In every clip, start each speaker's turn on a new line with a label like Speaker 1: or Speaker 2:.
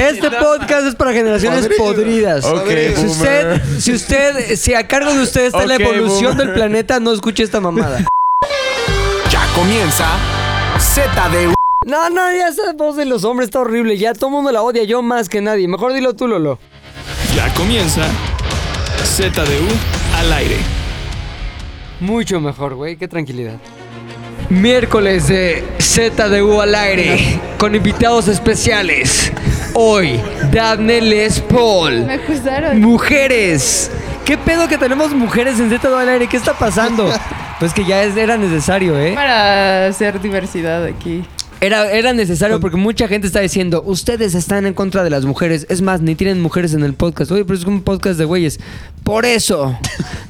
Speaker 1: Este podcast es para generaciones
Speaker 2: Podrido.
Speaker 1: podridas.
Speaker 3: Ok,
Speaker 1: si
Speaker 3: boomer.
Speaker 1: usted, si usted, si a cargo de usted está la
Speaker 3: Ok,
Speaker 1: evolución
Speaker 3: boomer.
Speaker 1: del planeta, no escuche esta mamada.
Speaker 4: Ya comienza ZDU.
Speaker 1: No, no, ya esa voz de los hombres está horrible. Ya todo el mundo la odia, yo más que nadie. Mejor dilo tú, Lolo.
Speaker 5: Ya comienza ZDU al aire.
Speaker 1: Mucho mejor, güey. Qué tranquilidad. Miércoles de ZDU al aire con invitados especiales. Hoy, Daphne Les Paul.
Speaker 6: Me acusaron.
Speaker 1: Mujeres. ¿Qué pedo que tenemos mujeres en ZDU al aire? ¿Qué está pasando? Pues que ya es- era necesario, ¿eh?
Speaker 6: Para hacer diversidad aquí.
Speaker 1: Era, era necesario porque mucha gente está diciendo, ustedes están en contra de las mujeres. Es más, ni tienen mujeres en el podcast. Oye, pero es un podcast de güeyes. Por eso.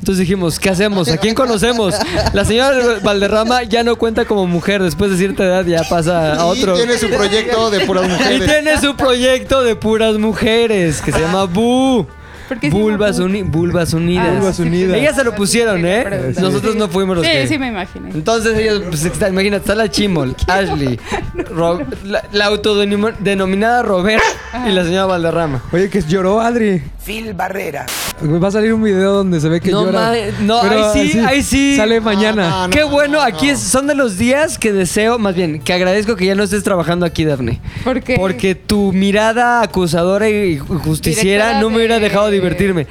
Speaker 1: Entonces dijimos, ¿qué hacemos? ¿A quién conocemos? La señora Valderrama ya no cuenta como mujer. Después de cierta edad ya pasa a otro.
Speaker 2: Y tiene su proyecto de puras
Speaker 1: Y
Speaker 2: mujeres.
Speaker 1: tiene su proyecto de puras mujeres que se llama Bu.
Speaker 6: ¿Por qué se llama
Speaker 1: Vulvas,
Speaker 6: Bu?
Speaker 1: uni- vulvas Unidas.
Speaker 6: Ah, sí, sí,
Speaker 1: Ellas se lo
Speaker 6: sí,
Speaker 1: pusieron,
Speaker 6: sí,
Speaker 1: ¿eh?
Speaker 6: preguntaron.
Speaker 1: Nosotros
Speaker 6: Sí.
Speaker 1: no fuimos los
Speaker 6: Sí,
Speaker 1: que-
Speaker 6: sí me imaginé.
Speaker 1: entonces ellos, pues, está- imagínate, está la Chimol, Ashley, Ro- la, la autodenominada Roberta y la señora Valderrama.
Speaker 7: Oye, que lloró Adri.
Speaker 4: Phil Barrera.
Speaker 7: Va a salir un video donde se ve que
Speaker 1: No
Speaker 7: llora.
Speaker 1: mames, no,
Speaker 7: Pero
Speaker 1: ahí sí,
Speaker 7: así
Speaker 1: ahí sí.
Speaker 7: Sale mañana.
Speaker 2: no,
Speaker 1: Qué bueno, aquí es- son de los días que deseo, más bien, que agradezco que ya no estés trabajando aquí, Dafne.
Speaker 6: ¿Por qué?
Speaker 1: Porque tu mirada acusadora y justiciera
Speaker 6: Directora
Speaker 1: no me hubiera
Speaker 6: de-
Speaker 1: dejado divertirme.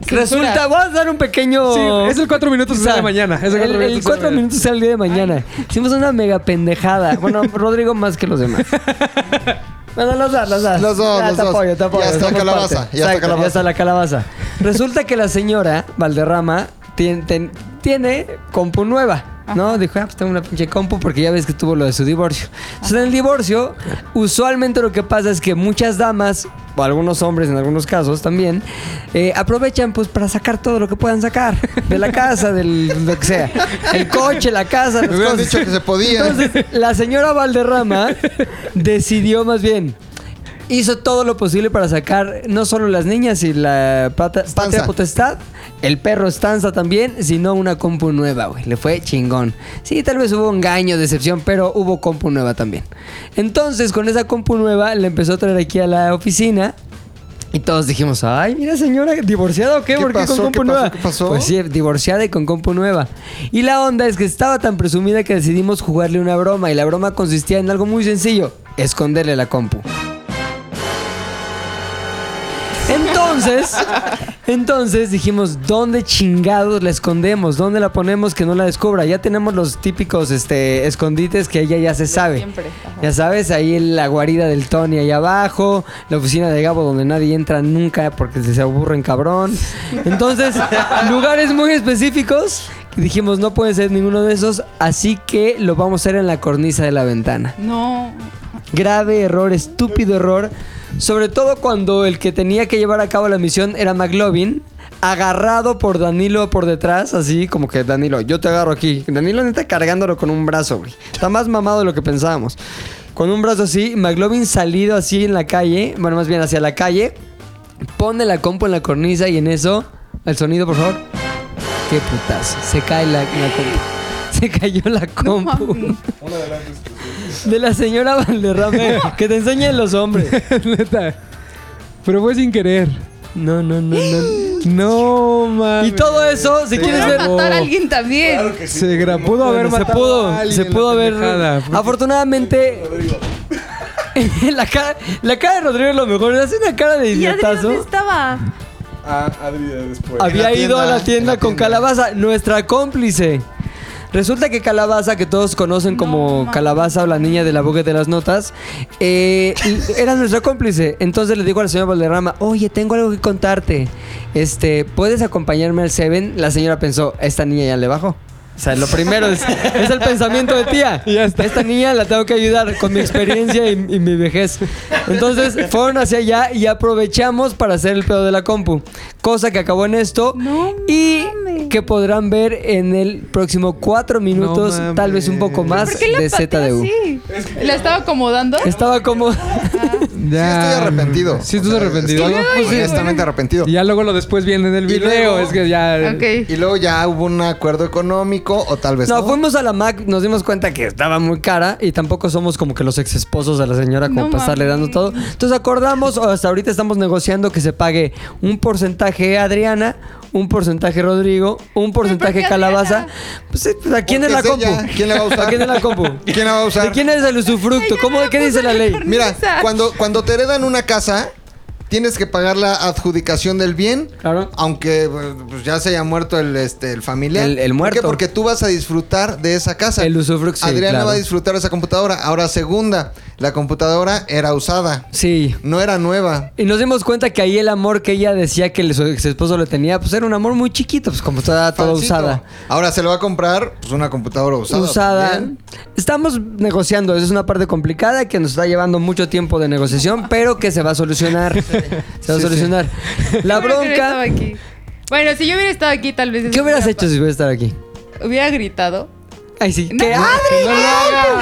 Speaker 6: Censura.
Speaker 1: Resulta, voy a dar un pequeño...
Speaker 7: Sí, es el cuatro minutos que sale mañana. Es el
Speaker 1: el,
Speaker 7: cuatro
Speaker 1: el
Speaker 7: minutos que sale
Speaker 1: cuatro
Speaker 7: mañana.
Speaker 1: minutos sale el día de mañana. Hicimos una mega pendejada. Bueno, Rodrigo más que los demás. Bueno, los dos, los dos.
Speaker 2: Los dos,
Speaker 1: Ya,
Speaker 2: los
Speaker 1: te
Speaker 2: dos.
Speaker 1: apoyo, te apoyo.
Speaker 2: Ya está
Speaker 1: Somos
Speaker 2: calabaza,
Speaker 1: parte.
Speaker 2: ya está
Speaker 1: Exacto,
Speaker 2: calabaza.
Speaker 1: Ya está la calabaza. Resulta que la señora Valderrama tiene, ten- tiene compu nueva. ¿No? Dijo, ah, pues tengo una pinche compu porque ya ves que tuvo lo de su divorcio. Entonces, en el divorcio, usualmente lo que pasa es que muchas damas, o algunos hombres en algunos casos también, eh, aprovechan pues para sacar todo lo que puedan sacar de la casa, del lo que sea. El coche, la casa, las
Speaker 2: Me hubieran
Speaker 1: cosas.
Speaker 2: dicho que se podía.
Speaker 1: Entonces, la señora Valderrama decidió más bien. Hizo todo lo posible para sacar no solo las niñas y la pata- patria
Speaker 2: Stanza.
Speaker 1: potestad, el perro estanza también, sino una compu nueva, güey. Le fue chingón. Sí, tal vez hubo engaño, decepción, pero hubo compu nueva también. Entonces, con esa compu nueva, le empezó a traer aquí a la oficina. Y todos dijimos, ay, mira señora, divorciada o qué,
Speaker 2: ¿Qué
Speaker 1: ¿por qué
Speaker 2: pasó?
Speaker 1: con compu
Speaker 2: ¿Qué pasó?
Speaker 1: nueva?
Speaker 2: ¿Qué pasó?
Speaker 1: Pues sí, divorciada y con compu nueva. Y la onda es que estaba tan presumida que decidimos jugarle una broma y la broma consistía en algo muy sencillo, esconderle la compu. Entonces, entonces dijimos, ¿dónde chingados la escondemos? ¿Dónde la ponemos que no la descubra? Ya tenemos los típicos este, escondites que ella ya se sabe.
Speaker 6: siempre, ajá.
Speaker 1: Ya sabes, ahí en la guarida del Tony ahí abajo, la oficina de Gabo donde nadie entra nunca porque se aburren cabrón. Entonces, lugares muy específicos. que Dijimos, no puede ser ninguno de esos, así que lo vamos a hacer en la cornisa de la ventana
Speaker 6: No.
Speaker 1: grave error, estúpido error, sobre todo cuando el que tenía que llevar a cabo la misión era McLovin, agarrado por Danilo por detrás, así como que Danilo, yo te agarro aquí. Danilo neta cargándolo con un brazo, güey. Está más mamado de lo que pensábamos. Con un brazo así, McLovin salido así en la calle, bueno, más bien hacia la calle, pone la compu en la cornisa y en eso, el sonido, por favor. Qué putas, se cae la, la compu. Se cayó la
Speaker 6: No
Speaker 1: compu.
Speaker 6: mames.
Speaker 1: De la señora Valderrama, eh, que te enseñen los hombres.
Speaker 7: Neta. Pero fue sin querer.
Speaker 1: No, no, no, no.
Speaker 7: No, mames.
Speaker 1: Y todo eso, si quieres ver.
Speaker 6: Pudieron matar a alguien también.
Speaker 7: Se gra- pudo haber
Speaker 1: se
Speaker 7: matado
Speaker 1: pudo,
Speaker 7: a alguien
Speaker 1: se
Speaker 7: la
Speaker 1: pudo haber. Ah,
Speaker 7: pendejada.
Speaker 1: Afortunadamente. la, cara, la cara de Rodrigo es lo mejor. Hace una cara de
Speaker 6: ¿Y Adrián dónde
Speaker 1: idiotazo.
Speaker 6: estaba?
Speaker 8: Ah,
Speaker 1: Había
Speaker 2: En la
Speaker 1: ido a la
Speaker 2: tienda,
Speaker 1: tienda
Speaker 2: en la
Speaker 1: con
Speaker 2: tienda.
Speaker 1: Calabaza, nuestra cómplice. Resulta que Calabaza, que todos conocen como
Speaker 6: mames.
Speaker 1: Calabaza o la niña de la boca de las notas, eh, era nuestra cómplice. Entonces le digo a la señora Valderrama, oye, tengo algo que contarte. Este, ¿puedes acompañarme al Seven? La señora pensó, esta niña ya le bajó. O sea, lo primero es, es el pensamiento de tía.
Speaker 7: Ya está.
Speaker 1: Esta niña la tengo que ayudar con mi experiencia y, y mi vejez. Entonces fueron hacia allá y aprovechamos para hacer el pedo de la compu. Cosa que acabó en esto
Speaker 6: No
Speaker 1: y
Speaker 6: mames.
Speaker 1: que podrán ver en el próximo cuatro minutos,
Speaker 7: mames.
Speaker 1: tal vez un poco más,
Speaker 6: ¿Por qué la
Speaker 1: de
Speaker 6: pateó
Speaker 1: ZDU.
Speaker 6: así? ¿La estaba acomodando?
Speaker 1: Estaba como...
Speaker 7: Ya.
Speaker 2: estoy arrepentido.
Speaker 7: Sí, estás
Speaker 2: O sea,
Speaker 7: arrepentido.
Speaker 2: estoy
Speaker 7: Algo,
Speaker 6: luego-
Speaker 7: pues, sí.
Speaker 2: honestamente arrepentido.
Speaker 7: Y ya luego lo después viene en el
Speaker 2: Y
Speaker 7: video.
Speaker 2: luego-
Speaker 7: es que ya.
Speaker 6: Ok.
Speaker 2: Y luego ya hubo un acuerdo económico o tal vez Pues no.
Speaker 1: No, fuimos a la Mac, nos dimos cuenta que estaba muy cara y tampoco somos como que los ex esposos de la señora como
Speaker 6: No
Speaker 1: para estarle dando
Speaker 6: mames.
Speaker 1: todo. Entonces acordamos, o hasta ahorita estamos negociando que se pague un porcentaje Adriana, un porcentaje Rodrigo, un porcentaje
Speaker 6: qué
Speaker 1: Calabaza. Pues, eh, pues, ¿a quién es la
Speaker 2: Porque
Speaker 1: compu?
Speaker 2: es ella. ¿Quién la va a usar?
Speaker 1: ¿A quién es la compu?
Speaker 2: ¿Quién la va a usar?
Speaker 1: ¿De quién es el usufructo?
Speaker 6: Ella
Speaker 1: ¿Cómo,
Speaker 6: la
Speaker 1: ¿Qué
Speaker 6: puso
Speaker 1: dice la
Speaker 6: en
Speaker 1: ley?
Speaker 6: el
Speaker 2: Mira,
Speaker 6: Esa.
Speaker 2: cuando, cuando te heredan una casa, tienes que pagar la adjudicación del bien.
Speaker 1: Claro.
Speaker 2: Aunque pues, ya se haya muerto el, este, el familiar.
Speaker 1: El- el
Speaker 2: ¿Por qué?
Speaker 1: muerto.
Speaker 2: Porque tú vas a disfrutar de esa casa.
Speaker 1: El usufructo, sí,
Speaker 2: Adriana
Speaker 1: claro.
Speaker 2: va a disfrutar de esa computadora. Ahora, segunda, la computadora era usada.
Speaker 1: Sí.
Speaker 2: No era nueva.
Speaker 1: Y nos dimos cuenta que ahí el amor que ella decía que el- su ex esposo le tenía, pues era un amor muy chiquito, pues como estaba toda
Speaker 2: Falsito.
Speaker 1: usada.
Speaker 2: Ahora se le va a comprar pues, una computadora usada.
Speaker 1: usada.
Speaker 2: también.
Speaker 1: Estamos negociando, esa es una parte complicada que nos está llevando mucho tiempo de negociación, pero que se va a solucionar. Se va a
Speaker 2: Sí,
Speaker 1: solucionar. La
Speaker 6: Yo creo que hubiera estado
Speaker 1: bronca.
Speaker 6: aquí. Bueno, si yo hubiera estado aquí, tal vez. eso
Speaker 1: ¿Qué hubieras
Speaker 6: hubiera
Speaker 1: hecho si hubiera estado aquí?
Speaker 6: pa- Hubiera gritado.
Speaker 1: Ay, sí.
Speaker 6: No,
Speaker 1: ¿Qué?
Speaker 6: no,
Speaker 1: ¡Adri!
Speaker 6: No, no,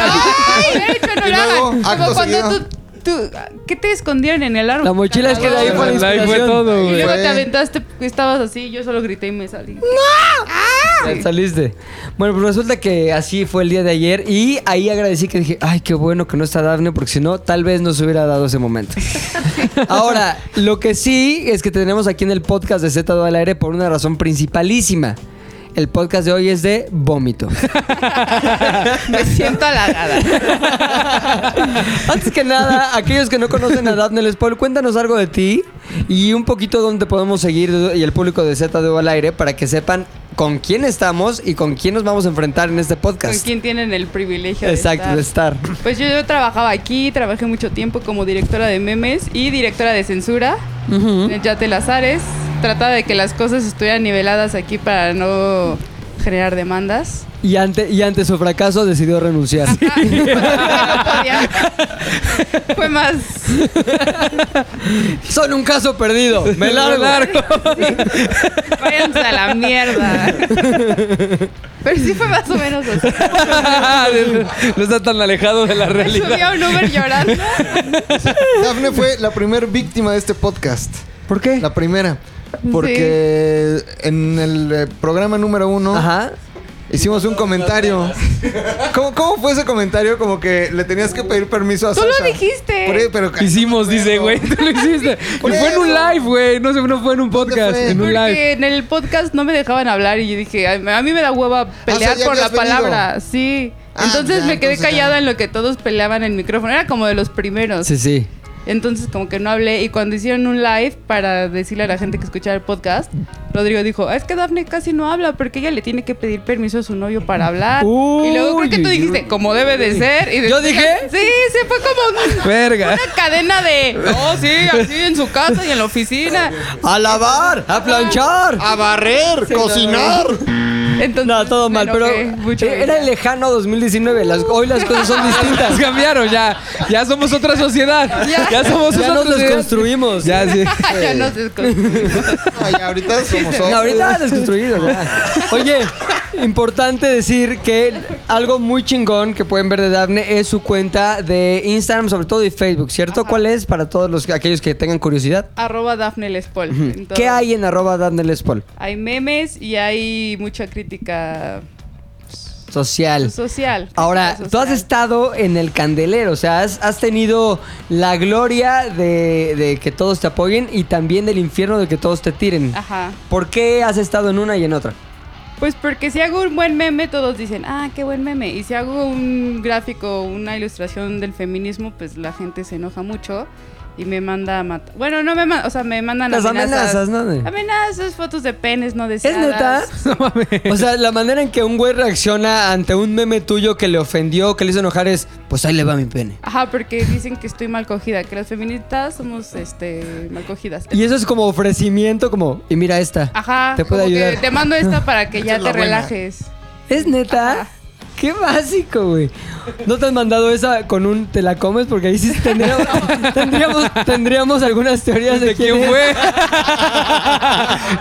Speaker 6: hubiera hecho, no
Speaker 2: Y
Speaker 6: lo
Speaker 2: luego,
Speaker 6: hagan.
Speaker 2: acto
Speaker 6: Como cuando
Speaker 2: seguido.
Speaker 6: tú, tú- ¿Qué te escondieron en el árbol?
Speaker 1: La mochila es que de ahí fue la
Speaker 7: Ahí fue
Speaker 1: inspiración.
Speaker 7: todo,
Speaker 6: Y
Speaker 7: güey.
Speaker 6: luego
Speaker 2: Fue-
Speaker 6: te aventaste, estabas así, yo solo grité y me salí.
Speaker 1: Ya Saliste. Bueno, pues resulta que así fue el día de ayer y ahí agradecí que dije, ay, qué bueno que no está Dafne, porque si no, tal vez nos hubiera dado ese momento. Ahora, lo que sí es que tenemos aquí en el podcast de Z al aire por una razón principalísima. El podcast de hoy es de vómito.
Speaker 6: Me siento halagada.
Speaker 1: Antes que nada, aquellos que no conocen a Dafne Les Paul, cuéntanos algo de ti y un poquito dónde te podemos seguir y el público de Z al aire para que sepan con quién estamos y con quién nos vamos a enfrentar en este
Speaker 6: Con
Speaker 1: podcast.
Speaker 6: quien tienen el privilegio
Speaker 1: Exacto,
Speaker 6: de
Speaker 1: de
Speaker 6: estar.
Speaker 1: estar.
Speaker 6: Pues yo, yo trabajaba aquí, trabajé mucho tiempo como directora de memes y directora de censura en el Yate Lazares. Trataba de que las cosas estuvieran niveladas aquí para no generar demandas.
Speaker 1: Y ante, y ante su fracaso decidió renunciar.
Speaker 6: No podía. Ah, Fue más.
Speaker 1: Son un caso perdido. Me largo.
Speaker 6: Váyanse a la mierda. Pero sí fue más o menos así.
Speaker 7: no está tan alejado de la
Speaker 6: Me subí
Speaker 7: realidad.
Speaker 6: a un Uber llorando.
Speaker 2: Dafne fue la primer víctima de este podcast.
Speaker 1: ¿Por qué?
Speaker 2: La primera. Porque en el eh, programa número uno
Speaker 1: Ajá.
Speaker 2: hicimos un comentario. ¿Cómo, cómo fue ese comentario? Como que le tenías que pedir permiso a
Speaker 6: Tú
Speaker 2: Sasha.
Speaker 6: lo dijiste.
Speaker 2: Por ahí, pero-
Speaker 7: Hicimos, dice,
Speaker 2: Pero-
Speaker 7: güey. Tú lo hiciste. Y
Speaker 2: Por
Speaker 7: fue en un
Speaker 2: eso.
Speaker 7: live, güey. No, sé, no fue en un podcast.
Speaker 2: fue?
Speaker 7: En un live.
Speaker 6: Porque en el podcast no me dejaban hablar y yo dije, "Ay, a mí me da hueva pelear
Speaker 2: Ah, ya
Speaker 6: por la
Speaker 2: habías venido.
Speaker 6: palabra. Sí.
Speaker 2: Ah,
Speaker 6: entonces
Speaker 2: ya,
Speaker 6: me quedé
Speaker 2: entonces ya.
Speaker 6: callada en lo que todos peleaban en el micrófono. Era como de los primeros.
Speaker 1: Sí, sí.
Speaker 6: Entonces como que no hablé. Y cuando hicieron un live para decirle a la gente que escuchara el podcast, Rodrigo dijo, "Ah, es que Dafne casi no habla porque ella le tiene que pedir permiso a su novio para hablar. y luego creo que tú
Speaker 1: Uy,
Speaker 6: dijiste, como debe de ser. Y
Speaker 1: ¿Yo
Speaker 6: después-
Speaker 1: dije?
Speaker 6: Sí, se fue como un-
Speaker 7: Verga.
Speaker 6: una cadena de, oh, sí, así en su casa y en la oficina.
Speaker 1: A lavar, a planchar.
Speaker 2: A barrer, cocinar.
Speaker 6: Entonces,
Speaker 1: No, todo mal,
Speaker 6: me
Speaker 1: pero
Speaker 6: enojé mucho.
Speaker 1: eh, era el lejano 2019. Las, hoy las cosas son
Speaker 7: Las
Speaker 1: distintas.
Speaker 7: cambiaron ya. Ya somos otra sociedad.
Speaker 6: Ya.
Speaker 7: Ya, somos
Speaker 1: Ya
Speaker 7: otra
Speaker 1: nos
Speaker 7: sociedad.
Speaker 1: desconstruimos.
Speaker 7: Ya, sí.
Speaker 6: Ya no sé,
Speaker 2: Ay, ahorita somos
Speaker 1: No,
Speaker 2: otros.
Speaker 1: ahorita desconstruido. ya. Oye, importante decir que algo muy chingón que pueden ver de Dafne es su cuenta de Instagram, sobre todo y Facebook, ¿cierto? ¿Cuál es para todos los aquellos que tengan curiosidad?
Speaker 6: Arroba Dafne Les Paul. en todo.
Speaker 1: ¿Qué hay en arroba Dafne Les Paul?
Speaker 6: Hay memes y hay mucha crítica
Speaker 1: Social.
Speaker 6: social.
Speaker 1: Ahora,
Speaker 6: crítica
Speaker 1: tú has
Speaker 6: social.
Speaker 1: estado en el candelero, o sea, has, has tenido la gloria de, de que todos te apoyen y también del infierno de que todos te tiren.
Speaker 6: Ajá.
Speaker 1: ¿Por qué has estado en una y en otra?
Speaker 6: Pues porque si hago un buen meme, todos dicen, ah, qué buen meme. Y si hago un gráfico, una ilustración del feminismo, pues la gente se enoja mucho y me manda a matar. Bueno, no me manda, o sea, me mandan
Speaker 1: Las
Speaker 6: amenazas.
Speaker 1: amenazas, ¿no? De-
Speaker 6: Amenazas, fotos de penes no
Speaker 1: ¿Es
Speaker 6: deseadas.
Speaker 1: neta? O sea, la manera en que un güey reacciona ante un meme tuyo que le ofendió, que le hizo enojar es, pues ahí le va mi pene.
Speaker 6: Ajá, porque dicen que estoy mal cogida, que las feministas somos este mal cogidas.
Speaker 1: Y eso es como ofrecimiento, como, y mira esta.
Speaker 6: Ajá,
Speaker 1: Te puede
Speaker 6: como que
Speaker 1: ayudar.
Speaker 6: te mando esta para que ya te relajes.
Speaker 1: ¿Es neta?
Speaker 6: Ajá.
Speaker 1: Qué básico, güey. ¿No te han mandado esa con un te la comes? Porque ahí sí tendríamos, tendríamos, tendríamos algunas teorías de,
Speaker 7: ¿De quién
Speaker 1: es.
Speaker 7: fue?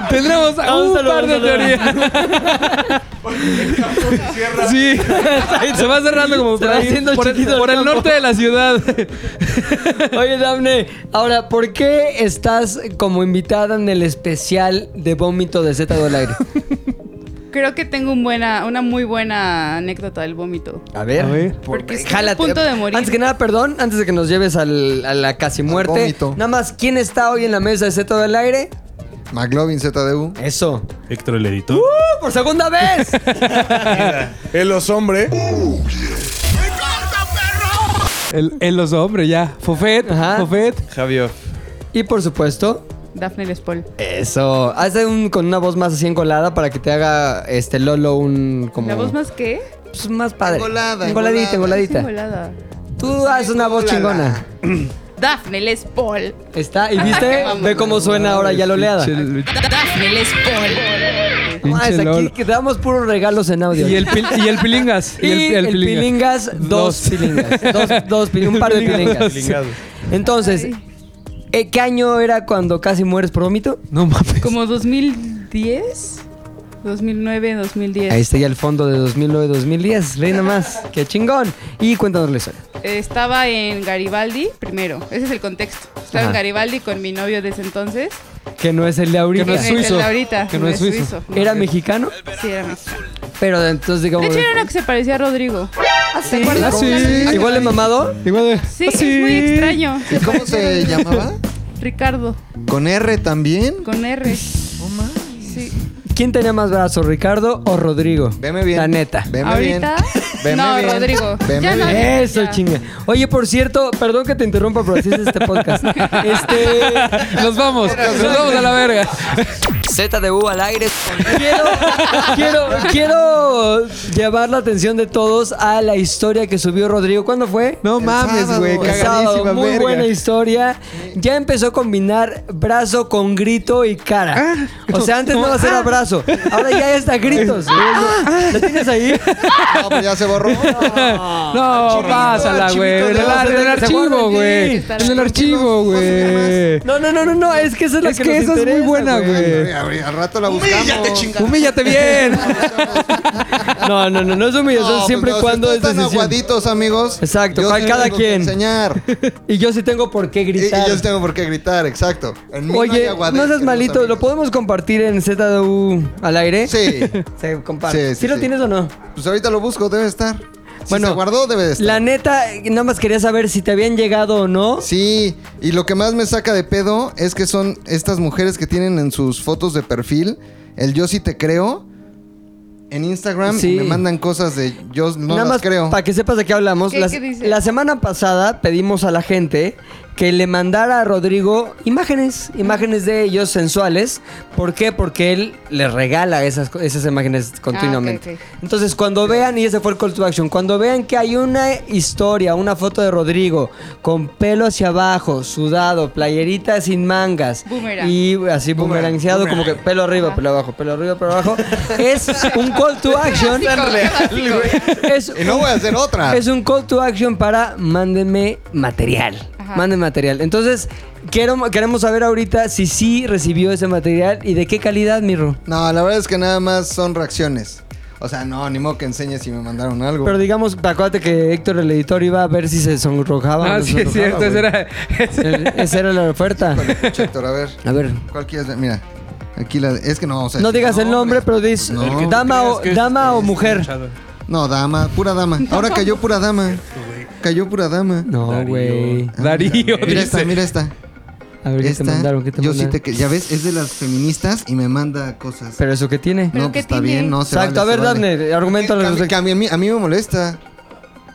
Speaker 7: Tendremos
Speaker 1: Ah, un
Speaker 7: un
Speaker 1: saludo,
Speaker 7: par de
Speaker 1: un saludo.
Speaker 7: teorías. Sí, se va cerrando como
Speaker 1: Se
Speaker 7: por
Speaker 1: va
Speaker 7: ahí,
Speaker 1: haciendo
Speaker 7: por, el-
Speaker 1: chiquito el
Speaker 7: por el
Speaker 1: campo.
Speaker 7: norte de la ciudad.
Speaker 1: Oye, Dafne, ahora, ¿por qué estás como invitada en el especial de vómito de Z del aire?
Speaker 6: Creo que tengo un buena, una muy buena anécdota del vómito.
Speaker 1: A ver, por-
Speaker 6: Porque estoy a
Speaker 1: jálate.
Speaker 6: punto de morir.
Speaker 1: Antes que nada, perdón, antes de que nos lleves al- a la casi muerte.
Speaker 2: vómito.
Speaker 1: Nada más, ¿quién está hoy en la mesa de Z del aire?
Speaker 2: McLovin ZDU.
Speaker 1: Eso.
Speaker 3: Héctor el editor.
Speaker 1: ¡Uh, ¡Por segunda vez!
Speaker 8: El los hombre.
Speaker 7: El, el oso hombre, ya. Fofet,
Speaker 1: Ajá.
Speaker 7: Fofet.
Speaker 8: Javier.
Speaker 1: y por supuesto,
Speaker 6: Daphne Les Paul.
Speaker 1: Eh, eso. Hazte un, con una voz más así encolada para que te haga este Lolo un como.
Speaker 6: ¿La voz más qué?
Speaker 1: pues, más padre.
Speaker 2: Encolada,
Speaker 1: Engoladita, engoladita.
Speaker 6: Simulada.
Speaker 1: Tú haz una voz chingona.
Speaker 6: Daphne Les Paul.
Speaker 1: Está, y viste, ve cómo suena ahora ya la oleada.
Speaker 7: Pinche-
Speaker 6: Daphne Les Paul.
Speaker 1: Ah, es
Speaker 7: pinche
Speaker 1: aquí
Speaker 7: Lolo.
Speaker 1: que damos puros regalos en audio.
Speaker 7: Y el, pil- y el pilingas.
Speaker 1: Y Oh, el, pilingas, dos,
Speaker 7: Dos.
Speaker 1: pilingas. Dos, dos pil- un par de pilingas. Entonces, ¿eh, ¿qué año era cuando casi mueres por vómito?
Speaker 7: No mames.
Speaker 6: Como 2010, 2009, 2010.
Speaker 1: Ahí está ya el fondo de 2009-2010. Ve nomás, qué chingón. Y cuéntanos la historia.
Speaker 6: Eh, Estaba en Garibaldi primero. Ese es el contexto. Estaba
Speaker 1: Ajá.
Speaker 6: en Garibaldi con mi novio desde entonces.
Speaker 1: Que no es el de ahorita.
Speaker 7: Que no es
Speaker 6: Ese el de
Speaker 7: suizo.
Speaker 6: ahorita.
Speaker 7: Que no es suizo.
Speaker 1: Era mexicano,
Speaker 6: Sí, era mexicano.
Speaker 1: pero entonces digamos...
Speaker 6: De hecho, era uno que se parecía a Rodrigo.
Speaker 1: ¿Te acuerdas?
Speaker 7: Ah, sí.
Speaker 1: Igual de mamado.
Speaker 7: Igual eh,
Speaker 6: Sí,
Speaker 7: de-
Speaker 6: es muy extraño.
Speaker 2: ¿Y cómo se llamaba?
Speaker 6: Ricardo,
Speaker 2: ¿Con R también?
Speaker 6: con R. Sí.
Speaker 1: ¿Quién tenía más brazos, Ricardo o Rodrigo?
Speaker 2: Veme bien.
Speaker 1: La neta.
Speaker 2: Veme
Speaker 6: Ahorita.
Speaker 2: bien. Veme
Speaker 6: no,
Speaker 2: bien.
Speaker 6: Rodrigo.
Speaker 2: Veme
Speaker 6: Ya no,
Speaker 2: bien.
Speaker 6: ya.
Speaker 1: Eso, chinga. Oye, por cierto, perdón que te interrumpa, pero así es este podcast. Este.
Speaker 7: Nos vamos, nos vamos a la verga.
Speaker 1: ZDU al aire. Quiero, quiero, quiero llevar la atención de todos a la historia que subió Rodrigo. ¿Cuándo fue?
Speaker 7: No
Speaker 2: El
Speaker 7: mames,
Speaker 2: sábado,
Speaker 7: güey.
Speaker 2: el
Speaker 1: El sábado.
Speaker 7: Cagadísima,
Speaker 1: Muy
Speaker 7: verga.
Speaker 1: buena historia. Ya empezó a combinar brazo con grito y
Speaker 7: Ah,
Speaker 1: cara. O sea, antes no era brazo. Ahora ya está
Speaker 7: Ah,
Speaker 1: gritos. ¿Lo tienes ahí? Oh,
Speaker 2: No, pues ya se borró.
Speaker 1: Ah,
Speaker 7: No, pásala,
Speaker 2: archivito,
Speaker 7: güey. En el,
Speaker 1: le vas a
Speaker 7: en el
Speaker 1: tener que guardar
Speaker 7: archivo,
Speaker 1: aquí.
Speaker 7: güey.
Speaker 6: Estar
Speaker 7: En el
Speaker 6: tranquilos,
Speaker 7: archivo, güey.
Speaker 1: No, no, no, no, no. Es que esa es la
Speaker 7: Es
Speaker 1: que,
Speaker 7: que
Speaker 1: nos
Speaker 7: esa es muy
Speaker 1: interesa,
Speaker 7: buena, güey.
Speaker 2: Al rato la buscamos.
Speaker 7: Humíllate bien.
Speaker 1: No, no, no, no es
Speaker 2: No,
Speaker 1: humillación
Speaker 2: pues
Speaker 1: siempre y
Speaker 2: no, si
Speaker 1: cuando
Speaker 2: ustedes
Speaker 1: es
Speaker 2: están
Speaker 1: decisión.
Speaker 2: aguaditos, amigos.
Speaker 1: Exacto,
Speaker 2: yo
Speaker 1: cual
Speaker 2: sí
Speaker 1: cada
Speaker 2: tengo que
Speaker 1: quien.
Speaker 2: enseñar.
Speaker 1: Y yo sí tengo por qué
Speaker 2: Y, y
Speaker 1: gritar.
Speaker 2: yo sí tengo por qué gritar, exacto. En mí no hay
Speaker 1: Oye, no,
Speaker 2: aguadez,
Speaker 1: seas
Speaker 2: queridos
Speaker 1: malito, ¿lo
Speaker 2: amigos.
Speaker 1: podemos compartir en ZDU al aire?
Speaker 2: Sí.
Speaker 1: Se comparte.
Speaker 2: Sí,
Speaker 1: ¿Sí,
Speaker 2: sí,
Speaker 1: lo
Speaker 2: sí.
Speaker 1: tienes o no?
Speaker 2: Pues ahorita lo busco, debe estar. Si
Speaker 1: Bueno,
Speaker 2: se guardó, debe de estar.
Speaker 1: La neta, nada más quería saber si te habían llegado o no.
Speaker 2: Sí, y lo que más me saca de pedo es que son estas mujeres que tienen en sus fotos de perfil el yo sí te creo en Instagram
Speaker 1: Sí.
Speaker 2: y me mandan cosas de yo no
Speaker 1: nada
Speaker 2: las
Speaker 1: más
Speaker 2: creo.
Speaker 1: para que sepas de qué hablamos.
Speaker 6: ¿Qué-
Speaker 1: la,
Speaker 6: qué dice?
Speaker 1: la semana pasada pedimos a la gente que le mandara a Rodrigo imágenes, imágenes de ellos sensuales. ¿Por qué? Porque él les regala esas, co- esas imágenes continuamente.
Speaker 6: Ah, ok,
Speaker 1: Entonces, cuando vean, y ese fue el call to action, cuando vean que hay una historia, una foto de Rodrigo con pelo hacia abajo, sudado, playerita sin mangas
Speaker 6: Boomerang.
Speaker 1: y así boomerangseado, como que pelo arriba, pelo abajo, pelo arriba, pelo abajo, es un call to action. Es
Speaker 2: Y no
Speaker 1: un-
Speaker 2: voy a hacer otra.
Speaker 1: es un call to action para mándenme material.
Speaker 6: Ajá.
Speaker 1: Mándenme material. Entonces, quiero, queremos saber ahorita si sí recibió ese material y de qué calidad, Mirro.
Speaker 2: No, la verdad es que nada más son reacciones. O sea, no, ni modo que enseñes si me mandaron algo.
Speaker 1: Pero digamos, acuérdate que Héctor, el editor, iba a ver si se sonrojaba. o
Speaker 7: Ah,
Speaker 1: no
Speaker 7: sí, es cierto.
Speaker 1: sonrojaba,
Speaker 7: Esa
Speaker 1: güey.
Speaker 7: era. esa-
Speaker 1: El- Esa era la oferta.
Speaker 2: Vale, escucha, Héctor, a ver.
Speaker 1: A ver.
Speaker 2: ¿Cuál quieres ver? Mira, aquí la. Es que no, o sea.
Speaker 1: No digas el nombre, pero dis
Speaker 2: No. El que tú
Speaker 1: dama, o, dama o mujer.
Speaker 2: No, dama, pura dama. Ahora cayó pura dama. Cayó pura dama. Ah,
Speaker 1: No, güey.
Speaker 7: Darío.
Speaker 2: Mira esta,
Speaker 7: dice.
Speaker 2: mira esta.
Speaker 1: A ver, ¿qué
Speaker 2: Esta,
Speaker 1: te mandaron? ¿Qué te
Speaker 2: yo
Speaker 1: mandaron?
Speaker 2: sí te que- ya ves, es de las feministas y me manda cosas.
Speaker 1: Pero eso que tiene.
Speaker 6: ¿Pero
Speaker 2: no,
Speaker 6: qué
Speaker 2: pues está
Speaker 6: tiene?
Speaker 2: bien, no se
Speaker 1: Exacto.
Speaker 2: vale,
Speaker 1: a ver,
Speaker 2: se vale.
Speaker 1: Dafne, argumento al
Speaker 2: Que a mí- que
Speaker 1: respecto.
Speaker 2: a, mí, a, mí, a mí me molesta.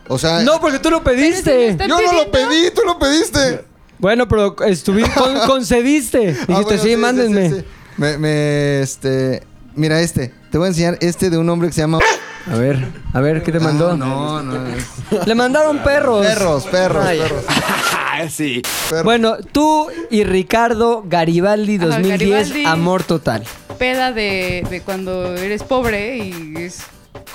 Speaker 2: O sea,
Speaker 1: No, porque tú lo pediste.
Speaker 6: ¿Están
Speaker 2: yo no lo
Speaker 6: pidiendo?
Speaker 2: pedí, tú lo pediste.
Speaker 1: Bueno, pero estuviste, concediste. Dijiste,
Speaker 2: Ah, bueno,
Speaker 1: sí, mándenme.
Speaker 2: sí, sí. Me, me, este, mira este, te voy a enseñar este de un hombre que se llama...
Speaker 1: A ver, a ver, ¿qué te mandó?
Speaker 2: Ah, no, no. es-
Speaker 1: Le mandaron perros.
Speaker 2: Perros, perros,
Speaker 1: Ay.
Speaker 2: perros.
Speaker 4: sí.
Speaker 1: Bueno, tú y Ricardo Garibaldi
Speaker 6: Ajá,
Speaker 1: 2010,
Speaker 6: Garibaldi.
Speaker 1: amor total.
Speaker 6: Peda de, de cuando eres pobre y es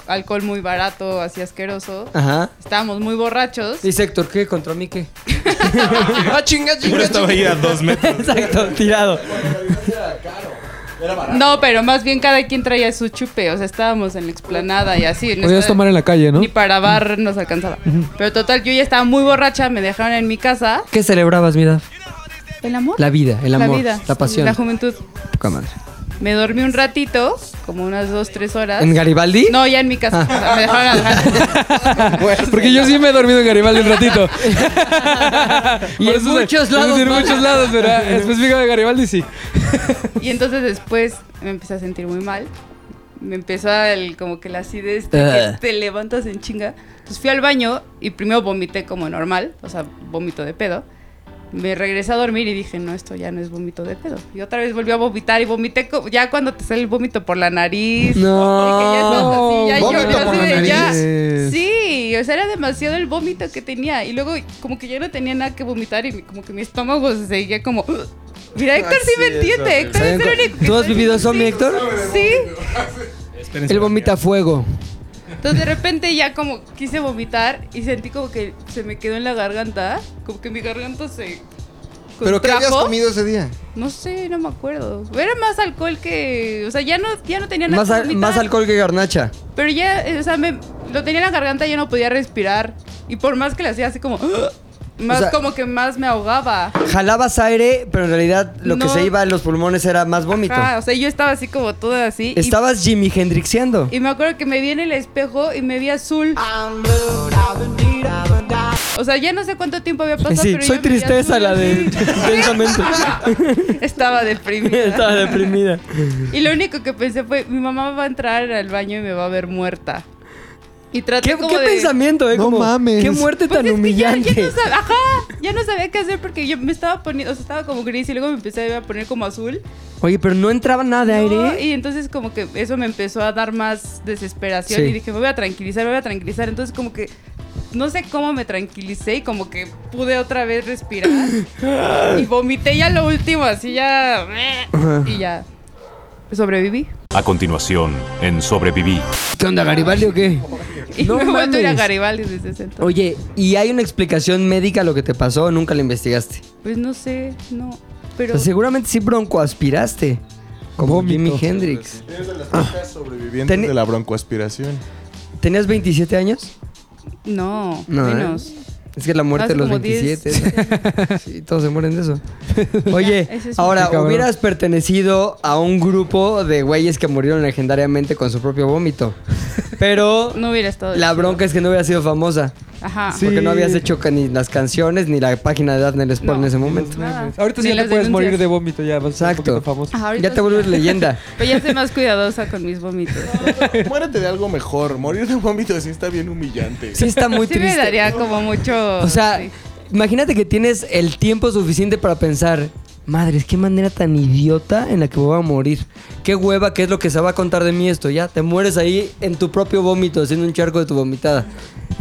Speaker 6: alcohol muy barato, así asqueroso.
Speaker 1: Ajá.
Speaker 6: Estábamos muy borrachos.
Speaker 1: Dice Héctor, ¿qué? ¿Contra mí qué?
Speaker 2: ¡Ah, chinga,
Speaker 3: Puro
Speaker 2: chinga!
Speaker 3: estaba ahí a dos metros.
Speaker 1: Exacto, tirado.
Speaker 6: No, pero más bien cada quien traía su chupe. O sea, estábamos en la explanada y así.
Speaker 7: Podías
Speaker 6: Nuestra-
Speaker 7: tomar en la calle, ¿no?
Speaker 6: Ni para bar nos alcanzaba. Pero total, yo ya estaba muy borracha, me dejaron en mi casa.
Speaker 1: ¿Qué celebrabas, vida?
Speaker 6: ¿El amor?
Speaker 1: La vida, el amor, la,
Speaker 6: vida.
Speaker 1: pasión.
Speaker 6: La juventud.
Speaker 1: Poca madre.
Speaker 6: Me dormí un ratito, como unas dos, tres horas.
Speaker 1: ¿En Garibaldi?
Speaker 6: No, ya en mi casa. O sea, me dejaron agarrar.
Speaker 1: Pues,
Speaker 7: Porque yo sí me he dormido en Garibaldi un ratito.
Speaker 1: Y
Speaker 7: Por
Speaker 1: en
Speaker 7: eso se-
Speaker 1: muchos lados
Speaker 7: En
Speaker 1: más.
Speaker 7: muchos lados, ¿verdad? Específico de Garibaldi, sí.
Speaker 6: Y entonces después me empecé a sentir muy mal. Me empezó el, como que la acidez de
Speaker 1: Ah.
Speaker 6: que te levantas en chinga. Entonces fui al baño y primero vomité como normal, o sea, vómito de pedo. Me regresé a dormir y dije, no, esto ya no es vómito de pedo. Y otra vez volví a vomitar y vomité co- ya cuando te sale el vómito por la nariz.
Speaker 1: No.
Speaker 6: Y que ya estás así, ya
Speaker 2: Vómito
Speaker 6: lloré,
Speaker 2: por
Speaker 6: así
Speaker 2: la
Speaker 6: de ya.
Speaker 2: nariz.
Speaker 6: Sí, o sea, era demasiado el vómito que tenía. Y luego como que ya no tenía nada que vomitar y mi- como que mi estómago se seguía como... "Ugh". Mira, Héctor sí, me entiende. Héctor es el único que
Speaker 1: ¿Tú has
Speaker 6: estoy-
Speaker 1: vivido zombie,
Speaker 6: Sí.
Speaker 1: Héctor?
Speaker 6: Sí.
Speaker 1: Él vomita fuego.
Speaker 6: Entonces de repente ya como quise vomitar y sentí como que se me quedó en la garganta. Como que mi garganta se...
Speaker 2: ¿Pero qué habías
Speaker 6: contrajo.
Speaker 2: comido ese día?
Speaker 6: No sé, no me acuerdo. Era más alcohol que... O sea, ya no, ya no tenía nada
Speaker 1: Más,
Speaker 6: que
Speaker 1: al-
Speaker 6: vomitar.
Speaker 1: más alcohol que garnacha.
Speaker 6: Pero ya, eh, o sea, me, lo tenía en la garganta, ya no podía respirar. Y por más que le hacía así como... "Ugh", Más
Speaker 1: O sea-
Speaker 6: como que más me ahogaba.
Speaker 1: Jalabas aire, pero en realidad lo que
Speaker 6: No.
Speaker 1: se iba en los pulmones era más vómito.
Speaker 6: Ajá, Ah, o sea, yo estaba así como toda así. y-
Speaker 1: Estabas Jimi Hendrixeando.
Speaker 6: Y me acuerdo que me vi en el espejo y me vi azul. O sea, ya no sé cuánto tiempo había pasado.
Speaker 1: Sí,
Speaker 6: pero yo
Speaker 1: soy
Speaker 6: me vi
Speaker 1: tristeza
Speaker 6: azul,
Speaker 1: la de
Speaker 6: así.
Speaker 1: intensamente.
Speaker 6: Estaba deprimida.
Speaker 1: Estaba deprimida.
Speaker 6: Y lo único que pensé fue, mi mamá va a entrar al baño y me va a ver muerta. Y traté
Speaker 1: ¿Qué,
Speaker 6: como
Speaker 1: qué
Speaker 6: de-
Speaker 1: pensamiento, eh?
Speaker 2: No
Speaker 1: Como,
Speaker 2: mames.
Speaker 1: Qué muerte
Speaker 6: Pues
Speaker 1: tan
Speaker 6: es que ya-
Speaker 1: humillante.
Speaker 6: Ya, no sab- ajá, ya no sabía qué hacer porque yo me estaba poniendo, o sea, estaba como gris y luego me empecé a poner como azul.
Speaker 1: Oye, pero no entraba nada de
Speaker 6: No,
Speaker 1: aire.
Speaker 6: Y entonces como que eso me empezó a dar más desesperación
Speaker 1: Sí.
Speaker 6: y dije, me voy a tranquilizar, me voy a tranquilizar. Entonces como que no sé cómo me tranquilicé y como que pude otra vez respirar. y vomité ya lo último, así ya... y ya sobreviví.
Speaker 9: A continuación, en Sobreviví.
Speaker 1: ¿Qué onda, Garibaldi o qué?
Speaker 6: Y
Speaker 1: No
Speaker 6: me he vuelto a ir a
Speaker 1: mames.
Speaker 6: Garibaldi desde ese entonces.
Speaker 1: Oye, ¿y hay una explicación médica a lo que te pasó? Nunca la investigaste.
Speaker 6: Pues no sé, no.
Speaker 1: O
Speaker 6: Pero...
Speaker 1: sea, seguramente sí broncoaspiraste. Como Jimi Hendrix.
Speaker 8: Sobrevivientes
Speaker 1: Teni-
Speaker 8: de la broncoaspiración.
Speaker 1: ¿Tenías 27 años?
Speaker 6: No,
Speaker 1: No, ¿eh?
Speaker 6: menos.
Speaker 1: Es que la muerte
Speaker 6: Hace
Speaker 1: de los
Speaker 6: Ah, como
Speaker 1: 27. ¿no? sí, todos se mueren de eso. Oye,
Speaker 6: ese es
Speaker 1: ahora,
Speaker 7: Qué cabrón.
Speaker 1: hubieras pertenecido a un grupo de güeyes que murieron legendariamente con su propio vómito. Pero
Speaker 6: No hubiera estado.
Speaker 1: la
Speaker 6: chido.
Speaker 1: bronca es que no hubiera sido famosa.
Speaker 6: Ajá.
Speaker 1: Porque no habías hecho ca- ni las canciones ni la página de Daphne Sport en
Speaker 6: No.
Speaker 1: ese momento.
Speaker 6: Nada.
Speaker 7: Ahorita
Speaker 6: Ni
Speaker 7: sí ya te
Speaker 6: las
Speaker 7: puedes
Speaker 6: denuncias.
Speaker 7: morir de vómito ya. Vas a ser
Speaker 1: Exacto.
Speaker 7: un poquito famoso.
Speaker 6: Ajá, ahorita
Speaker 1: Ya te
Speaker 6: sí.
Speaker 1: vuelves leyenda.
Speaker 6: Pero ya estoy más cuidadosa con mis vómitos.
Speaker 8: Muérete de algo mejor. Morir de vómito sí está bien humillante.
Speaker 1: Sí, está muy
Speaker 6: sí
Speaker 1: triste.
Speaker 6: me daría como mucho.
Speaker 1: O sea,
Speaker 6: sí.
Speaker 1: imagínate que tienes el tiempo suficiente para pensar, madres, qué manera tan idiota en la que me voy a morir. Qué hueva, qué es lo que se va a contar de mí esto. Ya te mueres ahí en tu propio vómito, haciendo un charco de tu vomitada.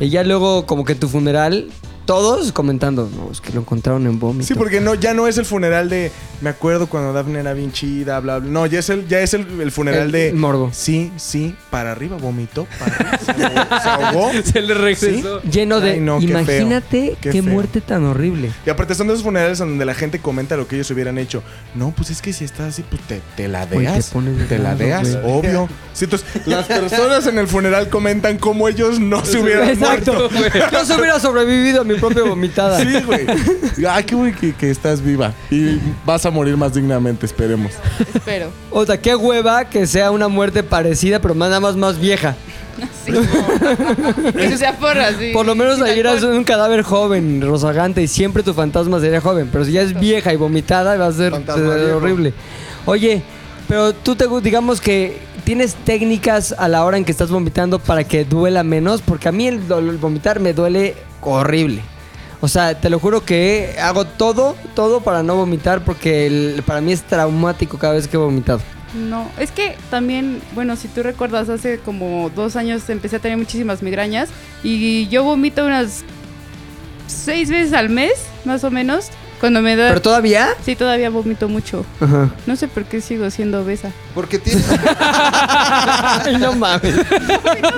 Speaker 1: Y ya luego, como que en tu funeral, todos comentando, no, es que lo encontraron en vómito.
Speaker 8: Sí, porque no, ya no es el funeral de me acuerdo cuando Daphne era bien chida, bla, bla. No, ya es el, ya es el, el funeral
Speaker 1: El
Speaker 8: de
Speaker 1: morbo.
Speaker 8: Sí, sí, para arriba, vomitó, para arriba, se ahogó. se ahogó.
Speaker 7: Se le regresó.
Speaker 1: Lleno de.
Speaker 8: Ay, no, qué feo,
Speaker 1: imagínate qué,
Speaker 8: qué feo.
Speaker 1: muerte tan horrible.
Speaker 8: Y aparte son de esos funerales en donde la gente comenta lo que ellos hubieran hecho. No, pues es que si estás así, pues te, te la
Speaker 1: Güey, te
Speaker 8: deas.
Speaker 1: pones de
Speaker 8: Te la
Speaker 1: lado,
Speaker 8: deas, obvio. Sí, entonces las personas en el funeral comentan cómo ellos no se hubieran
Speaker 1: Exacto.
Speaker 7: pues.
Speaker 8: muerto.
Speaker 1: Yo se hubiera sobrevivido a mi propia vomitada.
Speaker 8: Sí, güey. Ay, qué güey que, que estás viva. Y vas a morir más dignamente, esperemos.
Speaker 6: Espero.
Speaker 1: O sea, qué hueva que sea una muerte parecida, pero nada más más vieja.
Speaker 6: Sí. que sea porra, sí.
Speaker 1: Por lo menos
Speaker 6: Sin
Speaker 1: ahí eras
Speaker 6: alcohol.
Speaker 1: un cadáver joven, rozagante, y siempre tu fantasma sería joven. Pero si ya es vieja y vomitada, va a ser
Speaker 2: Fantasma
Speaker 1: eh,
Speaker 2: viejo.
Speaker 1: horrible. Oye, pero tú te gu- digamos que tienes técnicas a la hora en que estás vomitando para que duela menos, porque a mí el, dol- el vomitar me duele horrible. O sea, te lo juro que hago todo, todo para no vomitar, porque el- para mí es traumático cada vez que he vomitado.
Speaker 6: Eh. No, es que también, bueno, si tú recuerdas, hace como dos años empecé a tener muchísimas migrañas y yo vomito unas seis veces al mes, más o menos. Cuando me da...
Speaker 1: ¿Pero todavía?
Speaker 6: Sí, todavía vomito mucho.
Speaker 1: Ajá.
Speaker 6: No sé por qué sigo siendo obesa.
Speaker 2: Porque tiene.
Speaker 1: no mames.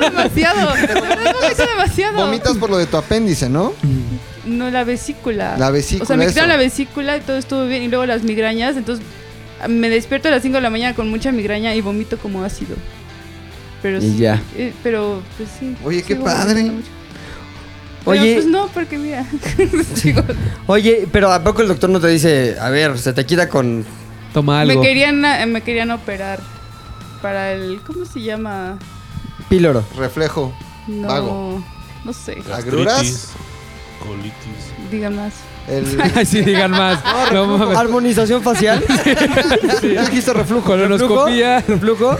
Speaker 6: demasiado. De verdad, vomito demasiado.
Speaker 2: Vomitas por lo de tu apéndice, ¿no?
Speaker 6: No, la vesícula.
Speaker 2: La vesícula,
Speaker 6: O sea, me quitaron
Speaker 2: eso.
Speaker 6: la vesícula y todo estuvo bien. Y luego las migrañas. Entonces me despierto a las 5 de la mañana con mucha migraña y vomito como ácido. Pero
Speaker 1: Y
Speaker 6: sí,
Speaker 1: ya.
Speaker 6: eh, pero pues sí.
Speaker 2: Oye, qué
Speaker 6: sigo vomitando
Speaker 2: padre.
Speaker 6: mucho. Pero,
Speaker 1: Oye.
Speaker 6: pues no, porque mira. sigo-
Speaker 1: Oye, pero ¿a poco el doctor no te dice, a ver, se te quita con.
Speaker 7: Toma algo.
Speaker 6: me, querían, eh, me querían operar para el. ¿Cómo se llama?
Speaker 1: Píloro.
Speaker 2: Reflejo.
Speaker 6: No.
Speaker 2: Vago.
Speaker 6: No sé.
Speaker 2: ¿Agruras?
Speaker 3: Colitis.
Speaker 6: Diga más.
Speaker 2: El...
Speaker 7: Ay, sí, digan más. No mames.
Speaker 1: Armonización facial.
Speaker 7: Sí.
Speaker 1: Dijiste reflujo.
Speaker 7: Colonoscopía.
Speaker 1: Reflujo.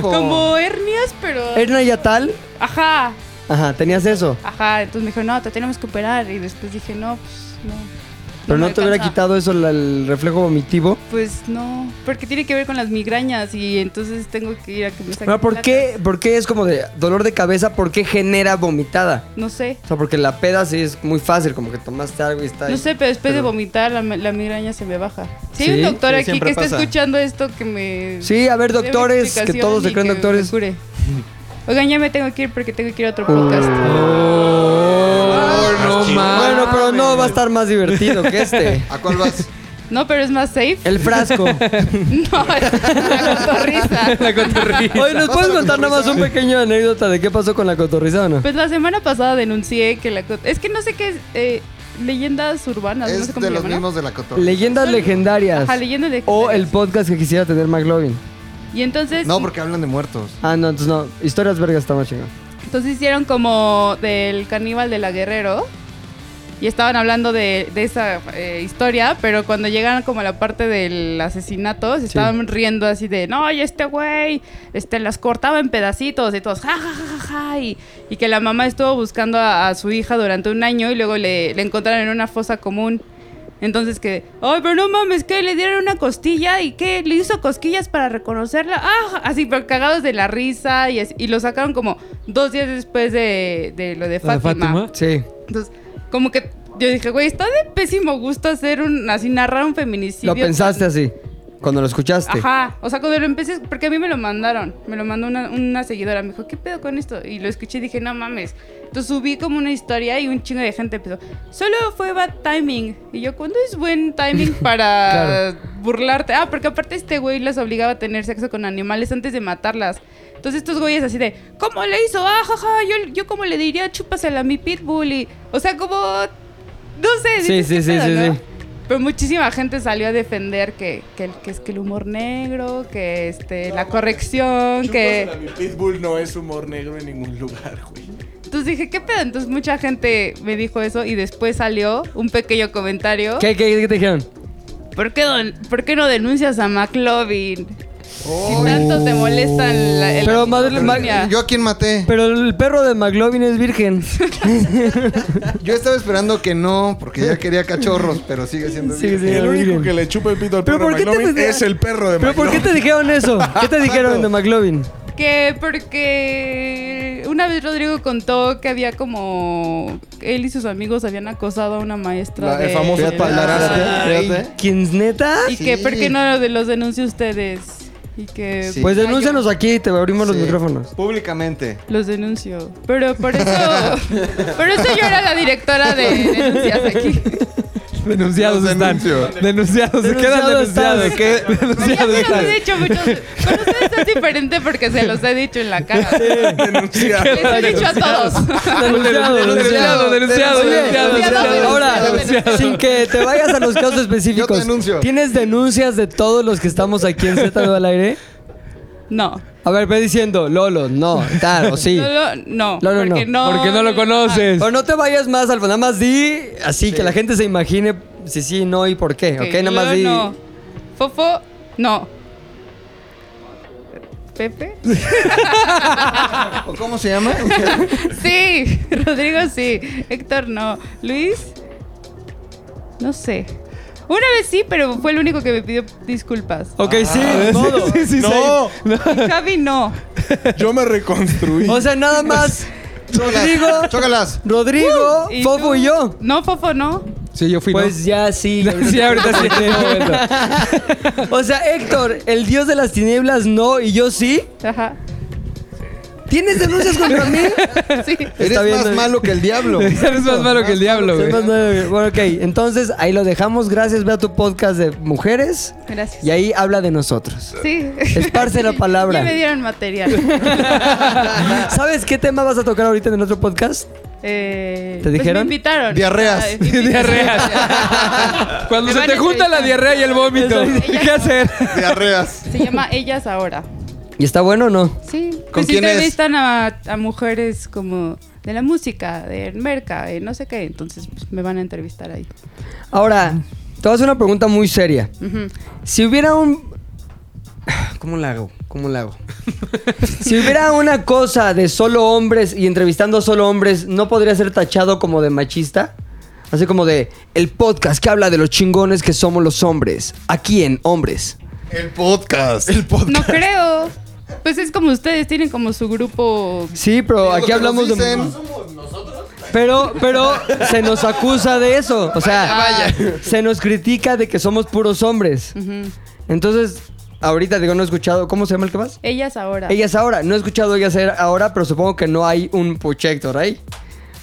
Speaker 1: Oh.
Speaker 6: Como hernias, pero.
Speaker 1: Hernia y tal.
Speaker 6: Ajá.
Speaker 1: Ajá, tenías eso.
Speaker 6: Ajá, entonces me dijeron, no, te tenemos que operar. Y después dije, no, pues no.
Speaker 1: Pero no,
Speaker 6: me
Speaker 1: te hubiera
Speaker 6: alcanza".
Speaker 1: quitado eso la- el reflejo vomitivo.
Speaker 6: Pues no, porque tiene que ver con las migrañas y entonces tengo que ir a que me saquen.
Speaker 1: Ahora, Ah, ¿por
Speaker 6: placas.
Speaker 1: qué, ¿por qué es como de dolor de cabeza? ¿Por qué genera vomitada?
Speaker 6: No sé.
Speaker 1: O sea, porque la peda sí es muy fácil, como que tomaste algo y está ahí.
Speaker 6: No sé, pero después
Speaker 1: Pero-
Speaker 6: de vomitar la, la migraña se me baja. Si hay
Speaker 1: Sí,
Speaker 6: un doctor
Speaker 10: sí,
Speaker 6: aquí
Speaker 10: siempre
Speaker 6: que está
Speaker 10: pasa.
Speaker 6: escuchando esto que me...
Speaker 1: Sí, a ver,
Speaker 6: dé una
Speaker 1: doctores, que
Speaker 6: explicación
Speaker 1: todos se
Speaker 6: y
Speaker 1: creen
Speaker 6: que me
Speaker 1: doctores.
Speaker 6: cure. Oigan, ya me tengo que ir porque tengo que ir a otro podcast.
Speaker 1: Mm.
Speaker 7: Oh, no mames.
Speaker 1: Bueno, pero no va a estar más divertido que este.
Speaker 2: ¿A cuál vas?
Speaker 6: No, pero es más safe.
Speaker 1: El frasco.
Speaker 6: No, es la cotorrisa.
Speaker 7: La cotorrisa.
Speaker 1: Oye, ¿nos puedes
Speaker 2: Pásalo,
Speaker 1: contar nada más un pequeño anécdota de qué pasó con la cotorriza o no?
Speaker 6: Pues la semana pasada denuncié que la... co- Es que no sé qué... es, eh, leyendas urbanas, no sé
Speaker 2: es
Speaker 6: cómo
Speaker 2: de
Speaker 6: se
Speaker 2: los
Speaker 6: llama, ¿no?
Speaker 2: mismos de la cotorra.
Speaker 1: Leyendas legendarias.
Speaker 6: Ajá, leyendas de
Speaker 1: O el podcast que quisiera tener McLovin.
Speaker 6: Y entonces,
Speaker 2: No, porque hablan de muertos.
Speaker 1: Ah, no, entonces no. Historias vergas está más chingón.
Speaker 6: entonces hicieron como del caníbal de la Guerrero. Y estaban hablando de, de esa eh, historia, pero cuando llegaron como a la parte del asesinato, se estaban riendo así de, no, y este güey, este, las cortaba en pedacitos y todos, ja, ja, ja, ja, ja", Y, y que la mamá estuvo buscando a, a su hija durante un año y luego le, le encontraron en una fosa común. Entonces que, ay, pero no mames, que le dieron una costilla y que le hizo cosquillas para reconocerla. Ah, así, pero cagados de la risa y, así- y lo sacaron como dos días después de, de lo de
Speaker 7: ¿La de
Speaker 6: Fátima.
Speaker 7: Fátima?
Speaker 1: Sí.
Speaker 6: Entonces, como que yo dije, güey, está de pésimo gusto hacer un, así narrar un feminicidio.
Speaker 1: Lo pensaste así. Cuando lo escuchaste.
Speaker 6: Ajá, o sea, cuando lo empecé, porque a mí me lo mandaron, me lo mandó una, una seguidora, me dijo, ¿qué pedo con esto? Y lo escuché y dije, no mames. Entonces subí como una historia y un chingo de gente empezó, solo fue bad timing. Y yo, ¿cuándo es buen timing para burlarte? Ah, porque aparte este güey las obligaba a tener sexo con animales antes de matarlas. Entonces estos güeyes así de, ¿cómo le hizo? Ah, jaja, yo, yo como le diría, chúpasela a mi pitbull. Y, o sea, como, no sé.
Speaker 1: Sí,
Speaker 6: dices,
Speaker 1: sí,
Speaker 6: "¿Qué
Speaker 1: sí,
Speaker 6: pedo,
Speaker 1: sí,
Speaker 6: no?".
Speaker 1: sí.
Speaker 6: Pero muchísima gente salió a defender que, que, el- que es que el humor negro, que este, la corrección,
Speaker 8: Chúpasela,
Speaker 6: que...
Speaker 8: Mi pitbull no es humor negro en ningún lugar, güey.
Speaker 6: Entonces dije, ¿qué pedo? Entonces mucha gente me dijo eso y después salió un pequeño comentario.
Speaker 1: ¿Qué, qué, qué te dijeron?
Speaker 6: ¿Por qué, don- ¿Por qué no denuncias a McLovin?
Speaker 8: Oh.
Speaker 6: Si tanto te molestan la, el-
Speaker 1: Pero
Speaker 6: la
Speaker 1: madre-
Speaker 6: misoginia.
Speaker 2: ¿Yo a quién maté?
Speaker 1: Pero el perro de McLovin es virgen.
Speaker 2: Yo estaba esperando que no, porque ya quería cachorros, pero sigue siendo.
Speaker 1: Sí,
Speaker 2: virgen.
Speaker 1: sí,
Speaker 8: el único
Speaker 1: virgen.
Speaker 8: que le chupa el pito al
Speaker 1: ¿Pero
Speaker 8: perro
Speaker 1: por qué te
Speaker 8: McLovin
Speaker 1: decía-
Speaker 8: es el perro de
Speaker 1: ¿Pero por qué te dijeron eso? ¿Qué te dijeron de McLovin?
Speaker 6: Que porque una vez Rodrigo contó que había como... Él y sus amigos habían acosado a una maestra
Speaker 8: La-
Speaker 6: de...
Speaker 8: el famoso
Speaker 6: de la-
Speaker 8: espaldarazo.
Speaker 2: Fíjate, fíjate.
Speaker 1: ¿Quién neta?
Speaker 6: Y que
Speaker 2: Sí.
Speaker 6: por qué no de los denuncie ustedes. Y que
Speaker 2: Sí.
Speaker 1: Pues denúncianos aquí y te abrimos los
Speaker 2: Sí.
Speaker 1: micrófonos.
Speaker 2: Públicamente.
Speaker 6: los denuncio. Pero por eso, por eso yo era la directora de denuncias aquí.
Speaker 7: Denunciados
Speaker 2: Los
Speaker 7: están.
Speaker 2: denuncio.
Speaker 7: Denunciados. Se quedan
Speaker 1: Denunciados están.
Speaker 7: denunciados. ¿Qué?
Speaker 6: Ya se
Speaker 7: Denunciados
Speaker 6: los
Speaker 7: están.
Speaker 6: he dicho muchos. Con ustedes es diferente porque se los he dicho en la cara.
Speaker 8: denunciar?
Speaker 6: Les he dicho a todos.
Speaker 1: Denunciado,
Speaker 7: Denunciado, denunciado,
Speaker 1: Oye,
Speaker 7: denunciado, denunciado.
Speaker 1: Ahora,
Speaker 7: denunciado.
Speaker 1: sin que te vayas a los casos específicos,
Speaker 2: Yo te denuncio.
Speaker 1: ¿tienes denuncias de todos los que estamos aquí en Z al aire?
Speaker 6: No.
Speaker 1: A ver, ve diciendo, Lolo, no, tal, o sí.
Speaker 6: No, no,
Speaker 1: No, no,
Speaker 6: porque Ah,
Speaker 1: no.
Speaker 6: no.
Speaker 7: Porque no lo conoces.
Speaker 1: O no te vayas más, Alfa, nada más di así, que la gente se imagine si sí, no y por qué, ¿ok?
Speaker 6: Ok,
Speaker 1: Nada más
Speaker 6: yo
Speaker 1: di...
Speaker 6: No. Fofo, no. Pepe.
Speaker 2: ¿O cómo se llama?
Speaker 6: Sí, Rodrigo sí, Héctor no, Luis, no sé. Una vez sí, pero fue el único que me pidió disculpas.
Speaker 1: ah, Ok, sí, todo.
Speaker 7: Ah, Sí, sí, sí.
Speaker 8: No,
Speaker 6: Y Javi no.
Speaker 8: yo me reconstruí.
Speaker 1: O sea, nada más, Rodrigo,
Speaker 2: Chócalas.
Speaker 1: Rodrigo,
Speaker 6: Uh, Y
Speaker 1: Fofo
Speaker 6: tú?
Speaker 1: y yo.
Speaker 6: No, Fofo no.
Speaker 7: Sí, yo fui. ¿no?
Speaker 1: Pues ya sí.
Speaker 7: sí, ahorita sí.
Speaker 1: O sea, Héctor, el dios de las tinieblas no y yo sí.
Speaker 6: Ajá.
Speaker 1: ¿Tienes denuncias contra mí?
Speaker 6: Sí.
Speaker 2: Eres
Speaker 1: bien,
Speaker 2: más
Speaker 1: eh.
Speaker 2: malo que el diablo.
Speaker 7: Eres más malo que el diablo,
Speaker 1: Soy
Speaker 7: güey.
Speaker 1: más nueve. Bueno, ok. Entonces, ahí lo dejamos. Gracias. Ve a tu podcast de mujeres
Speaker 6: Gracias.
Speaker 1: y ahí habla de nosotros.
Speaker 6: Sí.
Speaker 1: Esparce la palabra.
Speaker 6: Ya me dieron material.
Speaker 1: ¿Sabes qué tema vas a tocar ahorita en el otro podcast?
Speaker 6: Eh,
Speaker 1: ¿Te
Speaker 6: pues
Speaker 1: dijeron?
Speaker 6: me invitaron.
Speaker 2: Diarreas.
Speaker 6: Ah, invitación.
Speaker 7: Diarrea. Cuando
Speaker 6: Me
Speaker 7: se
Speaker 6: van
Speaker 7: te
Speaker 6: a
Speaker 7: junta la
Speaker 6: entrevistar.
Speaker 7: diarrea y el vómito,
Speaker 6: Exacto.
Speaker 7: ¿qué hacer?
Speaker 2: Diarreas.
Speaker 6: Se llama Ellas Ahora.
Speaker 1: ¿Y está bueno o no?
Speaker 6: Sí. ¿Con
Speaker 2: ¿Con
Speaker 6: pues
Speaker 2: quién es?
Speaker 6: entrevistan a, a mujeres como de la música, de merca, de no sé qué. Entonces pues, me van a entrevistar ahí.
Speaker 1: Ahora, te voy a hacer una pregunta muy seria.
Speaker 6: Ujú.
Speaker 1: Si hubiera un... ¿Cómo la hago? ¿Cómo la hago? si hubiera una cosa de solo hombres y entrevistando a solo hombres, ¿no podría ser tachado como de machista? Así como de el podcast que habla de los chingones que somos los hombres. Aquí en Hombres.
Speaker 2: El podcast. El podcast.
Speaker 6: No creo. Pues es como ustedes tienen como su grupo.
Speaker 1: Sí, pero aquí hablamos de... Pero, pero se nos acusa de eso. O sea, se nos critica de que somos puros hombres.
Speaker 6: Ujú.
Speaker 1: Entonces, ahorita digo, no he escuchado. ¿Cómo se llama el que vas?
Speaker 6: Ellas Ahora.
Speaker 1: Ellas ahora. No he escuchado ellas ahora, pero supongo que no hay un Puchector ahí.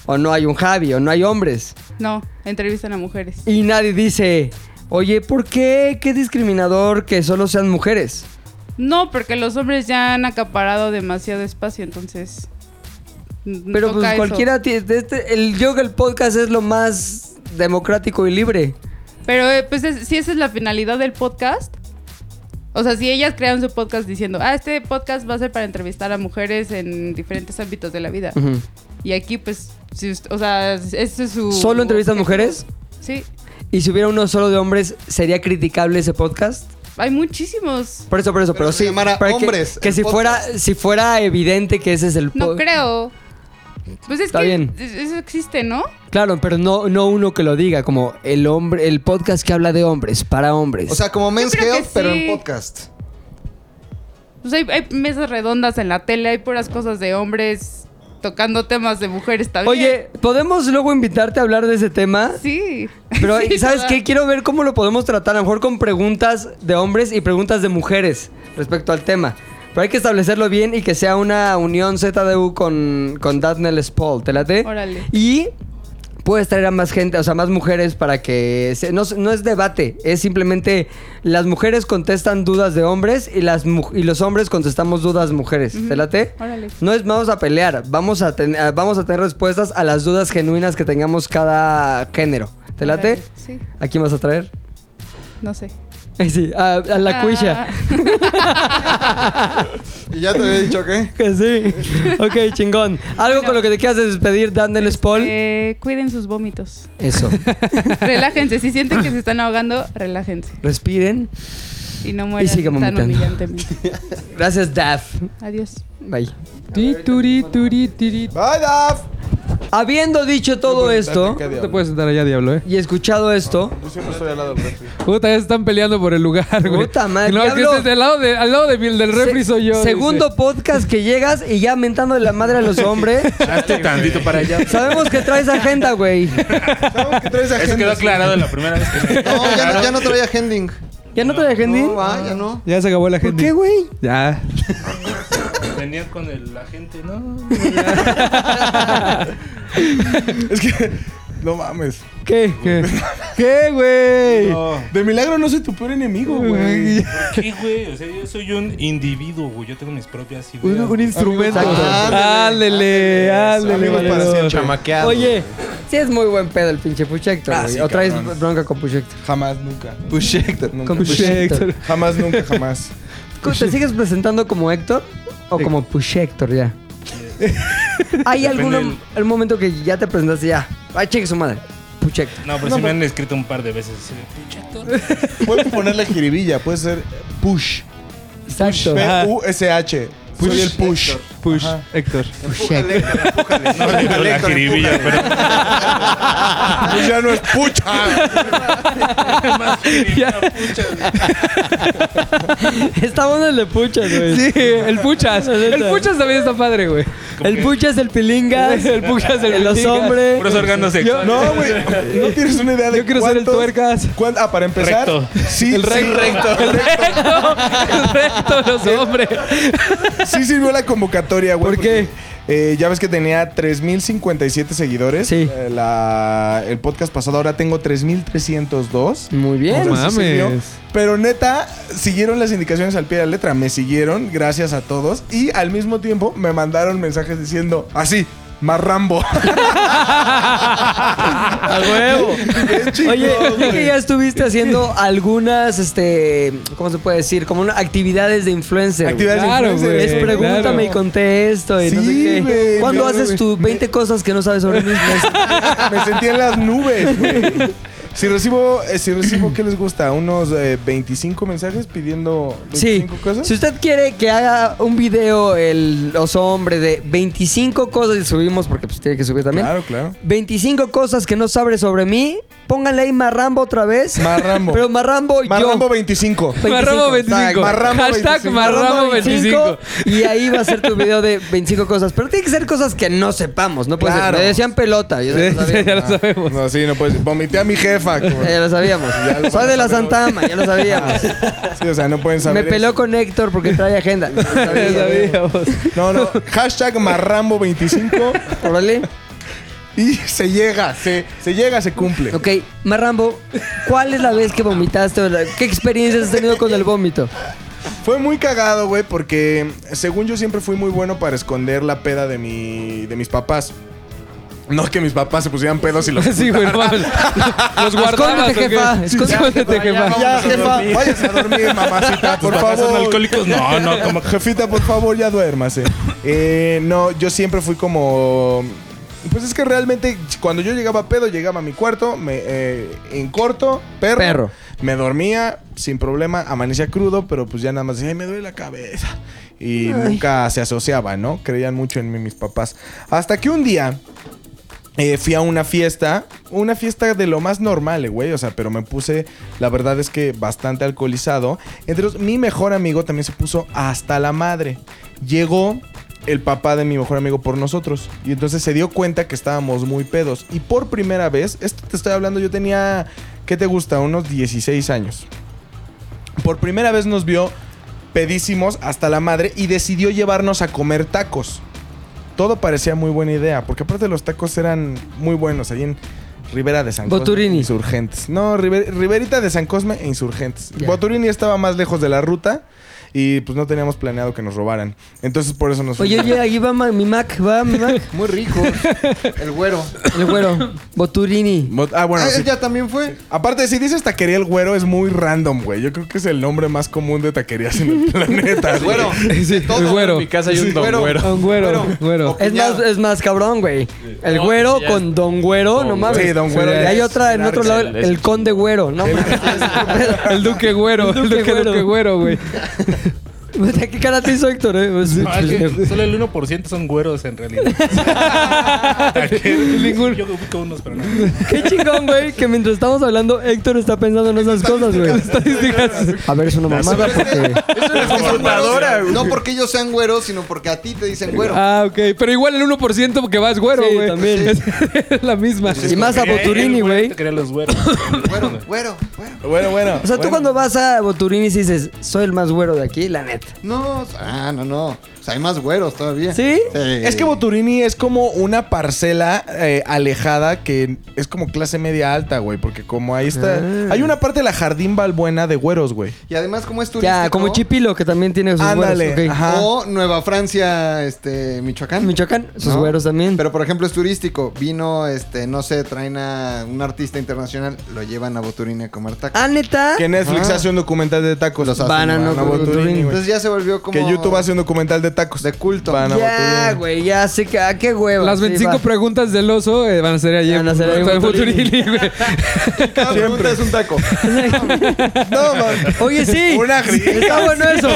Speaker 1: O no hay un Javi, o no hay hombres.
Speaker 6: No, entrevistan a mujeres.
Speaker 1: Y nadie dice, oye, ¿por qué? Qué discriminador que solo sean mujeres.
Speaker 6: No, porque los hombres ya han acaparado demasiado espacio, entonces. n-
Speaker 1: Pero
Speaker 6: toca
Speaker 1: pues
Speaker 6: eso.
Speaker 1: cualquiera tiene. Este, el, yo creo que el podcast es lo más democrático y libre.
Speaker 6: Pero eh, pues es- si esa es la finalidad del podcast. O sea, si ellas crean su podcast diciendo, ah, este podcast va a ser para entrevistar a mujeres en diferentes ámbitos de la vida.
Speaker 1: Ujú.
Speaker 6: Y aquí, pues, si us- o sea, ese es su.
Speaker 1: ¿Solo entrevistas mujeres?
Speaker 6: Sí.
Speaker 1: Y si hubiera uno solo de hombres, ¿sería criticable ese podcast?
Speaker 6: Hay muchísimos.
Speaker 1: Por eso, por eso,
Speaker 2: Pero
Speaker 1: pero,
Speaker 2: se
Speaker 1: sí.
Speaker 2: llamara
Speaker 1: para que-
Speaker 2: Hombres,
Speaker 1: Que,
Speaker 2: el
Speaker 1: si fuera, si fuera evidente que ese es el
Speaker 6: No
Speaker 1: po-
Speaker 6: creo. Pues es
Speaker 1: Está
Speaker 6: que
Speaker 1: bien.
Speaker 6: es- eso existe, ¿no?
Speaker 1: Claro, pero no, no uno que lo diga, como el hombre, el podcast que habla de hombres, para hombres.
Speaker 2: O sea, como Men's
Speaker 6: creo que
Speaker 2: Health, pero
Speaker 6: sí.
Speaker 2: en podcast.
Speaker 6: Pues hay, hay mesas redondas en la tele, hay puras cosas de hombres tocando temas de mujeres también.
Speaker 1: Oye, ¿podemos luego invitarte a hablar de ese tema?
Speaker 6: Sí.
Speaker 1: Pero,
Speaker 6: Sí,
Speaker 1: ¿sabes
Speaker 6: toda-
Speaker 1: qué? Quiero ver cómo lo podemos tratar, a lo mejor con preguntas de hombres y preguntas de mujeres respecto al tema. Pero hay que establecerlo bien y que sea una unión ZDU con, con Daphne Spall, ¿te late?
Speaker 6: Órale.
Speaker 1: Y puedes traer a más gente, o sea, más mujeres para que... se- no, no es debate, es simplemente las mujeres contestan dudas de hombres y, las, mu- y los hombres contestamos dudas mujeres, ¿te late?
Speaker 6: Órale.
Speaker 1: No es vamos a pelear, vamos a, ten- a- vamos a tener respuestas a las dudas genuinas que tengamos cada género. ¿Te late?
Speaker 6: Órale, Sí,
Speaker 1: ¿A quién vas a traer?
Speaker 6: no sé.
Speaker 1: Eh, Sí, a, a la
Speaker 6: Ah.
Speaker 1: cuisha.
Speaker 2: Y ya te había dicho que.
Speaker 1: Que sí. Ok, chingón. Algo con lo que te quieras despedir, Daniel Spall.
Speaker 6: Eh, cuiden sus vómitos.
Speaker 1: Eso.
Speaker 6: Relájense. Si sienten que se están ahogando, relájense.
Speaker 1: Respiren.
Speaker 6: Y no mueran
Speaker 1: sigan
Speaker 6: tan
Speaker 1: vomitando.
Speaker 6: humillantemente.
Speaker 1: Gracias, Daf.
Speaker 6: Adiós.
Speaker 1: Bye.
Speaker 7: Ti, turi, turi, tiri.
Speaker 2: ¡Bye, Daf!
Speaker 1: Habiendo dicho todo esto
Speaker 7: No pues, te puedes sentar allá, diablo, eh.
Speaker 1: y escuchado esto,
Speaker 8: Yo siempre estoy al lado del refri.
Speaker 7: Puta, ya se están peleando por el lugar, güey.
Speaker 1: Puta madre,
Speaker 7: No, es que
Speaker 1: diablo.
Speaker 7: este es del lado, de, al lado de mi- del refri
Speaker 1: se-
Speaker 7: soy yo.
Speaker 1: segundo podcast que llegas y ya mentando de la madre a los hombres.
Speaker 3: Hazte tantito para allá.
Speaker 1: Sabemos que traes agenda, güey.
Speaker 2: ¿Qué traes
Speaker 3: Eso quedó
Speaker 2: agenda?
Speaker 3: aclarado la primera vez que
Speaker 2: No, ya no, ya no traía hending.
Speaker 1: ¿Ya no traes agenda?
Speaker 2: No, va, ya no.
Speaker 7: dice. Ya se acabó la
Speaker 1: ¿Por
Speaker 7: gente.
Speaker 1: qué, güey?
Speaker 7: Ya.
Speaker 3: venía con el agente, ¿no?
Speaker 8: Es que. No mames.
Speaker 7: ¿Qué? ¿Qué? ¿Qué, güey?
Speaker 8: De milagro no soy tu peor enemigo, güey.
Speaker 3: ¿Qué, güey? O sea, yo soy un individuo, güey. Yo tengo mis propias ideas.
Speaker 7: Un, un instrumento.
Speaker 2: Ándale.
Speaker 7: Ándele, ándele,
Speaker 8: Amigos para
Speaker 7: valedor.
Speaker 8: siempre.
Speaker 3: Chamaqueado.
Speaker 1: Oye, sí es muy buen pedo el pinche Puchector, güey. o traes
Speaker 8: cabrón.
Speaker 1: bronca con Puchector.
Speaker 8: Jamás, nunca.
Speaker 2: Pushector.
Speaker 8: Nunca.
Speaker 1: Con
Speaker 7: Puchector.
Speaker 8: Jamás, nunca, jamás.
Speaker 1: ¿Te sigues presentando como Héctor o como Push Héctor ya? ¿Hay algún
Speaker 3: Depende
Speaker 1: algún momento que ya te presentaste ya? ¡Ay, cheque su madre! Push Héctor.
Speaker 3: No, pero sí me han escrito un par de veces. así de, "Pinche actor".
Speaker 8: Puedes ponerle jiribilla, puede ser push.
Speaker 1: Exacto.
Speaker 8: P-U-S-H. Soy el push.
Speaker 7: Push, Héctor.
Speaker 3: Con la jiribilla, pero
Speaker 8: Pues ya no es pucha.
Speaker 3: más jiribilla, pucha.
Speaker 1: Está bueno el de puchas, güey.
Speaker 7: Sí, el Puchas. El Puchas también está padre, güey.
Speaker 1: El puchas, el pilingas,
Speaker 7: El puchas, el
Speaker 1: los
Speaker 7: pilingas.
Speaker 1: hombres.
Speaker 3: Puros órganos sexuales.
Speaker 8: No, güey. No tienes una idea de
Speaker 7: Yo quiero ser el
Speaker 8: cuántos-
Speaker 7: tuercas.
Speaker 8: cuán- ah, para empezar.
Speaker 3: Recto.
Speaker 8: Sí,
Speaker 7: El
Speaker 8: sí,
Speaker 7: recto. El recto. El recto, los hombres.
Speaker 8: Sí sirvió la convocatoria, güey.
Speaker 7: ¿Por qué?
Speaker 8: porque, eh, ya ves que tenía 3.057 seguidores.
Speaker 1: Sí.
Speaker 8: Eh, la- el podcast pasado ahora tengo 3.302.
Speaker 1: Muy bien.
Speaker 8: O sea, sí
Speaker 7: mames.
Speaker 8: sirvió. Pero neta, siguieron las indicaciones al pie de la letra. Me siguieron, gracias a todos. Y al mismo tiempo me mandaron mensajes diciendo, así, más Rambo.
Speaker 1: A huevo. Oye, vi que ya estuviste haciendo algunas, este, ¿cómo se puede decir? Como una- actividades de influencer. güey.
Speaker 8: Actividades de
Speaker 7: Claro,
Speaker 8: influencer.
Speaker 7: güey.
Speaker 1: Es pregúntame
Speaker 7: claro.
Speaker 1: y contesto y no sé
Speaker 8: Sí,
Speaker 1: qué.
Speaker 8: güey,
Speaker 1: ¿Cuándo
Speaker 8: me-
Speaker 1: haces tus 20 cosas que no sabes sobre mí?
Speaker 8: Me sentí en las nubes. güey. Si recibo, eh, si recibo, ¿qué les gusta? Unos eh, 25 mensajes pidiendo
Speaker 1: Sí.
Speaker 8: 25 cosas.
Speaker 1: Si usted quiere que haga un video, el oso hombre, de 25 cosas y subimos, porque pues tiene que subir también.
Speaker 8: Claro, claro.
Speaker 1: 25 cosas que no sabe sobre mí. Pónganle ahí Marrambo otra vez.
Speaker 8: Marrambo.
Speaker 1: Pero Marrambo,
Speaker 8: Marrambo
Speaker 1: yo.
Speaker 8: 25.
Speaker 1: 25.
Speaker 7: Marramo 25.
Speaker 8: Marramo
Speaker 7: Hashtag
Speaker 8: 25.
Speaker 7: Marramo 25.
Speaker 1: Y ahí va a ser tu video de 25 cosas. Pero tiene que ser cosas que no sepamos. No puede
Speaker 8: Claro.
Speaker 1: ser. Me decían pelota. Yo ya lo sabía.
Speaker 8: Ah,
Speaker 7: Ya lo sabemos.
Speaker 8: No, sí, no puedes. Vomité a mi jefa. como-
Speaker 1: Ya lo sabíamos.
Speaker 8: lo
Speaker 1: Soy de la
Speaker 8: sabemos.
Speaker 1: Santama. Ya lo sabíamos.
Speaker 8: Sí, o sea, no pueden
Speaker 1: Me
Speaker 8: saber.
Speaker 1: peló
Speaker 8: eso.
Speaker 1: con Héctor porque trae agenda. Lo
Speaker 7: Ya
Speaker 1: sabía.
Speaker 7: sabíamos.
Speaker 8: No, no. Hashtag Marrambo 25
Speaker 1: Órale.
Speaker 8: y se llega, se, se llega, se cumple.
Speaker 1: Ok, Marrambo, ¿cuál es la vez que vomitaste? o la- ¿Qué experiencias has tenido con el vómito?
Speaker 8: Fue muy cagado, güey, porque según yo siempre fui muy bueno para esconder la peda de, mi, de mis papás. No que mis papás se pusieran pedos y los...
Speaker 7: Sí, güey, no mames. Los guardabas.
Speaker 1: Escóndete,
Speaker 7: ¿o qué?
Speaker 1: jefa,
Speaker 7: Sí,
Speaker 1: escóndete,
Speaker 7: escóndete,
Speaker 3: Ah,
Speaker 7: jefa.
Speaker 8: Ya, jefa, váyase a dormir, mamacita, por
Speaker 3: ¿Tus papás son
Speaker 8: favor.
Speaker 3: alcohólicos? No, no, como
Speaker 8: Como, Jefita, por favor, ya duérmase. Eh, no, yo siempre fui como... Pues es que realmente cuando yo llegaba a pedo, llegaba a mi cuarto, me, eh, en corto, perro,
Speaker 1: Perro.
Speaker 8: Me dormía sin problema, amanecía crudo, pero pues ya nada más decía, "Ay, me duele la cabeza. Y nunca se asociaba, ¿no? Creían mucho en mí mis papás. Hasta que un día eh, fui a una fiesta, una fiesta de lo más normal, eh, güey, o sea, pero me puse, la verdad es que bastante alcoholizado. Entonces, mi mejor amigo también se puso hasta la madre. Llegó el papá de mi mejor amigo por nosotros y entonces se dio cuenta que estábamos muy pedos. Y por primera vez, esto te estoy hablando, yo tenía, ¿qué te gusta? Unos 16 años. Por primera vez nos vio pedísimos hasta la madre y decidió llevarnos a comer tacos todo parecía muy buena idea, porque aparte los tacos eran muy buenos ahí en Rivera de San Cosme.
Speaker 1: Boturini.
Speaker 8: Insurgentes. No, River- Riverita de San Cosme e Insurgentes.
Speaker 1: Ya.
Speaker 8: Boturini estaba más lejos de la ruta y pues no teníamos planeado que nos robaran. Entonces por eso nos
Speaker 1: Oye,
Speaker 8: fuimos.
Speaker 1: oye, ahí va ma- mi Mac, va mi Mac.
Speaker 2: Muy rico. El güero.
Speaker 1: El güero, Boturini.
Speaker 8: Bot- Ah, bueno,
Speaker 2: Ah,
Speaker 8: sí.
Speaker 2: él ya también fue.
Speaker 8: Aparte, si dices taquería el güero, es muy random, güey. Yo creo que es el nombre más común de taquerías en el planeta. güey.
Speaker 2: Güero.
Speaker 7: Sí, el güero.
Speaker 2: mi casa hay un don güero.
Speaker 7: Un güero, güero.
Speaker 1: Es más, es más cabrón, güey. El güero con Don Güero, no mames.
Speaker 8: Sí, Don Güero
Speaker 1: Y
Speaker 8: ya
Speaker 1: hay
Speaker 8: es
Speaker 1: otra en
Speaker 8: el
Speaker 1: otro lado, el, el Conde Güero, no mames.
Speaker 7: El duque güero. El duque,
Speaker 1: güero.
Speaker 7: duque güero, güey.
Speaker 1: Puta, ¿Qué cara te hizo Héctor, eh? Pues,
Speaker 3: No, es que solo el 1% son güeros en realidad.
Speaker 7: Ningún-
Speaker 3: Yo ubico unos, pero no.
Speaker 1: Qué chingón, güey, que mientras estamos hablando, Héctor está pensando en esas cosas, güey. A ver, es una mamada porque.
Speaker 8: computadora, güey.
Speaker 2: No porque ellos sean güeros, sino porque a ti te dicen güero.
Speaker 7: Ah, ok. Pero igual el 1% porque vas güero,
Speaker 1: Sí,
Speaker 7: güey.
Speaker 1: también.
Speaker 7: Es la misma.
Speaker 1: Y más a Boturini,
Speaker 3: El
Speaker 1: güey.
Speaker 3: "Eh, Te quería los güeros.
Speaker 2: Güero, güero, güero.
Speaker 8: Bueno, bueno.
Speaker 1: O sea, tú
Speaker 8: bueno.
Speaker 1: cuando vas a Boturini y dices, soy el más güero de aquí, la neta.
Speaker 2: No, ah, no, no. O sea, hay más güeros todavía.
Speaker 1: ¿Sí?
Speaker 8: Es que Boturini es como una parcela eh, alejada que es como clase media alta, güey. Porque como ahí está.
Speaker 1: Ah.
Speaker 8: Hay una parte de la Jardín Balbuena de güeros, güey.
Speaker 2: Y además, como es turístico.
Speaker 1: Ya, como Chipilo, que también tiene sus
Speaker 8: Ándale,
Speaker 1: güeros. ok.
Speaker 8: ajá.
Speaker 2: O Nueva Francia, este, Michoacán.
Speaker 1: Michoacán, sus
Speaker 2: ¿No?
Speaker 1: güeros también.
Speaker 2: Pero por ejemplo es turístico. Vino, este, no sé, traen a un artista internacional, lo llevan a Boturini a comer tacos.
Speaker 1: ah, neta.
Speaker 8: Que Netflix
Speaker 2: Ah.
Speaker 8: hace un documental de tacos.
Speaker 2: Los
Speaker 8: Los
Speaker 2: hacen
Speaker 1: Banano
Speaker 2: mal,
Speaker 8: con
Speaker 2: ¿no?
Speaker 8: Boturini,
Speaker 1: Boturini.
Speaker 8: güey.
Speaker 2: Entonces ya se volvió como.
Speaker 8: Que YouTube hace un documental de tacos.
Speaker 2: De culto.
Speaker 8: Van a
Speaker 1: Ya,
Speaker 8: Botulín.
Speaker 1: güey, ya sé que. ah, qué hueva.
Speaker 7: Las
Speaker 1: sí,
Speaker 7: 25
Speaker 1: va.
Speaker 7: preguntas del oso eh, van a ser ayer.
Speaker 1: Van a ser ahí
Speaker 7: Fue
Speaker 1: Botulini.
Speaker 7: Botulini, güey.
Speaker 8: Cada pregunta es un taco. no, man.
Speaker 1: Oye, sí.
Speaker 8: Una gris.
Speaker 1: Está bueno eso.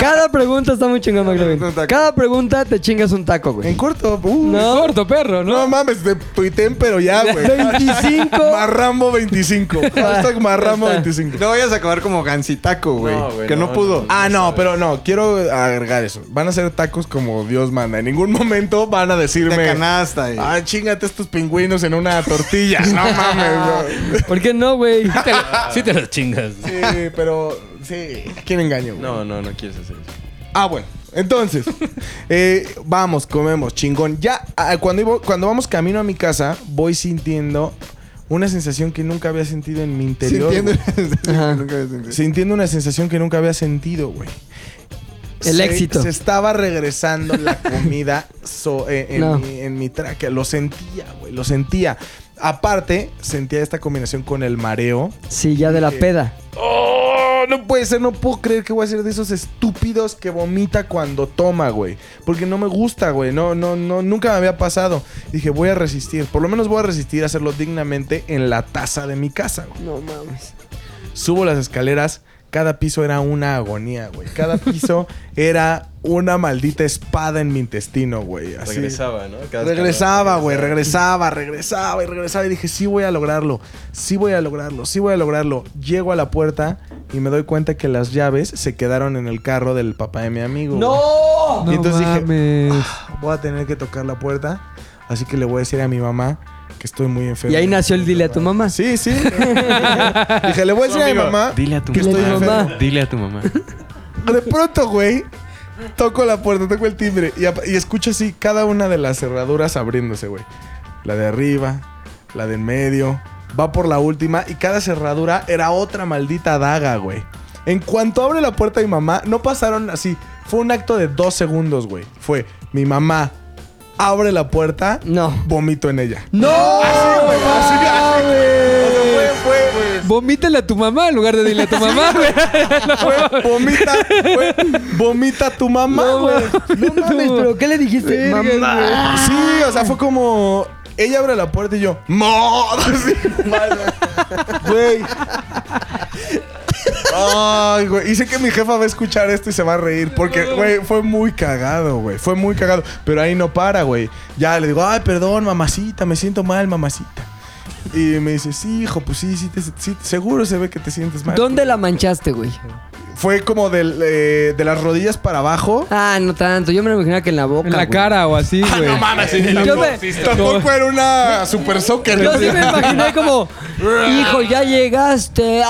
Speaker 1: Cada pregunta está muy chingón,
Speaker 8: Un
Speaker 1: McLovin.
Speaker 8: taco.
Speaker 1: Cada pregunta te chingas un taco,
Speaker 8: En
Speaker 1: güey.
Speaker 8: corto. uh. no.
Speaker 1: No.
Speaker 7: Corto, perro, ¿no?
Speaker 8: mames, te tuiten, pero ya, güey.
Speaker 1: 25.
Speaker 8: Marrambo 25. Hashtag Marrambo 25.
Speaker 2: No vayas a acabar como Gansitaco, güey.
Speaker 3: No, güey,
Speaker 2: que no,
Speaker 3: no,
Speaker 2: pudo.
Speaker 3: no.
Speaker 8: Ah, no, pero no, quiero agregar eso. Van a ser tacos como Dios manda. En ningún momento van a
Speaker 2: De
Speaker 8: decirme.
Speaker 2: canasta. eh.
Speaker 8: Ah, chingate estos pingüinos en una tortilla. No mames, no.
Speaker 1: ¿Por qué no, güey?
Speaker 7: Te la-
Speaker 3: Sí te las chingas.
Speaker 8: Sí, Eh, pero sí. ¿Quién engaño? güey?
Speaker 3: No, no, no quieres hacer eso.
Speaker 8: Ah, bueno. Entonces, eh, vamos, comemos, chingón. Ya, ah, cuando, iba- cuando vamos camino a mi casa, voy sintiendo una sensación que nunca había sentido en mi interior.
Speaker 2: Sintiendo-
Speaker 8: güey.
Speaker 1: Ajá.
Speaker 2: Nunca había sentido.
Speaker 8: Sintiendo una sensación que nunca había sentido, güey.
Speaker 1: El éxito.
Speaker 8: Se estaba regresando la comida so- eh, en,
Speaker 1: No.
Speaker 8: mi, en mi tráquea. Lo sentía, güey. Lo sentía. Aparte, sentía esta combinación con el mareo.
Speaker 1: Sí, ya de la peda.
Speaker 8: ¡Oh! No puede ser, no puedo creer que voy a ser de esos estúpidos que vomita cuando toma, güey. Porque no me gusta, güey. No, no, no, nunca me había pasado. Dije, voy a resistir. Por lo menos voy a resistir a hacerlo dignamente en la taza de mi casa, güey.
Speaker 1: No mames.
Speaker 8: Subo las escaleras. Cada piso era una agonía, güey. Cada piso era una maldita espada en mi intestino, güey. Así.
Speaker 3: Regresaba, ¿no? Cada
Speaker 8: Regresaba,
Speaker 3: cada-
Speaker 8: güey, regresaba, regresaba y regresaba. Y dije, sí voy a lograrlo, sí voy a lograrlo, sí voy a lograrlo. Llego a la puerta y me doy cuenta que las llaves se quedaron en el carro del papá de mi amigo.
Speaker 1: ¡No!
Speaker 8: güey. Y entonces dije,
Speaker 7: mames.
Speaker 8: "Ah, voy a tener que tocar la puerta. Así que le voy a decir a mi mamá que estoy muy enfermo.
Speaker 1: Y ahí nació el dile a tu mamá.
Speaker 8: Sí, sí. dije, le voy a decir a mi
Speaker 3: Amigo,
Speaker 8: mamá.
Speaker 10: Dile a tu
Speaker 8: que
Speaker 10: mamá.
Speaker 8: estoy enfermo.
Speaker 10: Dile a tu mamá.
Speaker 8: De pronto, güey, toco la puerta, toco el timbre y, ap- y escucho así cada una de las cerraduras abriéndose, güey. La de arriba, la de en medio, va por la última y cada cerradura era otra maldita daga, güey. En cuanto abre la puerta mi mamá, no pasaron así. Fue un acto de dos segundos, güey. Fue mi mamá abre la puerta,
Speaker 1: No.
Speaker 8: vomito en ella.
Speaker 1: ¡No!
Speaker 8: Así, así. Fue- fue-
Speaker 7: Vomítale a tu mamá en lugar de dile a tu mamá, güey.
Speaker 8: fue vomita, fue vomita tu mamá, güey.
Speaker 1: No mames, pero ¿qué le dijiste?
Speaker 7: Verga, güey.
Speaker 8: Sí, o sea, fue como. Ella abre la puerta y yo. ¡No! Así, madre. Güey. Ay, güey. Y sé que mi jefa va a escuchar esto y se va a reír. Porque, güey, fue muy cagado, güey. Fue muy cagado. Pero ahí no para, güey. Ya le digo, ay, perdón, mamacita, me siento mal, mamacita. Y me dice, sí, hijo, pues sí, sí, te- sí, seguro se ve que te sientes mal.
Speaker 1: ¿Dónde la manchaste, güey?
Speaker 8: Fue como del, eh, de las rodillas para abajo.
Speaker 1: Ah, no tanto. Yo me lo imaginaba que en la boca.
Speaker 7: En la
Speaker 1: güey. Ah,
Speaker 7: cara o así,
Speaker 3: Ah,
Speaker 7: güey.
Speaker 1: Yo me,
Speaker 8: Tampoco era una super soccer.
Speaker 1: Ah. yo sí me imaginé como, hijo, ya llegaste.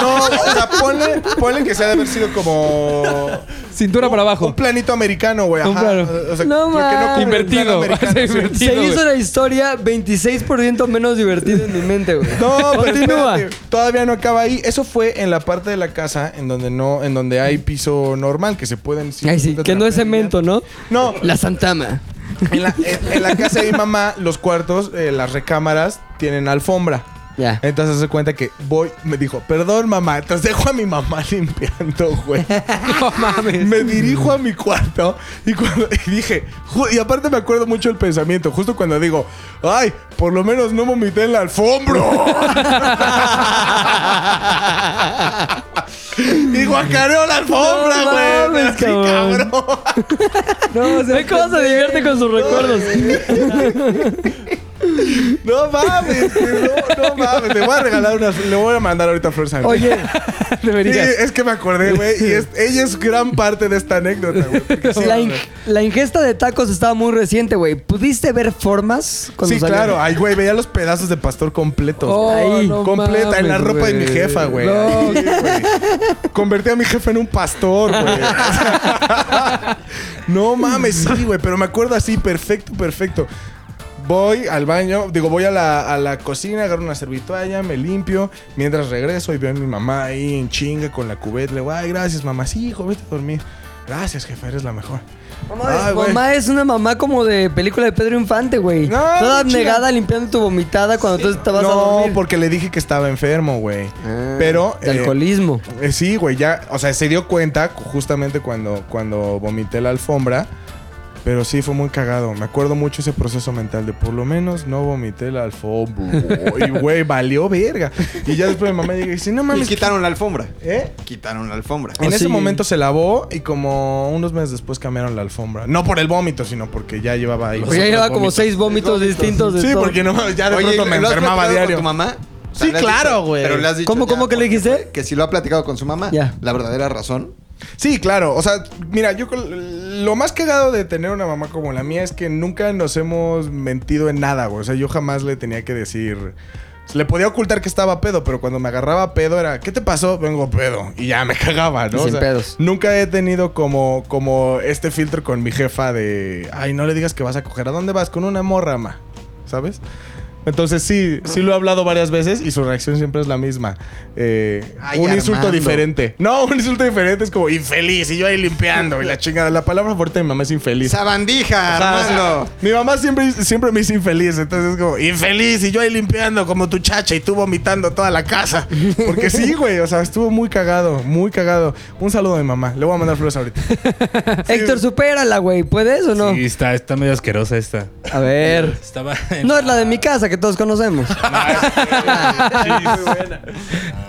Speaker 8: No, o sea, ponle, ponle que se ha de haber sido como.
Speaker 7: Cintura para
Speaker 8: Un
Speaker 7: abajo.
Speaker 8: planito americano, güey.
Speaker 7: Un
Speaker 8: Ajá.
Speaker 7: plano.
Speaker 8: O sea,
Speaker 1: No
Speaker 8: lo que
Speaker 1: mames.
Speaker 8: cubre el plano
Speaker 7: Invertido.
Speaker 8: americano,
Speaker 7: Se
Speaker 8: sí.
Speaker 1: Se
Speaker 7: invertido,
Speaker 1: hizo
Speaker 7: güey.
Speaker 1: la historia 26% menos divertida en mi mente, güey.
Speaker 8: No, pero
Speaker 1: Continúa.
Speaker 8: espérate, todavía no acaba ahí. Eso fue en la parte de la casa en donde no, en donde hay piso normal que se pueden.
Speaker 1: Ay, sí, que no es cemento, ¿no?
Speaker 8: No,
Speaker 1: La Santama.
Speaker 8: en la, en- en la casa de mi mamá, los cuartos, eh, las recámaras tienen alfombra.
Speaker 1: Ya.
Speaker 8: Entonces se cuenta que voy, me dijo, perdón mamá, entonces dejo a mi mamá limpiando, güey.
Speaker 7: No mames.
Speaker 8: Me dirijo a mi cuarto y, cuando, y dije, ju- y aparte me acuerdo mucho el pensamiento, justo cuando digo, ay, por lo menos no vomité en la alfombra. y guacareo la alfombra,
Speaker 1: No
Speaker 8: güey.
Speaker 1: mames,
Speaker 8: Así,
Speaker 1: cabrón.
Speaker 8: cabrón.
Speaker 1: No, se ve cómo se divierte con sus recuerdos.
Speaker 8: No mames, no, no mames. Le voy a regalar unas, le voy a mandar ahorita flores a mi
Speaker 1: Oye,
Speaker 8: Sí,
Speaker 7: Deberías.
Speaker 8: es que me acordé, güey. Y es- ella es gran parte de esta anécdota, güey. porque sí,
Speaker 1: la,
Speaker 8: o
Speaker 1: in-
Speaker 8: sea,
Speaker 1: la ingesta de tacos estaba muy reciente, güey. ¿Pudiste ver formas? cuando
Speaker 8: sí,
Speaker 1: salió?
Speaker 8: claro. Ay, güey, veía los pedazos de pastor completos.
Speaker 7: Oh,
Speaker 1: Ahí,
Speaker 7: no
Speaker 8: completa, en la
Speaker 7: mames,
Speaker 8: ropa de mi
Speaker 7: güey.
Speaker 8: jefa, güey.
Speaker 7: No,
Speaker 8: Ahí, güey. Convertí a mi jefa en un pastor, güey. O sea, no mames, sí, güey. Pero me acuerdo así, perfecto, perfecto. Voy al baño, digo, voy a la, a la cocina, agarro una servitoalla, me limpio. Mientras regreso y veo a mi mamá ahí en chinga con la cubeta. Le digo, ay, gracias, mamá. Sí, hijo, vete a dormir. Gracias, jefa, eres la mejor.
Speaker 1: Mamá, es-
Speaker 8: Ay, güey.
Speaker 1: mamá es una mamá como de película de Pedro Infante, güey.
Speaker 8: No,
Speaker 1: Toda
Speaker 8: chida.
Speaker 1: negada limpiando tu vomitada cuando tú estabas a
Speaker 8: No,
Speaker 1: dormir.
Speaker 8: porque le dije que estaba enfermo, güey.
Speaker 1: Ah,
Speaker 8: Pero.
Speaker 1: De
Speaker 8: eh,
Speaker 1: alcoholismo.
Speaker 8: Eh, sí, güey, ya, o sea, se dio cuenta cu- justamente cuando, cuando vomité la alfombra, pero sí fue muy cagado. Me acuerdo mucho ese proceso mental de por lo menos no vomité la alfombra. Y, güey, valió verga. Y ya después mi mamá llega y dice, no
Speaker 2: Y
Speaker 8: mames.
Speaker 2: quitaron la alfombra.
Speaker 8: ¿Eh?
Speaker 2: Quitaron la alfombra.
Speaker 8: En
Speaker 1: Oh,
Speaker 8: ese
Speaker 1: sí.
Speaker 8: momento se lavó y como unos meses después cambiaron la alfombra. No por el vómito, sino porque ya llevaba ahí. los
Speaker 1: Pues ya
Speaker 8: otros
Speaker 1: lleva como
Speaker 8: vómitos.
Speaker 1: seis vómitos distintos de
Speaker 8: Sí,
Speaker 1: todo.
Speaker 8: porque no mames, ya de
Speaker 2: Oye,
Speaker 8: pronto me
Speaker 2: ¿lo has
Speaker 8: enfermaba
Speaker 2: platicado
Speaker 8: diario.
Speaker 2: con tu mamá? O sea,
Speaker 8: Sí,
Speaker 2: le has dicho-
Speaker 8: claro, güey.
Speaker 2: Pero le has dicho
Speaker 1: ¿Cómo,
Speaker 2: ya,
Speaker 1: cómo que le
Speaker 2: porque
Speaker 1: dijiste?
Speaker 2: fue- Que si lo ha platicado con su mamá.
Speaker 1: Ya.
Speaker 2: La verdadera razón.
Speaker 8: Sí, claro. O sea, mira, yo col- lo más cagado de tener una mamá como la mía es que nunca nos hemos mentido en nada, güey. O sea, yo jamás le tenía que decir. Le podía ocultar que estaba pedo, pero cuando me agarraba pedo era, ¿qué te pasó? Vengo pedo. Y ya me cagaba, ¿no?
Speaker 1: Y sin pedos.
Speaker 8: Nunca he tenido como, como este filtro con mi jefa de, ay, no le digas que vas a coger. ¿A dónde vas? Con una morra, ma. ¿Sabes? Entonces sí, sí lo he hablado varias veces y su reacción siempre es la misma. Eh,
Speaker 2: Ay,
Speaker 8: un insulto
Speaker 2: Armando.
Speaker 8: diferente. No, un insulto diferente es como infeliz y yo ahí limpiando y la chingada. La palabra fuerte de mi mamá es infeliz.
Speaker 2: ¡Sabandija,
Speaker 8: O sea,
Speaker 2: Armando!
Speaker 8: Mi mamá siempre, siempre me dice infeliz, entonces es como infeliz y yo ahí limpiando como tu chacha y tú vomitando toda la casa. Porque sí, güey, o sea, estuvo muy cagado, muy cagado. Un saludo a mi mamá, le voy a mandar flores ahorita.
Speaker 1: Héctor, supérala, güey. ¿Puedes o no?
Speaker 7: Sí, está, está medio asquerosa esta.
Speaker 1: A ver.
Speaker 7: Estaba.
Speaker 1: No es la de mi casa que todos conocemos.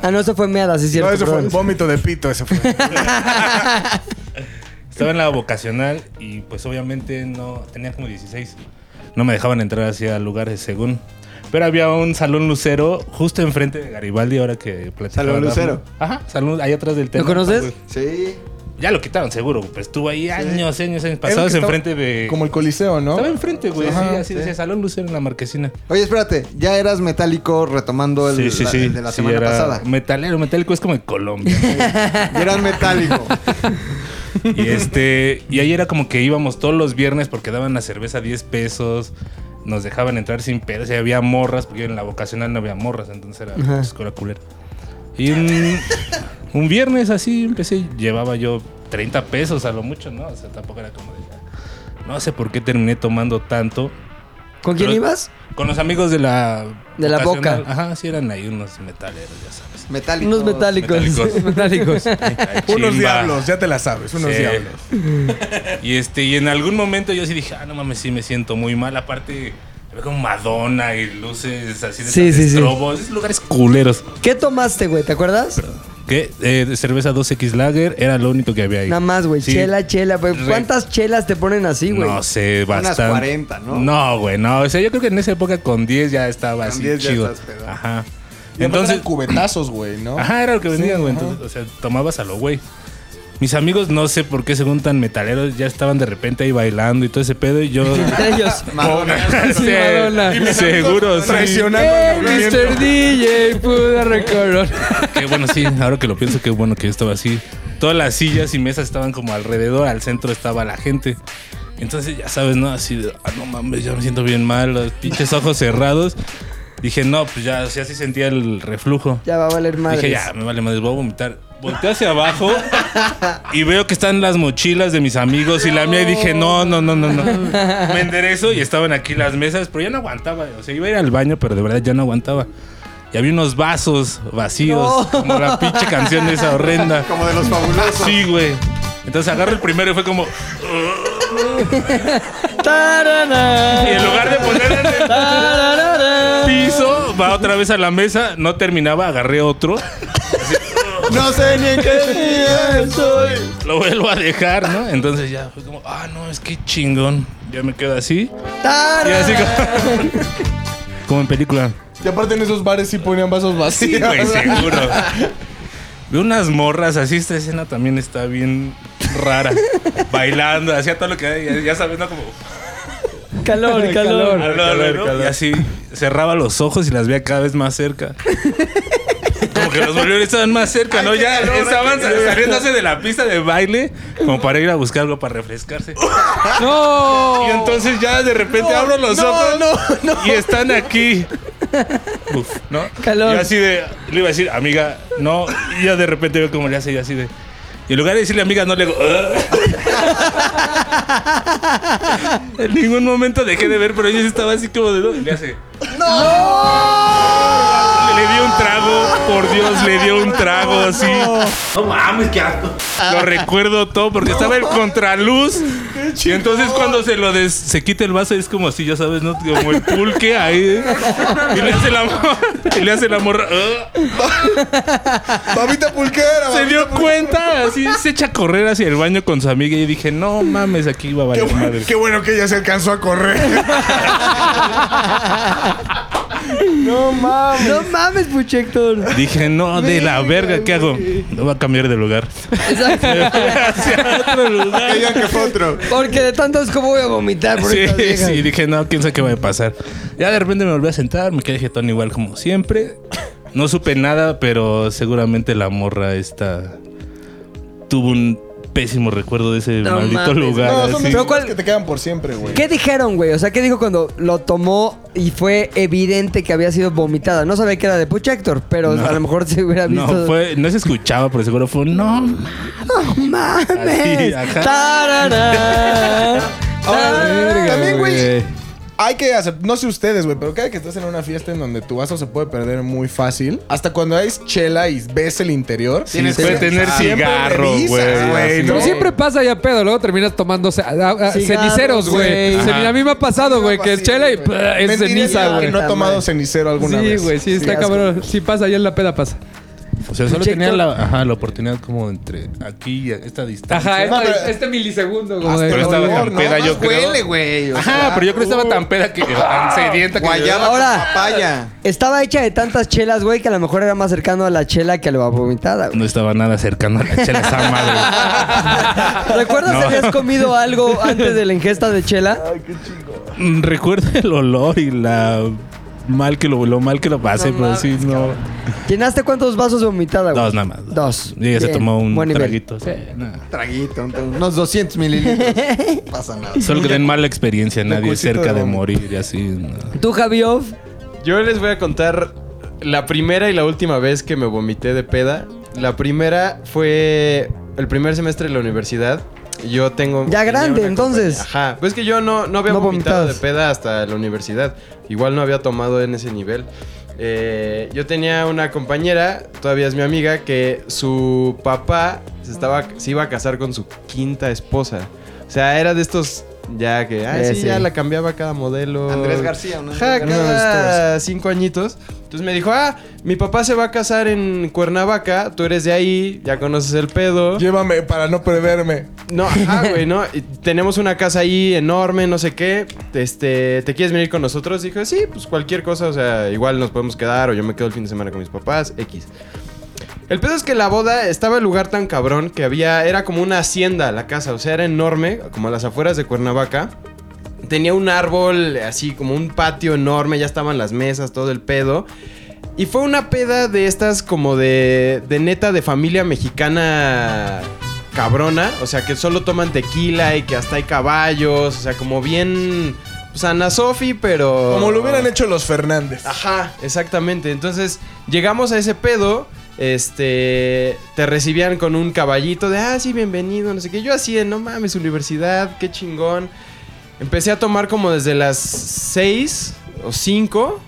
Speaker 1: Ah, no, eso fue meada, sí, es cierto.
Speaker 8: no, eso fue
Speaker 1: perdón.
Speaker 8: vómito de pito, eso fue.
Speaker 7: Estaba en la vocacional y pues obviamente no tenía como 16. No me dejaban entrar hacia lugares según. Pero había un salón lucero justo enfrente de Garibaldi ahora que platicaba.
Speaker 2: Salón
Speaker 7: Dafne.
Speaker 2: Lucero.
Speaker 7: Ajá, salón ahí atrás del
Speaker 1: ¿Lo
Speaker 7: teatro.
Speaker 1: conoces?
Speaker 2: Sí.
Speaker 7: Ya lo quitaron seguro, pues estuvo ahí años, años, años
Speaker 8: Era
Speaker 7: pasados
Speaker 8: que estaba-
Speaker 7: enfrente de
Speaker 8: Como el coliseo, ¿no?
Speaker 7: Estaba enfrente, güey,
Speaker 8: Ajá,
Speaker 7: así, así
Speaker 2: sí.
Speaker 7: decía salón lucero en la marquesina.
Speaker 2: Oye, espérate. Ya eras metálico retomando el, la- el de la
Speaker 7: Sí,
Speaker 2: semana
Speaker 7: era
Speaker 2: pasada.
Speaker 7: Metalero, metálico es como de Colombia.
Speaker 2: Y eras metálico.
Speaker 7: Y este, y ahí era como que íbamos todos los viernes porque daban la cerveza a 10 pesos, nos dejaban entrar sin pedos, y había morras, porque en la vocacional no había morras, entonces era
Speaker 1: Ajá.
Speaker 7: escuela culera. Y un, un viernes así empecé, llevaba yo 30 pesos a lo mucho, ¿no? O sea, tampoco era como de. No sé por qué terminé tomando tanto.
Speaker 1: ¿Con quién
Speaker 7: Pero-
Speaker 1: ibas?
Speaker 7: Con los amigos de la.
Speaker 1: De la
Speaker 7: vocacional.
Speaker 1: Boca.
Speaker 7: Ajá, sí eran ahí unos metaleros, ya sabes.
Speaker 2: metálico.
Speaker 1: Unos metálicos. Metálicos.
Speaker 8: Unos
Speaker 7: Chimba.
Speaker 8: diablos, ya te la sabes, unos
Speaker 7: Sí.
Speaker 8: diablos.
Speaker 7: Y este, y en algún momento yo sí dije, ah, no mames, sí me siento muy mal. Aparte, veo como Madonna y luces así de
Speaker 1: Sí,
Speaker 7: esas
Speaker 1: sí, sí.
Speaker 7: estrobos, esos lugares culeros.
Speaker 1: ¿Qué tomaste, güey? ¿Te acuerdas?
Speaker 7: Que eh, cerveza 2X Lager era lo único que había ahí.
Speaker 1: Nada más, güey.
Speaker 7: Sí.
Speaker 1: Chela, chela, güey.
Speaker 7: Re-
Speaker 1: ¿Cuántas chelas te ponen así, güey?
Speaker 7: No sé, bastante.
Speaker 2: 40, ¿no?
Speaker 7: No, güey, no. O sea, yo creo que en esa época con 10 ya estaba así
Speaker 2: 10 ya
Speaker 7: chido.
Speaker 2: estás pedo.
Speaker 7: Ajá.
Speaker 8: Y Entonces,
Speaker 7: Entonces,
Speaker 8: eran cubetazos, güey, ¿no?
Speaker 7: Ajá, era lo que vendían, güey. Entonces, o sea, tomabas a lo güey. Mis amigos, no sé por qué, según tan metaleros, ya estaban de repente ahí bailando y todo ese pedo. Y yo.
Speaker 1: Entre ellos.
Speaker 7: Sí,
Speaker 1: Madonna.
Speaker 7: Seguro, sí.
Speaker 8: Traicionando
Speaker 1: ¡Eh,
Speaker 8: al
Speaker 1: Mr. DJ! Pude recordar.
Speaker 7: Qué bueno, sí. Ahora que lo pienso, qué bueno que yo estaba así. Todas las sillas y mesas estaban como alrededor, al centro estaba la gente. Entonces, ya sabes, ¿no? Así de, ah, no mames, ya me siento bien mal, los pinches ojos cerrados. Dije, no, pues ya, o sea, sí sentía el reflujo.
Speaker 1: Ya va a valer madre.
Speaker 7: Dije, ya, me vale madre, voy a vomitar. Volteé hacia abajo y veo que están las mochilas de mis amigos y la mía. Y dije, no, no, no, no, no. Me enderezo y estaban aquí las mesas, pero ya no aguantaba. O sea, iba a ir al baño, pero de verdad ya no aguantaba. Y había unos vasos vacíos, como la pinche canción de esa horrenda.
Speaker 2: Como de los fabulosos.
Speaker 7: Sí, güey. Entonces agarro el primero y fue como. Y en lugar de poner en el- piso, va otra vez a la mesa. No terminaba, agarré otro.
Speaker 2: No sé ni en qué día soy.
Speaker 7: Lo vuelvo a dejar, ¿no? Entonces ya fue como, ah, no, es que chingón. Ya me quedo así. Y
Speaker 1: Ah,
Speaker 7: así como, como en película.
Speaker 8: Y aparte en esos bares Pues sí ponían vasos
Speaker 7: Sí,
Speaker 8: vacíos.
Speaker 7: güey, seguro. De unas morras, así esta escena también está bien rara. Bailando, hacía todo lo que ya, ya sabes, ¿no? Como
Speaker 1: Calor, calor.
Speaker 7: Al lado, Ah, ¿no? Y así cerraba los ojos y las veía cada vez más cerca. Como que los volvieron estaban más cerca, ¿no? Ya estaban saliéndose de la pista de baile como para ir a buscar algo para refrescarse.
Speaker 1: ¡No!
Speaker 7: Y entonces ya de repente abro los ojos y están aquí. Uf, ¿no?
Speaker 1: Calor.
Speaker 7: Y así de, le iba a decir, amiga, no. Y ya de repente veo como le hace y así de. Y en lugar de decirle amiga, no le hago. "Ah". en ningún momento dejé de ver, pero ella sí estaba así como de. Y le hace. ¡No! Le dio un trago, por Dios, le dio un trago así. No mames, qué asco. Lo recuerdo todo porque estaba el contraluz. Y entonces cuando se lo des- se quita el vaso es como así, ya sabes, ¿no? Como el pulque ahí. ¿eh? Y le hace la morra. Y le hace la morra. "Ah".
Speaker 2: Mamita pulquera.
Speaker 7: Se dio cuenta, así se echa a correr hacia el baño con su amiga y dije, no mames, aquí va a
Speaker 8: Qué
Speaker 7: valer
Speaker 8: bueno,
Speaker 7: madre.
Speaker 8: qué bueno que ella se alcanzó a correr. no mames.
Speaker 1: No mames, Puchector.
Speaker 7: Dije, no, de la verga, ¿qué hago? No va a cambiar de lugar. hacia otro lugar.
Speaker 2: Ella que fue otro.
Speaker 1: Porque de tantas como voy a vomitar por
Speaker 7: Sí,
Speaker 1: estas viejas?
Speaker 7: sí, dije, no, quién sabe qué va a pasar. Ya de repente me volví a sentar, me quedé jetón igual como siempre. No supe nada, pero seguramente la morra esta tuvo un pésimo recuerdo de ese
Speaker 1: No
Speaker 7: maldito
Speaker 1: mames.
Speaker 7: lugar.
Speaker 8: No, son
Speaker 7: así.
Speaker 1: Pero
Speaker 8: los
Speaker 1: ¿cuál-
Speaker 8: que te quedan por siempre, güey.
Speaker 1: ¿Qué dijeron, güey? O sea, ¿qué dijo cuando lo tomó y fue evidente que había sido vomitada? No sabía que era de Puchector, pero a lo mejor se hubiera visto.
Speaker 7: No, fue, no se escuchaba, pero seguro fue un no.
Speaker 1: ¡Mames!
Speaker 7: Así, ajá.
Speaker 1: Tarará.
Speaker 8: Ahora,
Speaker 1: Verga,
Speaker 8: también,
Speaker 7: güey.
Speaker 8: güey. Hay que aceptar, no sé ustedes, güey, pero cada que estás en una fiesta en donde tu vaso se puede perder muy fácil, hasta cuando hay chela y ves el interior,
Speaker 7: Tienes
Speaker 8: te-
Speaker 7: que tener
Speaker 8: siempre
Speaker 7: cigarro,
Speaker 8: revisas,
Speaker 7: güey, así.
Speaker 8: ¿no?
Speaker 10: Pero siempre pasa ya pedo, luego terminas tomando ce- a- a-
Speaker 1: Cigarros,
Speaker 10: ceniceros, güey.
Speaker 1: güey.
Speaker 10: Ceni- A mí me ha pasado, güey, que es
Speaker 8: Sí,
Speaker 10: chela y
Speaker 8: güey.
Speaker 10: pah, es
Speaker 8: Mentiría
Speaker 10: ceniza,
Speaker 8: yo que
Speaker 10: güey.
Speaker 8: No he tomado cenicero alguna
Speaker 10: Sí,
Speaker 8: vez.
Speaker 10: güey, sí, está
Speaker 8: asco.
Speaker 10: cabrón. Sí pasa, ya en la peda pasa.
Speaker 7: O sea, solo
Speaker 1: Check
Speaker 7: tenía
Speaker 1: out.
Speaker 7: la, ajá, la oportunidad como entre aquí y a esta distancia.
Speaker 10: Ajá,
Speaker 8: No,
Speaker 10: este,
Speaker 8: pero-
Speaker 10: este milisegundo,
Speaker 8: Hasta
Speaker 10: güey.
Speaker 7: Pero
Speaker 8: el
Speaker 7: estaba
Speaker 8: olor,
Speaker 7: tan peda,
Speaker 8: ¿no?
Speaker 7: yo
Speaker 8: Más
Speaker 7: creo.
Speaker 2: Huele, güey. o
Speaker 7: Ajá,
Speaker 2: sea,
Speaker 7: pero yo creo que estaba tan peda que tan sedienta que
Speaker 2: Guayaba
Speaker 1: Ahora-
Speaker 2: Ahora, papaya.
Speaker 1: Estaba hecha de tantas chelas, güey, que a lo mejor era más cercano a la chela que a la vomitada,
Speaker 7: no
Speaker 1: güey.
Speaker 7: estaba nada cercano a la chela esa madre.
Speaker 1: ¿Recuerdas si
Speaker 7: No.
Speaker 1: habías comido algo antes de la ingesta de chela?
Speaker 7: Mm, Recuerdo el olor y la mal que lo lo mal que lo pasé,
Speaker 1: No
Speaker 7: pero
Speaker 1: mames,
Speaker 7: sí no.
Speaker 1: ¿Llenaste cuántos vasos de vomitada, güey?
Speaker 7: Dos nada más.
Speaker 1: Dos.
Speaker 7: Y ella se
Speaker 1: Bien,
Speaker 7: tomó un
Speaker 1: buen nivel.
Speaker 7: traguito. sí, nada.
Speaker 2: Traguito, un- unos 200 mililitros. No pasa nada.
Speaker 7: Solo que den mala experiencia, nadie
Speaker 8: cuchito
Speaker 7: cerca
Speaker 8: de
Speaker 7: de
Speaker 8: vómito.
Speaker 7: morir y así. no.
Speaker 1: ¿Tú, Javiov?
Speaker 11: Yo les voy a contar la primera y la última vez que me vomité de peda. La primera fue el primer semestre de la universidad. Yo tengo...
Speaker 1: Ya
Speaker 11: tenía
Speaker 1: grande,
Speaker 11: una
Speaker 1: entonces.
Speaker 11: compañía- Ajá. Pues es que yo no, no había
Speaker 1: No
Speaker 11: vomitado
Speaker 1: vomitabas.
Speaker 11: de peda hasta la universidad. Igual no había tomado en ese nivel. Eh, yo tenía una compañera, todavía es mi amiga, que su papá se, estaba, se iba a casar con su quinta esposa. O sea, era de estos ya que... Ah,
Speaker 1: Sí,
Speaker 11: sí,
Speaker 1: Eh, sí.
Speaker 11: ya la cambiaba cada modelo.
Speaker 2: Andrés García, ¿no?
Speaker 11: Ajá,
Speaker 2: Andrés
Speaker 11: cada cinco añitos. Entonces me dijo, ah, mi papá se va a casar en Cuernavaca, tú eres de ahí, ya conoces el pedo.
Speaker 8: Llévame para no perderme.
Speaker 11: No, ajá, güey, ¿no? Y tenemos una casa ahí enorme, no sé qué. Este, ¿te quieres venir con nosotros? Dijo, sí, pues cualquier cosa, o sea, igual nos podemos quedar o yo me quedo el fin de semana con mis papás, X. El pedo es que la boda estaba el lugar tan cabrón que había, era como una hacienda la casa, o sea, era enorme, como a las afueras de Cuernavaca. Tenía un árbol así, como un patio enorme, ya estaban las mesas, todo el pedo. Y fue una peda de estas como de, de neta de familia mexicana cabrona, o sea, que solo toman tequila y que hasta hay caballos, o sea, como bien... Pues Ana Sofi, pero...
Speaker 8: Como lo hubieran hecho los Fernández.
Speaker 11: Ajá, exactamente. Entonces, llegamos a ese pedo. Este. Te recibían con un caballito de, ah, sí, bienvenido, no sé qué. Yo así de, no mames, universidad, qué chingón. Empecé a tomar como desde las 6 o 5.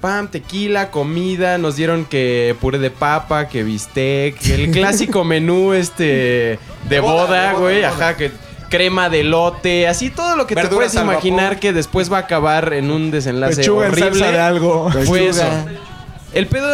Speaker 11: Pam, tequila, comida. Nos dieron que puré de papa, que bistec. El clásico menú, este. De boda, güey. Ajá, que crema de lote. Así todo lo que te
Speaker 2: Verduras
Speaker 11: puedes
Speaker 2: al
Speaker 11: imaginar
Speaker 2: vapor.
Speaker 11: que después va a acabar en un desenlace
Speaker 8: Pechuga en
Speaker 11: horrible.
Speaker 8: salsa de algo.
Speaker 11: Fue eso. El pedo.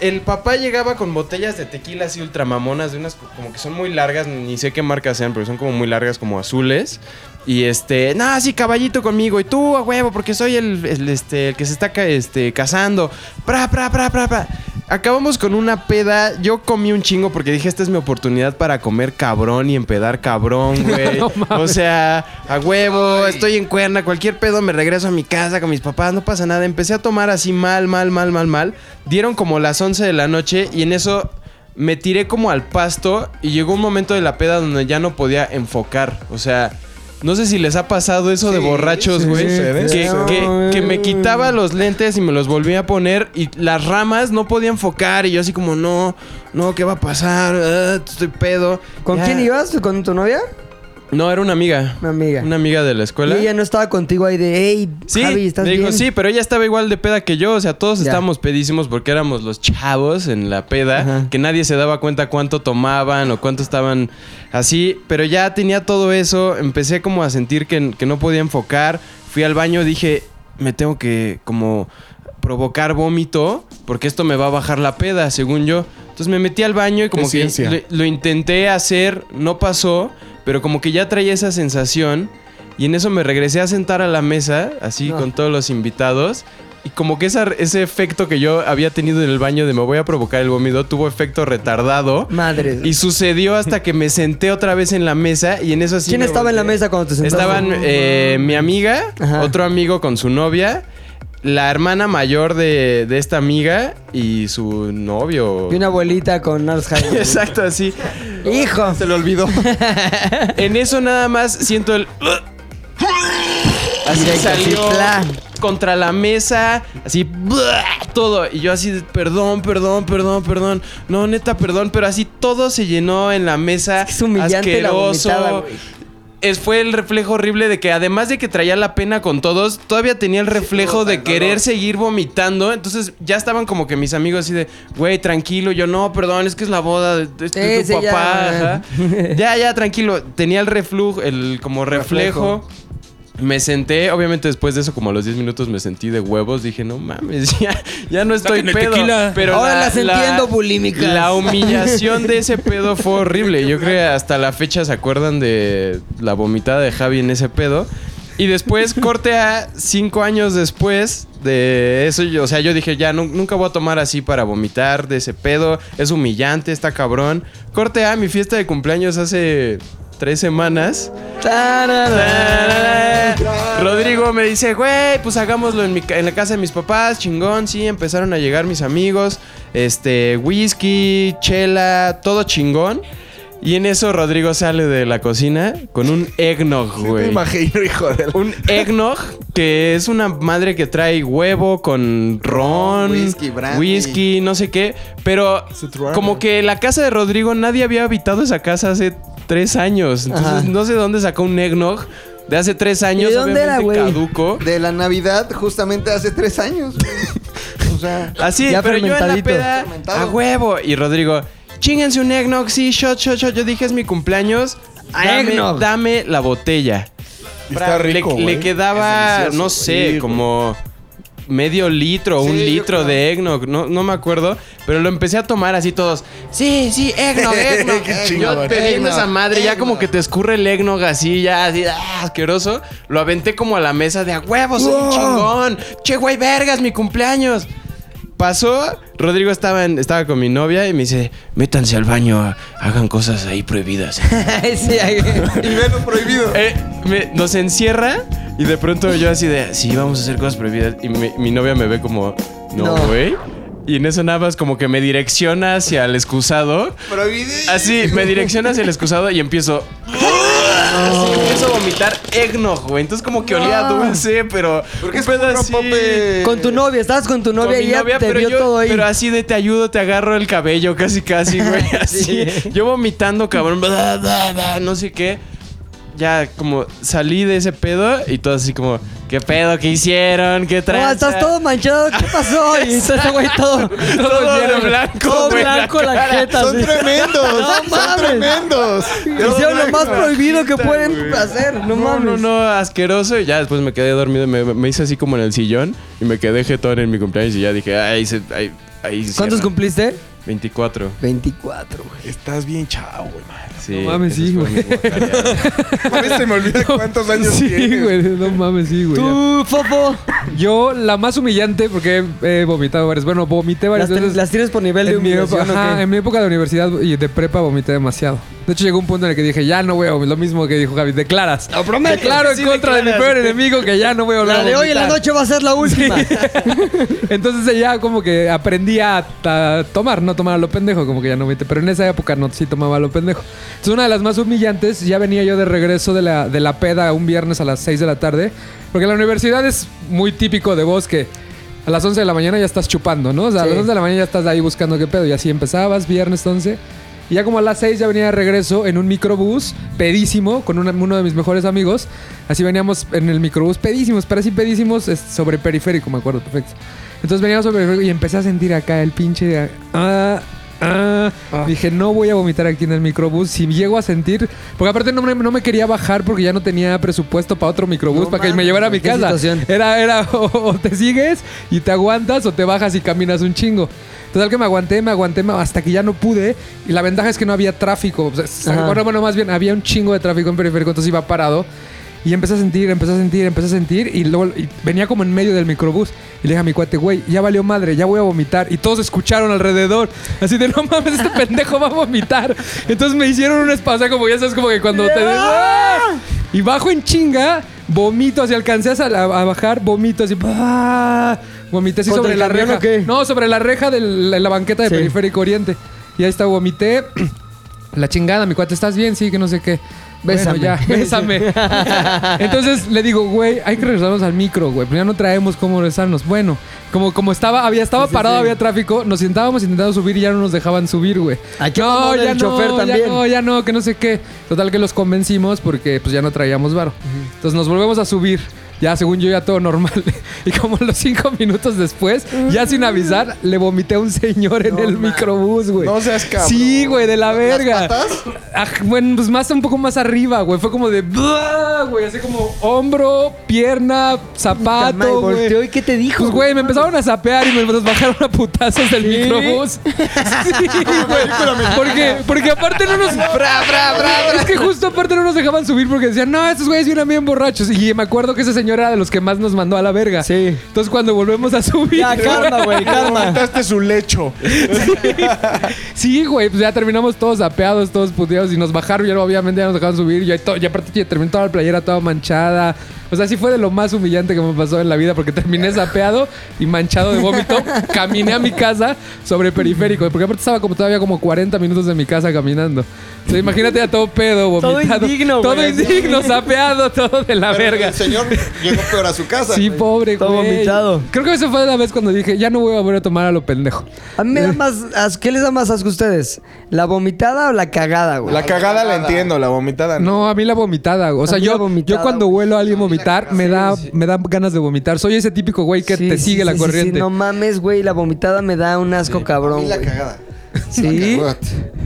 Speaker 11: El papá llegaba con botellas de tequila así ultramamonas, de unas co- como que son muy largas, ni sé qué marca sean, pero son como muy largas, como azules. Y este, no, sí, caballito conmigo. Y tú, a huevo, porque soy el, el, este, el que se está ca- este, casando. Pra, pra, pra, pra, pra. Acabamos con una peda. Yo comí un chingo porque dije, esta es mi oportunidad para comer cabrón y empedar cabrón, güey. o sea, a huevo, estoy en cuerna, cualquier pedo me regreso a mi casa con mis papás, no pasa nada. Empecé a tomar así mal, mal, mal, mal, mal. Dieron como las 11 de la noche y en eso me tiré como al pasto y llegó un momento de la peda donde ya no podía enfocar. O sea, No sé si les ha pasado eso de
Speaker 8: Sí,
Speaker 11: borrachos,
Speaker 8: sí,
Speaker 11: güey.
Speaker 8: sí,
Speaker 11: que,
Speaker 8: sí.
Speaker 11: que- que me quitaba los lentes y me los volvía a poner y las ramas no podía enfocar y yo así como, no, no, ¿qué va a pasar? Ah, estoy pedo.
Speaker 1: ¿Con
Speaker 11: Ya.
Speaker 1: quién ibas? ¿Con tu novia?
Speaker 11: No, era una amiga.
Speaker 1: Una amiga.
Speaker 11: Una amiga de la escuela.
Speaker 1: Y ella no estaba contigo ahí de, hey,
Speaker 11: Sí,
Speaker 1: Javi, ¿estás
Speaker 11: me dijo,
Speaker 1: bien?"
Speaker 11: sí, pero ella estaba igual de peda que yo. O sea, todos
Speaker 1: Ya.
Speaker 11: estábamos pedísimos porque éramos los chavos en la peda, que nadie se daba cuenta cuánto tomaban o cuánto estaban así. Pero ya tenía todo eso, empecé como a sentir que, que no podía enfocar. Fui al baño, dije, me tengo que como provocar vómito porque esto me va a bajar la peda, según yo. Entonces me metí al baño y como que
Speaker 8: ciencia.
Speaker 11: lo- lo intenté hacer, no pasó, pero como que ya traía esa sensación. Y en eso me regresé a sentar a la mesa, así con todos los invitados. Y como que esa- ese efecto que yo había tenido en el baño de me voy a provocar el vómito tuvo efecto retardado.
Speaker 1: Madre.
Speaker 11: Y sucedió hasta que me senté otra vez en la mesa y en eso así
Speaker 1: ¿Quién
Speaker 11: me
Speaker 1: estaba en la mesa cuando te sentaste?
Speaker 11: Estaban eh, mi amiga, otro amigo con su novia, la hermana mayor de, de esta amiga y su novio.
Speaker 1: Y una abuelita con Alzheimer.
Speaker 11: Exacto, así.
Speaker 1: Hijo.
Speaker 11: Se lo olvidó. en eso nada más siento el. Así
Speaker 1: Directo, así,
Speaker 11: salió
Speaker 1: pla.
Speaker 11: contra la mesa, así todo. Y yo así, de, perdón, perdón, perdón, perdón. No, neta, perdón, pero así todo se llenó en la mesa.
Speaker 1: Es humillante la
Speaker 11: asqueroso.
Speaker 1: vomitada, güey.
Speaker 11: Es, fue el reflejo horrible de que además de que traía la pena con todos, todavía tenía el reflejo de querer seguir vomitando. Entonces ya estaban como que mis amigos así de, güey, tranquilo. Yo, no, perdón, es que es la boda, de- de- es tu
Speaker 1: Ese
Speaker 11: papá.
Speaker 1: ya,
Speaker 11: ajá". Ya, ya, tranquilo. Tenía el reflujo, el como reflejo. Me senté, obviamente después de eso, como a los 10 minutos me sentí de huevos. Dije, no mames, ya, ya no estoy
Speaker 1: Sáquenle
Speaker 11: pedo.
Speaker 1: tequila.
Speaker 11: Pero
Speaker 1: Ahora
Speaker 11: la-
Speaker 1: las
Speaker 11: la-
Speaker 1: entiendo, bulímicas.
Speaker 11: La humillación de ese pedo fue horrible. Yo creo que hasta la fecha se acuerdan de la vomitada de Javi en ese pedo. Y después, corte a cinco años después de eso, yo- o sea, yo dije, ya, nu- nunca voy a tomar así para vomitar de ese pedo. Es humillante, está cabrón. Corte a mi fiesta de cumpleaños hace tres semanas. Rodrigo me dice, güey, pues hagámoslo en, mi ca- en la casa de mis papás, chingón, sí, empezaron a llegar mis amigos, este, whisky, chela, todo chingón. Y en eso Rodrigo sale de la cocina con un eggnog, güey.
Speaker 8: Me imagino, hijo de la-
Speaker 11: Un eggnog, que es una madre que trae huevo con ron,
Speaker 8: whisky, brandy.
Speaker 11: whisky, no sé qué. Pero como que la casa de Rodrigo, nadie había habitado esa casa hace tres años. Entonces
Speaker 2: Ajá.
Speaker 11: no sé dónde sacó un eggnog de hace tres
Speaker 2: ¿Y
Speaker 11: años.
Speaker 2: de dónde era, güey?
Speaker 11: obviamente Caduco.
Speaker 2: De la Navidad, justamente hace tres años. güey. O sea,
Speaker 11: Así,
Speaker 2: Ya
Speaker 11: pero yo en la
Speaker 2: fermentadito.
Speaker 11: peda,
Speaker 2: Fermentado.
Speaker 11: a huevo. Y Rodrigo, chingense un eggnog, sí, shot, shot, shot. Yo dije, es mi cumpleaños.
Speaker 1: Ah,
Speaker 11: Dame,
Speaker 1: eggnog.
Speaker 11: dame la botella.
Speaker 8: Está
Speaker 11: Le-
Speaker 8: rico,
Speaker 11: le,
Speaker 8: güey.
Speaker 11: quedaba,
Speaker 8: Es delicioso,
Speaker 11: no sé,
Speaker 8: sí,
Speaker 11: como medio litro, un litro de eggnog, no, no me acuerdo, pero lo empecé a tomar así todos. Sí, sí, eggnog, eggnog.
Speaker 8: Qué
Speaker 11: Yo
Speaker 8: chingón.
Speaker 11: bebiendo esa madre, ya
Speaker 8: Eggnog.
Speaker 11: como que te escurre el eggnog así, ya así, ah, asqueroso. Lo aventé como a la mesa de a huevos, soy un
Speaker 8: Wow.
Speaker 11: chingón. Che, güey, vergas, mi cumpleaños. Pasó, Rodrigo estaba, en- estaba con mi novia y me dice, métanse al baño, hagan cosas ahí prohibidas.
Speaker 1: Sí, ahí.
Speaker 2: prohibido.
Speaker 11: Eh, Me- nos encierra y de pronto yo así de, sí, vamos a hacer cosas prohibidas. Y mi, mi novia me ve como, no,
Speaker 2: No.
Speaker 11: güey. Y en eso nada más como que me direcciona hacia el excusado.
Speaker 2: Prohibido.
Speaker 11: Así, me direcciona hacia el excusado y empiezo... Así, empiezo a vomitar eggnog, güey. Entonces como que olía
Speaker 1: No.
Speaker 11: dulce, pero... Porque es
Speaker 1: Con tu novia, estabas con tu novia
Speaker 11: con
Speaker 1: y
Speaker 11: mi
Speaker 1: ella
Speaker 11: novia,
Speaker 1: te
Speaker 11: pero
Speaker 1: vio
Speaker 11: yo-
Speaker 1: todo ahí.
Speaker 11: Pero así de te ayudo, te agarro el cabello, casi, casi, güey. Así. Yo vomitando, cabrón. bla, bla, bla, no sé qué. Ya como salí de ese pedo y todo así como, ¿qué pedo? ¿Qué hicieron? ¿Qué
Speaker 1: No,
Speaker 11: traes?
Speaker 1: estás todo manchado, ¿qué pasó? Y está ese güey todo, todo,
Speaker 11: Todo de
Speaker 1: negro,
Speaker 11: blanco,
Speaker 1: Todo
Speaker 11: güey, la
Speaker 1: blanco la,
Speaker 11: cara.
Speaker 1: jeta.
Speaker 2: Son
Speaker 1: así.
Speaker 2: tremendos.
Speaker 1: No
Speaker 2: son
Speaker 1: mames.
Speaker 2: tremendos.
Speaker 1: Hicieron lo más prohibido que pueden hacer, no,
Speaker 11: No,
Speaker 1: mames.
Speaker 11: no, no, asqueroso. Y ya después me quedé dormido. Me, me hice así como en el sillón y me quedé jetón en mi cumpleaños. Y ya dije, ay, se- ay, ay,
Speaker 1: ¿Cuántos
Speaker 11: cierra".
Speaker 1: cumpliste?
Speaker 11: 24.
Speaker 1: 24, güey.
Speaker 8: Estás bien chavo, güey, man.
Speaker 11: Sí,
Speaker 10: No mames,
Speaker 11: esas
Speaker 10: sí,
Speaker 11: fueron
Speaker 10: güey.
Speaker 11: mis guacareadas.
Speaker 8: Mami, se me olvida cuántos años
Speaker 10: Sí,
Speaker 8: tienes.
Speaker 10: güey, no mames, sí, güey.
Speaker 1: Tú, Fofo,
Speaker 10: Yo, la más humillante, porque he, he vomitado varias. Bueno, vomité
Speaker 1: ¿las,
Speaker 10: varias
Speaker 1: ten-
Speaker 10: veces.
Speaker 1: las tienes por nivel de
Speaker 10: en, mi,
Speaker 1: humillación
Speaker 10: ajá,
Speaker 1: o qué?
Speaker 10: en mi época de universidad y de prepa vomité demasiado. De hecho, llegó un punto en el que dije, ya no voy a vomitar. Lo mismo que dijo Javi, declaras.
Speaker 1: Lo prometo.
Speaker 10: Declaro
Speaker 1: Sí,
Speaker 10: en contra de mi
Speaker 1: declaras.
Speaker 10: peor enemigo que ya no voy a hablar.
Speaker 1: La de hoy en la noche va a ser la última.
Speaker 10: Entonces ya como que aprendí a, ta- tomar, no tomar a lo pendejo, como que ya no viste. Pero en esa época no sí tomaba a lo pendejo. Entonces una de las más humillantes, ya venía yo de regreso de la, de la peda un viernes a las 6 de la tarde. Porque en la universidad es muy típico de vos que a las 11 de la mañana ya estás chupando, ¿no? O sea, a
Speaker 1: Sí.
Speaker 10: las 11 de la mañana ya estás ahí buscando qué pedo. Y así empezabas, viernes 11. Y ya como a las 6 ya venía de regreso en un microbús pedísimo con una- uno de mis mejores amigos. Así veníamos en el microbús pedísimos, pero así pedísimos es sobre periférico, me acuerdo perfecto. Entonces veníamos sobre periférico y empecé a sentir acá el pinche... ah, ah. Dije, no voy a vomitar aquí en el microbús. Si llego a sentir... Porque aparte no me, no me quería bajar porque ya no tenía presupuesto para otro microbús
Speaker 1: No
Speaker 10: para que me
Speaker 1: mames,
Speaker 10: llevara a mi
Speaker 1: qué
Speaker 10: casa.
Speaker 1: situación.
Speaker 10: Era, era, o, o te sigues y te aguantas o te bajas y caminas un chingo. Total que me aguanté, me aguanté me- hasta que ya no pude. Y la ventaja es que no había tráfico. O sea, se-
Speaker 1: Ajá.
Speaker 10: bueno, bueno, más bien había un chingo de tráfico en periférico, entonces iba parado. Y empecé a sentir, empecé a sentir, empecé a sentir. Y luego y venía como en medio del microbús. Y le dije a mi cuate, güey, ya valió madre, ya voy a vomitar. Y todos escucharon alrededor. Así de, no mames, este pendejo va a vomitar. Entonces me hicieron un espacio, como ya sabes, como que cuando te... ¡Ah! Y bajo en chinga, vomito, así alcancé a, sal- a- a bajar, vomito, así... ¡ah! Vomité así
Speaker 1: ¿Contra
Speaker 10: sobre
Speaker 1: el
Speaker 10: la
Speaker 1: camión
Speaker 10: reja.
Speaker 1: o qué?
Speaker 10: No, sobre la reja de la, la banqueta de
Speaker 1: Sí.
Speaker 10: Periférico Oriente. Y ahí está, vomité. La chingada, mi cuate, ¿estás bien? Sí, que no sé qué.
Speaker 1: Bésame.
Speaker 10: Bueno, ya, bésame. Entonces le digo, güey, hay que regresarnos al micro, güey. Pero ya no traemos cómo regresarnos. Bueno, como, como estaba, había, estaba
Speaker 1: Sí, sí,
Speaker 10: parado,
Speaker 1: sí.
Speaker 10: había tráfico, nos sentábamos intentando subir y ya no nos dejaban subir, güey.
Speaker 1: Aquí vamos del chofer
Speaker 10: ya
Speaker 1: también.
Speaker 10: no, ya no, que no sé qué. Total que los convencimos porque pues ya no traíamos varo. Entonces nos volvemos a subir. Ya, según yo, ya todo normal. Y como los cinco minutos después, ya sin avisar, le vomité a un señor en el microbús, güey.
Speaker 8: No seas cabrón.
Speaker 10: Sí, güey, de la verga. Aj, bueno, pues más un poco más arriba, güey. Fue como de. "Buah", güey, así como hombro, pierna, zapato.
Speaker 1: Madre,
Speaker 10: güey.
Speaker 1: volteó, ¿y qué te dijo?
Speaker 10: Pues, güey, me empezaron a sapear y me los bajaron a putazos del microbús. Sí, güey. Porque, porque aparte no nos. Es que justo aparte no nos dejaban subir porque decían, no, estos güeyes vienen bien borrachos. Y me acuerdo que ese señor era de los que más nos mandó a la verga.
Speaker 1: Sí.
Speaker 10: Entonces, cuando volvemos a subir.
Speaker 1: Ya, calma, güey, calma.
Speaker 8: Vomitaste su lecho.
Speaker 10: Sí, güey, pues ya terminamos todos apeados, todos puteados y nos bajaron, ya obviamente ya nos dejaron subir. Y, ahí to- y aparte ya terminó toda la playera toda manchada. O sea, sí fue de lo más humillante que me pasó en la vida porque terminé zapeado y manchado de vómito. Caminé a mi casa sobre periférico, porque aparte estaba como todavía como 40 minutos de mi casa caminando. O sea, imagínate ya todo pedo,
Speaker 1: Todo
Speaker 10: vomitado.
Speaker 1: indigno,
Speaker 10: todo
Speaker 1: güey.
Speaker 10: indigno, zapeado, todo de la verga.
Speaker 2: El señor llegó peor a su casa.
Speaker 10: Sí,
Speaker 2: güey.
Speaker 10: pobre,
Speaker 1: Todo
Speaker 10: güey.
Speaker 1: vomitado.
Speaker 10: Creo que esa fue la vez cuando dije, ya no voy a volver a tomar a lo pendejo.
Speaker 1: A mí me da más asco. ¿Qué les da más asco a ustedes? ¿La vomitada o la cagada, güey?
Speaker 8: La cagada la entiendo, la vomitada no.
Speaker 10: No, a mí la vomitada. güey. O
Speaker 1: A
Speaker 10: sea,
Speaker 1: mí la
Speaker 10: yo,
Speaker 1: vomitada,
Speaker 10: yo cuando
Speaker 1: güey.
Speaker 10: huelo a alguien vomitar, me da, me da ganas de vomitar. Soy ese típico güey que
Speaker 1: Sí,
Speaker 10: te
Speaker 1: sí,
Speaker 10: sigue
Speaker 1: sí,
Speaker 10: la
Speaker 1: sí,
Speaker 10: corriente.
Speaker 1: sí. no mames, güey. La vomitada me da un asco cabrón.
Speaker 2: Y la
Speaker 1: güey.
Speaker 2: cagada.
Speaker 1: Sí.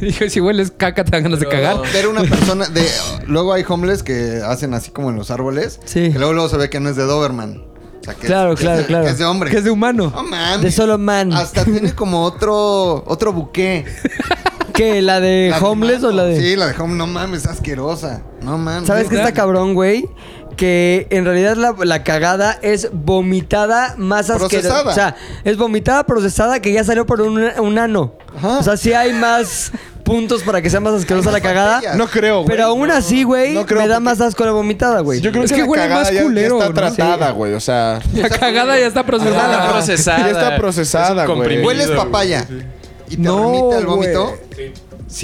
Speaker 10: Y si hueles caca, te dan ganas de cagar.
Speaker 2: Ver una persona de. Luego hay homeless que hacen así como en los árboles.
Speaker 1: Sí.
Speaker 2: Que luego, luego se ve que no es de Doberman. O sea, que es-
Speaker 1: Claro,
Speaker 2: que es,
Speaker 1: claro,
Speaker 2: de-
Speaker 1: claro.
Speaker 2: Que es de hombre.
Speaker 10: Que es de humano.
Speaker 2: No mames.
Speaker 1: De solo man.
Speaker 2: Hasta tiene como otro otro buqué.
Speaker 1: ¿Qué? ¿La de
Speaker 2: La
Speaker 1: homeless o
Speaker 2: mano.
Speaker 1: la de.?
Speaker 2: Sí, la de homeless. No mames, asquerosa. No mames.
Speaker 1: ¿Sabes qué está
Speaker 10: Claro.
Speaker 1: cabrón, güey? Que en realidad la, la cagada es vomitada más asquerosa.
Speaker 2: Procesada.
Speaker 1: O sea, es vomitada procesada que ya salió por un, un ano.
Speaker 2: Ajá.
Speaker 1: O sea, sí hay más puntos para que sea más asquerosa
Speaker 2: Hay
Speaker 1: la
Speaker 2: más
Speaker 1: cagada.
Speaker 2: bacterias.
Speaker 8: No creo, güey.
Speaker 1: Pero aún así, güey,
Speaker 8: No creo
Speaker 1: me da
Speaker 8: porque-
Speaker 1: más asco la vomitada, güey.
Speaker 8: Yo creo
Speaker 10: Es
Speaker 8: que,
Speaker 10: que
Speaker 8: la
Speaker 10: huele
Speaker 8: cagada
Speaker 10: más
Speaker 8: ya- ya
Speaker 10: culero,
Speaker 8: está
Speaker 10: ¿no?
Speaker 8: tratada, güey. O sea,
Speaker 10: La cagada ya está procesada.
Speaker 11: Está procesada.
Speaker 8: Ya está procesada, güey.
Speaker 11: Es comprimido,
Speaker 2: Hueles
Speaker 11: güey.
Speaker 2: papaya. ¿Y te
Speaker 10: No,
Speaker 2: vomita el vómito?
Speaker 10: güey.
Speaker 2: Sí.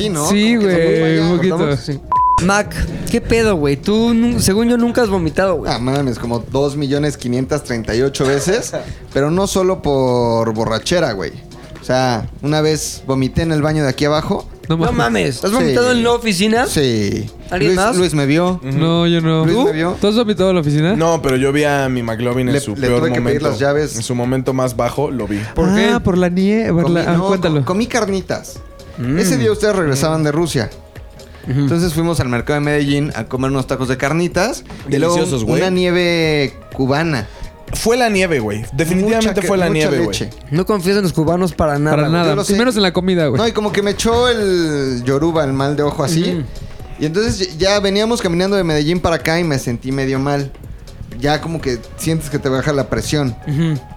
Speaker 2: Sí, ¿no?
Speaker 10: Sí,
Speaker 2: Como que
Speaker 10: güey,
Speaker 2: te
Speaker 10: un
Speaker 2: vomita.
Speaker 10: poquito.
Speaker 1: Mac, ¿qué pedo, güey? Tú, nu- según yo, nunca has vomitado, güey.
Speaker 2: Ah, mames, como 2.538 veces. pero no solo por borrachera, güey. O sea, una vez vomité en el baño de aquí abajo.
Speaker 10: No
Speaker 1: no
Speaker 10: mames.
Speaker 1: mames. ¿Has
Speaker 2: Sí.
Speaker 1: vomitado en la oficina?
Speaker 2: Sí.
Speaker 1: ¿Alguien
Speaker 2: Luis,
Speaker 1: más?
Speaker 2: Luis me vio.
Speaker 10: No, yo no.
Speaker 2: Luis
Speaker 10: ¿Tú?
Speaker 2: me vio.
Speaker 10: ¿Tú has vomitado en la oficina?
Speaker 8: No, pero yo vi a mi McLovin en
Speaker 2: Le-
Speaker 8: su
Speaker 2: le
Speaker 8: peor
Speaker 2: tuve que
Speaker 8: momento.
Speaker 2: pedir las llaves.
Speaker 8: En su momento más bajo lo vi.
Speaker 10: ¿Por qué? Ah, por la nieve. por
Speaker 2: Comí-
Speaker 10: la- ah,
Speaker 2: no,
Speaker 10: cuéntalo.
Speaker 2: com- comí carnitas. Ese día ustedes regresaban de Rusia. Entonces fuimos al mercado de Medellín a comer unos tacos de carnitas. Y luego
Speaker 8: Deliciosos, güey.
Speaker 2: una nieve cubana.
Speaker 8: Fue la nieve, güey. Definitivamente
Speaker 2: Mucha que-
Speaker 8: fue la
Speaker 2: mucha
Speaker 8: nieve, güey.
Speaker 2: leche.
Speaker 1: No confías en los cubanos para nada.
Speaker 10: Para
Speaker 1: güey.
Speaker 10: nada.
Speaker 2: lo sé.
Speaker 10: Y menos en la comida, güey.
Speaker 2: No, y como que me echó el yoruba, el mal de ojo así. Y entonces ya veníamos caminando de Medellín para acá y me sentí medio mal. Ya como que sientes que te baja la presión.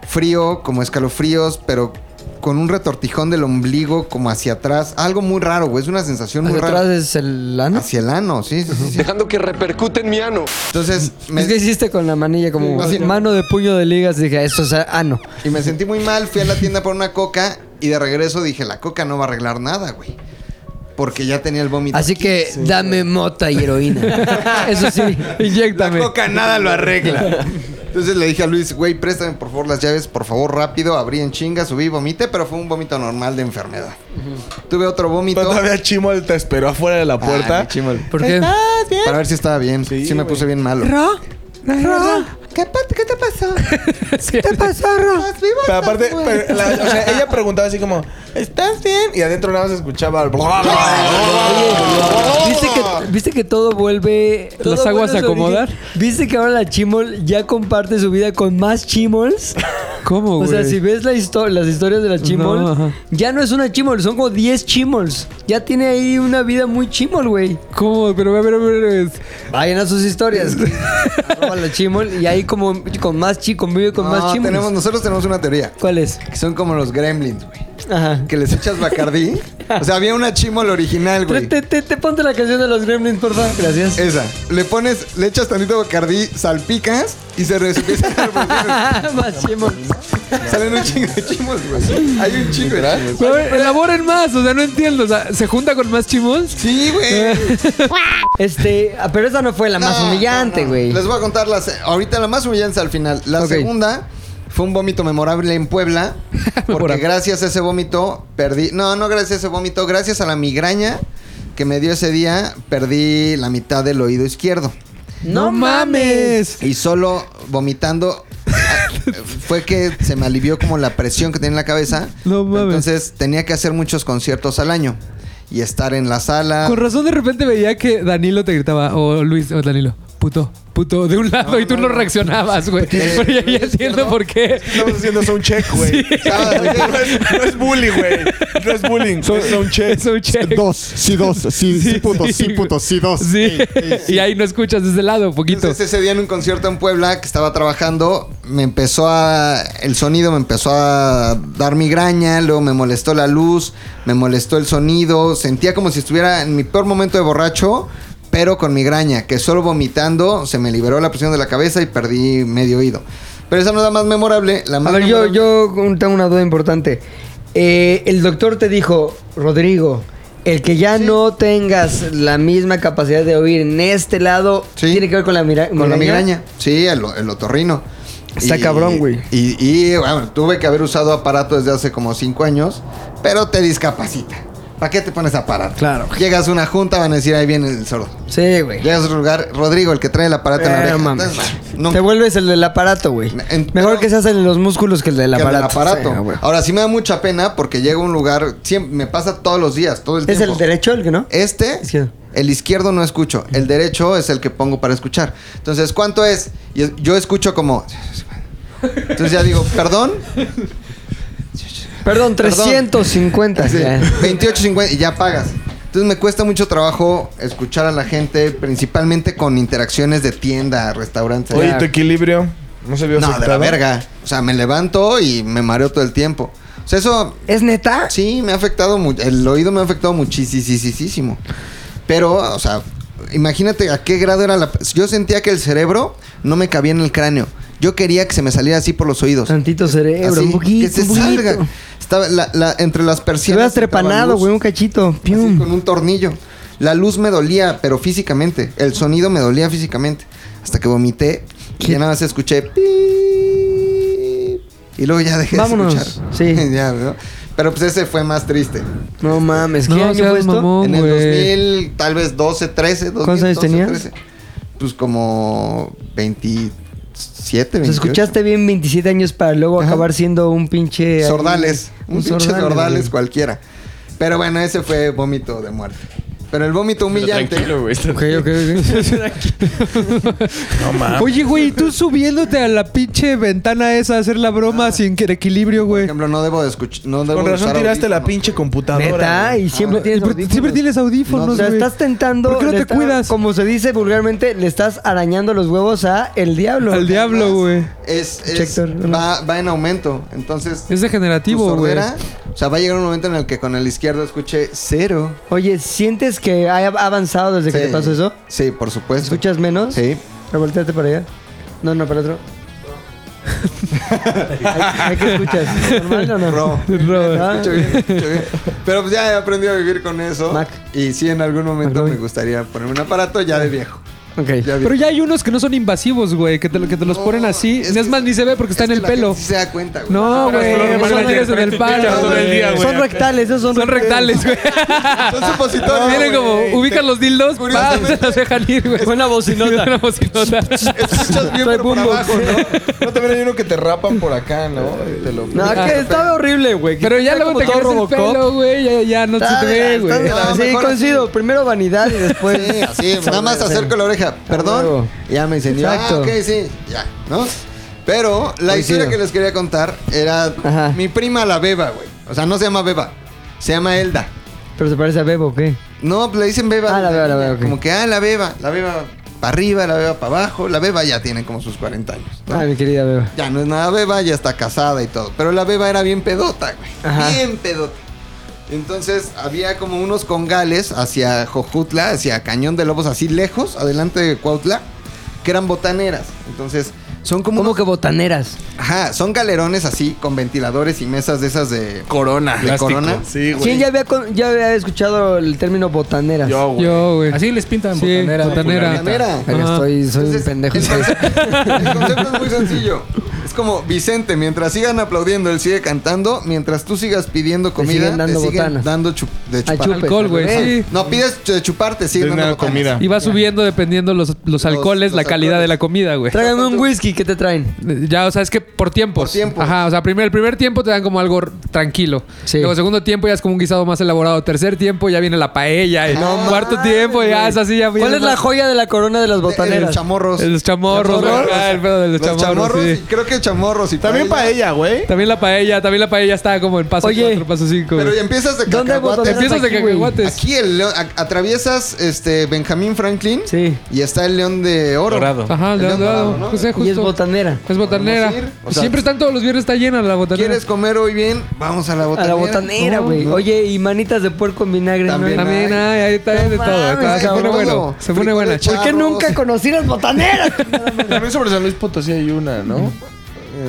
Speaker 2: Frío, como escalofríos, pero con un retortijón del ombligo como hacia atrás. Algo muy raro, güey. Es una sensación muy
Speaker 1: ¿Hacia
Speaker 2: rara.
Speaker 1: atrás es el ano?
Speaker 2: Hacia el ano, sí, sí, sí. Dejando que repercute en mi ano. Entonces, me-
Speaker 1: Es que hiciste con la manilla como
Speaker 2: Así.
Speaker 1: mano de puño de ligas. Dije, eso es ah, ano.
Speaker 2: Y me sentí muy mal, fui a la tienda por una coca y de regreso dije, la coca no va a arreglar nada, güey. Porque ya tenía el vómito.
Speaker 1: Así
Speaker 2: aquí.
Speaker 1: que dame mota y heroína. Eso sí, inyectame.
Speaker 2: La coca nada lo arregla. Entonces le dije a Luis, güey, préstame por favor las llaves, por favor, rápido. Abrí en chinga, subí, vomité, pero fue un vómito normal de enfermedad. Tuve otro vómito.
Speaker 8: Todavía Chimol te esperó afuera de la puerta.
Speaker 2: mi Chimol.
Speaker 1: ¿Por qué?
Speaker 2: Para ver si estaba bien. Sí, me puse bien malo.
Speaker 12: ¿Qué, pa- qué te pasó?
Speaker 1: ¿Qué
Speaker 12: te pasó, Ro? ¿Estás vivo?
Speaker 8: Pero aparte,
Speaker 12: ¿Estás muerto?
Speaker 8: pero la- o sea, ella preguntaba así como, ¿estás bien? Y adentro nada más escuchaba el...
Speaker 1: ¿Viste que, viste que todo vuelve.
Speaker 10: ¿Las
Speaker 1: todo
Speaker 10: aguas
Speaker 1: vuelve
Speaker 10: a
Speaker 1: su origen?
Speaker 10: acomodar?
Speaker 1: ¿Viste que ahora la Chimol ya comparte su vida con más Chimols?
Speaker 10: ¿Cómo,
Speaker 1: O
Speaker 10: güey?
Speaker 1: sea, si ves la histo- las historias de la Chimol,
Speaker 10: No, ajá.
Speaker 1: ya no es una Chimol, son como 10 Chimols. Ya tiene ahí una vida muy Chimol, güey.
Speaker 10: ¿Cómo? Pero a ver, a ver. es-
Speaker 1: Vayan a sus historias. Arroba la Chimol y ahí como con más chi convive con
Speaker 2: No,
Speaker 1: más Chimols.
Speaker 2: tenemos, nosotros tenemos una teoría.
Speaker 1: ¿Cuál es?
Speaker 2: Que son como los gremlins, güey.
Speaker 1: Ajá.
Speaker 2: Que les echas bacardí. o sea, había una chimol original, güey.
Speaker 1: Te, te- te ponte la canción de los Gremlins, por favor. Gracias.
Speaker 2: Esa. Le pones, le echas tantito bacardí, salpicas y se re- se empiezan a reproducir.
Speaker 1: más Chimols.
Speaker 2: Salen un chingo de chimos, güey. Hay un chingo de chimos.
Speaker 10: Pero a ver, elaboren más, o sea, no entiendo. O sea, ¿se junta con más chimols?
Speaker 2: Sí, güey.
Speaker 1: Este, ah, pero esa no fue la más
Speaker 2: No,
Speaker 1: humillante,
Speaker 2: no, no.
Speaker 1: güey.
Speaker 2: Les voy a contar las. Ahorita la más humillante es al final. La
Speaker 1: Ok.
Speaker 2: segunda fue un vómito memorable en Puebla. Porque
Speaker 10: Memorable.
Speaker 2: gracias a ese vómito perdí. No, no gracias a ese vómito. Gracias a la migraña que me dio ese día, perdí la mitad del oído izquierdo.
Speaker 10: ¡No mames!
Speaker 2: Y solo vomitando fue que se me alivió como la presión que tenía en la cabeza.
Speaker 10: No mames.
Speaker 2: Entonces tenía que hacer muchos conciertos al año. Y estar en la sala.
Speaker 10: Con razón de repente veía que Danilo te gritaba, o Luis, o Danilo, puto, puto, de un lado, y tú no, reaccionabas, güey. Pero ya, ya entiendo por qué.
Speaker 8: Estamos haciendo sound check, güey. No, es, no es bullying, güey. No es bullying. es sound check.
Speaker 10: Es un check.
Speaker 13: Dos, sí, dos, sí, sí, puto, sí,
Speaker 10: güey.
Speaker 13: puto, sí, dos.
Speaker 10: Sí. Y ahí no escuchas de ese lado, poquito.
Speaker 2: Entonces ese día en un concierto en Puebla que estaba trabajando, me empezó a... El sonido me empezó a dar migraña, luego me molestó la luz, me molestó el sonido, sentía como si estuviera en mi peor momento de borracho, pero con migraña, que solo vomitando se me liberó la presión de la cabeza y perdí medio oído. Pero esa no es la más memorable, la
Speaker 1: A
Speaker 2: más
Speaker 1: ver, yo,
Speaker 2: memorable-
Speaker 1: yo tengo una duda importante. Eh, el doctor te dijo, Rodrigo, el que ya no tengas la misma capacidad de oír en este lado
Speaker 2: Sí.
Speaker 1: tiene que ver con la, mira-
Speaker 2: Con la migraña. Sí, el, el otorrino.
Speaker 1: Está cabrón, güey.
Speaker 2: Y, y, bueno, tuve que haber usado aparato desde hace como cinco años, pero te discapacita. ¿Para qué te pones aparato?
Speaker 1: Claro.
Speaker 2: Llegas a una junta, van a decir, ahí viene el sordo.
Speaker 1: Sí, güey.
Speaker 2: Llegas a otro lugar, Rodrigo, el que trae el aparato en la
Speaker 1: Eh,
Speaker 2: oreja.
Speaker 1: mames.
Speaker 2: Entonces,
Speaker 1: Te vuelves el del aparato, güey.
Speaker 2: en-
Speaker 1: Mejor que seas el de los músculos que el del
Speaker 2: que el
Speaker 1: aparato.
Speaker 2: del aparato.
Speaker 1: Sí, güey.
Speaker 2: Ahora sí me da mucha pena porque llego a un lugar, siempre, me pasa todos los días, todo el
Speaker 1: ¿Es
Speaker 2: tiempo.
Speaker 1: el derecho el que no?
Speaker 2: Este,
Speaker 1: Izquierdo.
Speaker 2: el izquierdo no escucho, el derecho es el que pongo para escuchar. Entonces, ¿cuánto es? Y es- yo escucho como. Entonces ya digo, perdón,
Speaker 1: Perdón, 350.
Speaker 2: Sí,
Speaker 1: Ya.
Speaker 2: 28.50 y ya pagas. Entonces me cuesta mucho trabajo escuchar a la gente, principalmente con interacciones de tienda, restaurantes.
Speaker 8: Oye, tu equilibrio no se vio
Speaker 2: no, de la
Speaker 8: afectado?
Speaker 2: verga. O sea, me levanto y me mareo todo el tiempo. O sea, eso
Speaker 1: ¿Es neta?
Speaker 2: sí me ha afectado mucho. El oído me ha afectado muchísimo. Pero, o sea, imagínate a qué grado era la. Yo sentía que el cerebro no me cabía en el cráneo. Yo quería que se me saliera así por los oídos.
Speaker 1: Tantito cerebro,
Speaker 2: Así,
Speaker 1: un poquito.
Speaker 2: que se
Speaker 1: un poquito.
Speaker 2: salga. Estaba la- la- entre las
Speaker 1: Te
Speaker 2: persianas.
Speaker 1: hubieras trepanado,
Speaker 2: estaba luz,
Speaker 1: güey, un cachito.
Speaker 2: así,
Speaker 1: Pium.
Speaker 2: con un tornillo. La luz me dolía, pero físicamente. El sonido me dolía físicamente. Hasta que vomité. Y ya nada más escuché. "Pip". Y luego ya dejé
Speaker 1: Vámonos.
Speaker 2: de escuchar.
Speaker 1: Sí.
Speaker 2: Ya, ¿no? Pero pues ese fue más triste.
Speaker 1: No mames, ¿qué
Speaker 10: No,
Speaker 1: año
Speaker 10: seas
Speaker 1: fue esto?
Speaker 10: mamón.
Speaker 2: en el
Speaker 10: güey.
Speaker 2: 2000, tal vez 12, 13. 2000,
Speaker 1: ¿Cuántos años
Speaker 2: 12,
Speaker 1: tenías?
Speaker 2: 13. Pues como 27,
Speaker 1: O sea,
Speaker 2: 28.
Speaker 1: Pues, escuchaste bien 27 años para luego
Speaker 2: Ajá.
Speaker 1: acabar siendo un pinche. ahí-
Speaker 2: Sordales. Un, pinche
Speaker 1: sordales,
Speaker 2: sordales
Speaker 1: güey.
Speaker 2: cualquiera. Pero bueno, ese fue vómito de muerte. Pero el vómito humillante.
Speaker 11: tranquilo, güey, está-
Speaker 2: Ok,
Speaker 10: ok,
Speaker 2: No mames.
Speaker 10: Oye, güey, ¿y tú subiéndote a la pinche ventana esa a hacer la broma sin que equilibrio, güey. Por
Speaker 2: ejemplo, no debo de escuchar. No debo
Speaker 8: Con
Speaker 2: de
Speaker 8: razón
Speaker 2: usar
Speaker 8: tiraste la
Speaker 2: audífonos.
Speaker 8: pinche computadora.
Speaker 1: Neta,
Speaker 8: güey.
Speaker 1: y siempre,
Speaker 8: Ah,
Speaker 1: tienes audífonos.
Speaker 10: siempre tienes audífonos,
Speaker 1: O sea,
Speaker 10: güey.
Speaker 1: estás tentando.
Speaker 10: ¿Por qué no
Speaker 1: le
Speaker 10: te
Speaker 1: estás-
Speaker 10: cuidas?
Speaker 1: Como se dice vulgarmente, le estás arañando los huevos a el diablo. Al
Speaker 10: diablo, güey.
Speaker 2: Es, es- va, va en aumento. Entonces.
Speaker 10: Es degenerativo,
Speaker 2: tu
Speaker 10: güey.
Speaker 2: sordera, O sea, va a llegar un momento en el que con el izquierdo escuche cero.
Speaker 1: Oye, ¿sientes que ha avanzado desde que
Speaker 2: Sí.
Speaker 1: te pasó eso?
Speaker 2: Sí, por supuesto.
Speaker 1: ¿Escuchas menos?
Speaker 2: Sí.
Speaker 1: Revolteate para allá. No, no, para otro. ¿Hay que escuchas? ¿Normal o no? Ah.
Speaker 2: Escucho bien, escucho bien. Pero pues ya he aprendido a vivir con eso. Y sí, en algún momento me gustaría ponerme un aparato ya de viejo.
Speaker 10: Pero ya hay unos que no son invasivos, güey, que te, lo- que te los ponen así. Es, más, ni se ve porque está en el pelo.
Speaker 2: Se da cuenta, güey.
Speaker 10: No, güey,
Speaker 2: Pero
Speaker 10: esos
Speaker 2: no
Speaker 10: son
Speaker 2: van a
Speaker 10: eres en
Speaker 2: llegar
Speaker 10: el palo.
Speaker 2: todo el
Speaker 10: güey.
Speaker 2: día, güey,
Speaker 10: Son
Speaker 2: acá.
Speaker 10: rectales, esos son, rectales, güey.
Speaker 2: Son supositorios.
Speaker 10: Vienen
Speaker 2: güey.
Speaker 10: como, ubican los dildos, pa,
Speaker 2: Curiosamente-
Speaker 10: se los dejan ir, güey. Buena bocinota. Buena bocinota.
Speaker 8: Escuchas bien,
Speaker 10: Trae
Speaker 8: pero por
Speaker 10: boombox.
Speaker 8: abajo, ¿no? No también hay uno que te rapan por acá, ¿no? Y te lo-
Speaker 1: No, que estaba horrible, güey.
Speaker 10: Pero ya luego te crece el pelo, güey. Ya, ya no se te ve, güey.
Speaker 1: Sí, coincido. Primero vanidad y después.
Speaker 2: Sí, así, nada más acerco la oreja.
Speaker 1: Ah,
Speaker 2: Perdón. Ya me enseñó. Ah, ok, sí, ya, ¿no? Pero la
Speaker 1: Coincido.
Speaker 2: historia que les quería contar era mi prima la Beba, güey. O sea, no se llama Beba, se llama Elda.
Speaker 1: ¿Pero se parece a Bebo o qué?
Speaker 2: No, pues le dicen Beba.
Speaker 1: Ah, la Beba, la Beba, ok.
Speaker 2: Como que, ah, la Beba, la Beba para arriba, la Beba para abajo. La Beba ya tiene como sus 40 años.
Speaker 1: Ah, mi querida Beba.
Speaker 2: Ya no es nada Beba, ya está casada y todo. Pero la Beba era bien pedota, güey.
Speaker 1: Ajá.
Speaker 2: Bien pedota. Entonces había como unos congales hacia Jojutla, hacia Cañón de Lobos, así lejos, adelante de Cuautla, que eran botaneras. Entonces son como. ¿Cómo
Speaker 1: que botaneras?
Speaker 2: Ajá, son galerones así, con ventiladores y mesas de esas de. Corona. De
Speaker 1: Plástico.
Speaker 2: corona.
Speaker 8: Sí,
Speaker 1: ¿Quién ya había, con- ya había escuchado el término botaneras?
Speaker 8: Yo,
Speaker 10: güey. Yo, güey.
Speaker 1: Así les pintan
Speaker 10: Sí, botanera. botanera.
Speaker 1: Botanera.
Speaker 2: Ajá.
Speaker 1: Estoy, soy un pendejo.
Speaker 2: Es muy sencillo. Es como Vicente, mientras sigan aplaudiendo, él sigue cantando, mientras tú sigas pidiendo comida,
Speaker 1: siguen dando
Speaker 2: te siguen
Speaker 1: botanas. Ah,
Speaker 2: dando chup- de chupar.
Speaker 1: chupes. Alcohol, güey,
Speaker 2: Eh,
Speaker 1: sí.
Speaker 2: No pides de chupar, te siguen dando botanas.
Speaker 10: Y va subiendo dependiendo los, los, alcoholes, la calidad de la comida, güey.
Speaker 1: Tráigame un whisky, ¿qué te traen?
Speaker 10: Ya, o sea, es que por tiempos. Ajá, o sea, primer, el primer tiempo te dan como algo r- tranquilo. Luego, segundo tiempo ya es como un guisado más elaborado. Tercer tiempo ya viene la paella. Y cuarto tiempo ya es así, ya viene
Speaker 1: ¿Cuál es
Speaker 10: más-
Speaker 1: la joya de la corona de las botaneras?
Speaker 2: Los chamorros.
Speaker 10: Los chamorros,
Speaker 2: Chamorros.
Speaker 10: güey. Ah, el pedo de los,
Speaker 2: Los
Speaker 10: chamorros.
Speaker 2: chamorros,
Speaker 10: sí.
Speaker 2: y creo que chamorros y
Speaker 8: También paella, güey.
Speaker 10: También la paella, también la paella está como en paso
Speaker 1: Oye,
Speaker 10: 4, paso 5.
Speaker 2: Pero ya empiezas de
Speaker 1: ¿Dónde hay
Speaker 2: cacahuates.
Speaker 1: botaneras Empiezas de aquí, güey? cacahuates.
Speaker 2: Aquí el león- a- atraviesas este Benjamín Franklin. Y está el león de oro.
Speaker 10: Dorado. Ajá, el león dorado.
Speaker 2: ¿no?
Speaker 10: Pues, eh,
Speaker 1: Y es
Speaker 10: justo.
Speaker 1: botanera.
Speaker 10: Es botanera.
Speaker 2: Podemos ir, o sea,
Speaker 10: Siempre están todos los viernes, está llena la botanera.
Speaker 2: ¿Quieres comer hoy bien? Vamos a la
Speaker 1: A
Speaker 2: botanera.
Speaker 1: la botanera,
Speaker 2: No,
Speaker 1: güey.
Speaker 2: no.
Speaker 1: Oye, y manitas de puerco en vinagre.
Speaker 2: También
Speaker 1: ¿no?
Speaker 2: hay.
Speaker 10: ahí está de
Speaker 1: No
Speaker 10: todo.
Speaker 1: mames,
Speaker 10: está- se pone
Speaker 1: cabrón.
Speaker 10: bueno. Se pone buena.
Speaker 1: ¿Por qué nunca conocí las botaneras?
Speaker 8: También sobre San Luis Potosí hay una, ¿no?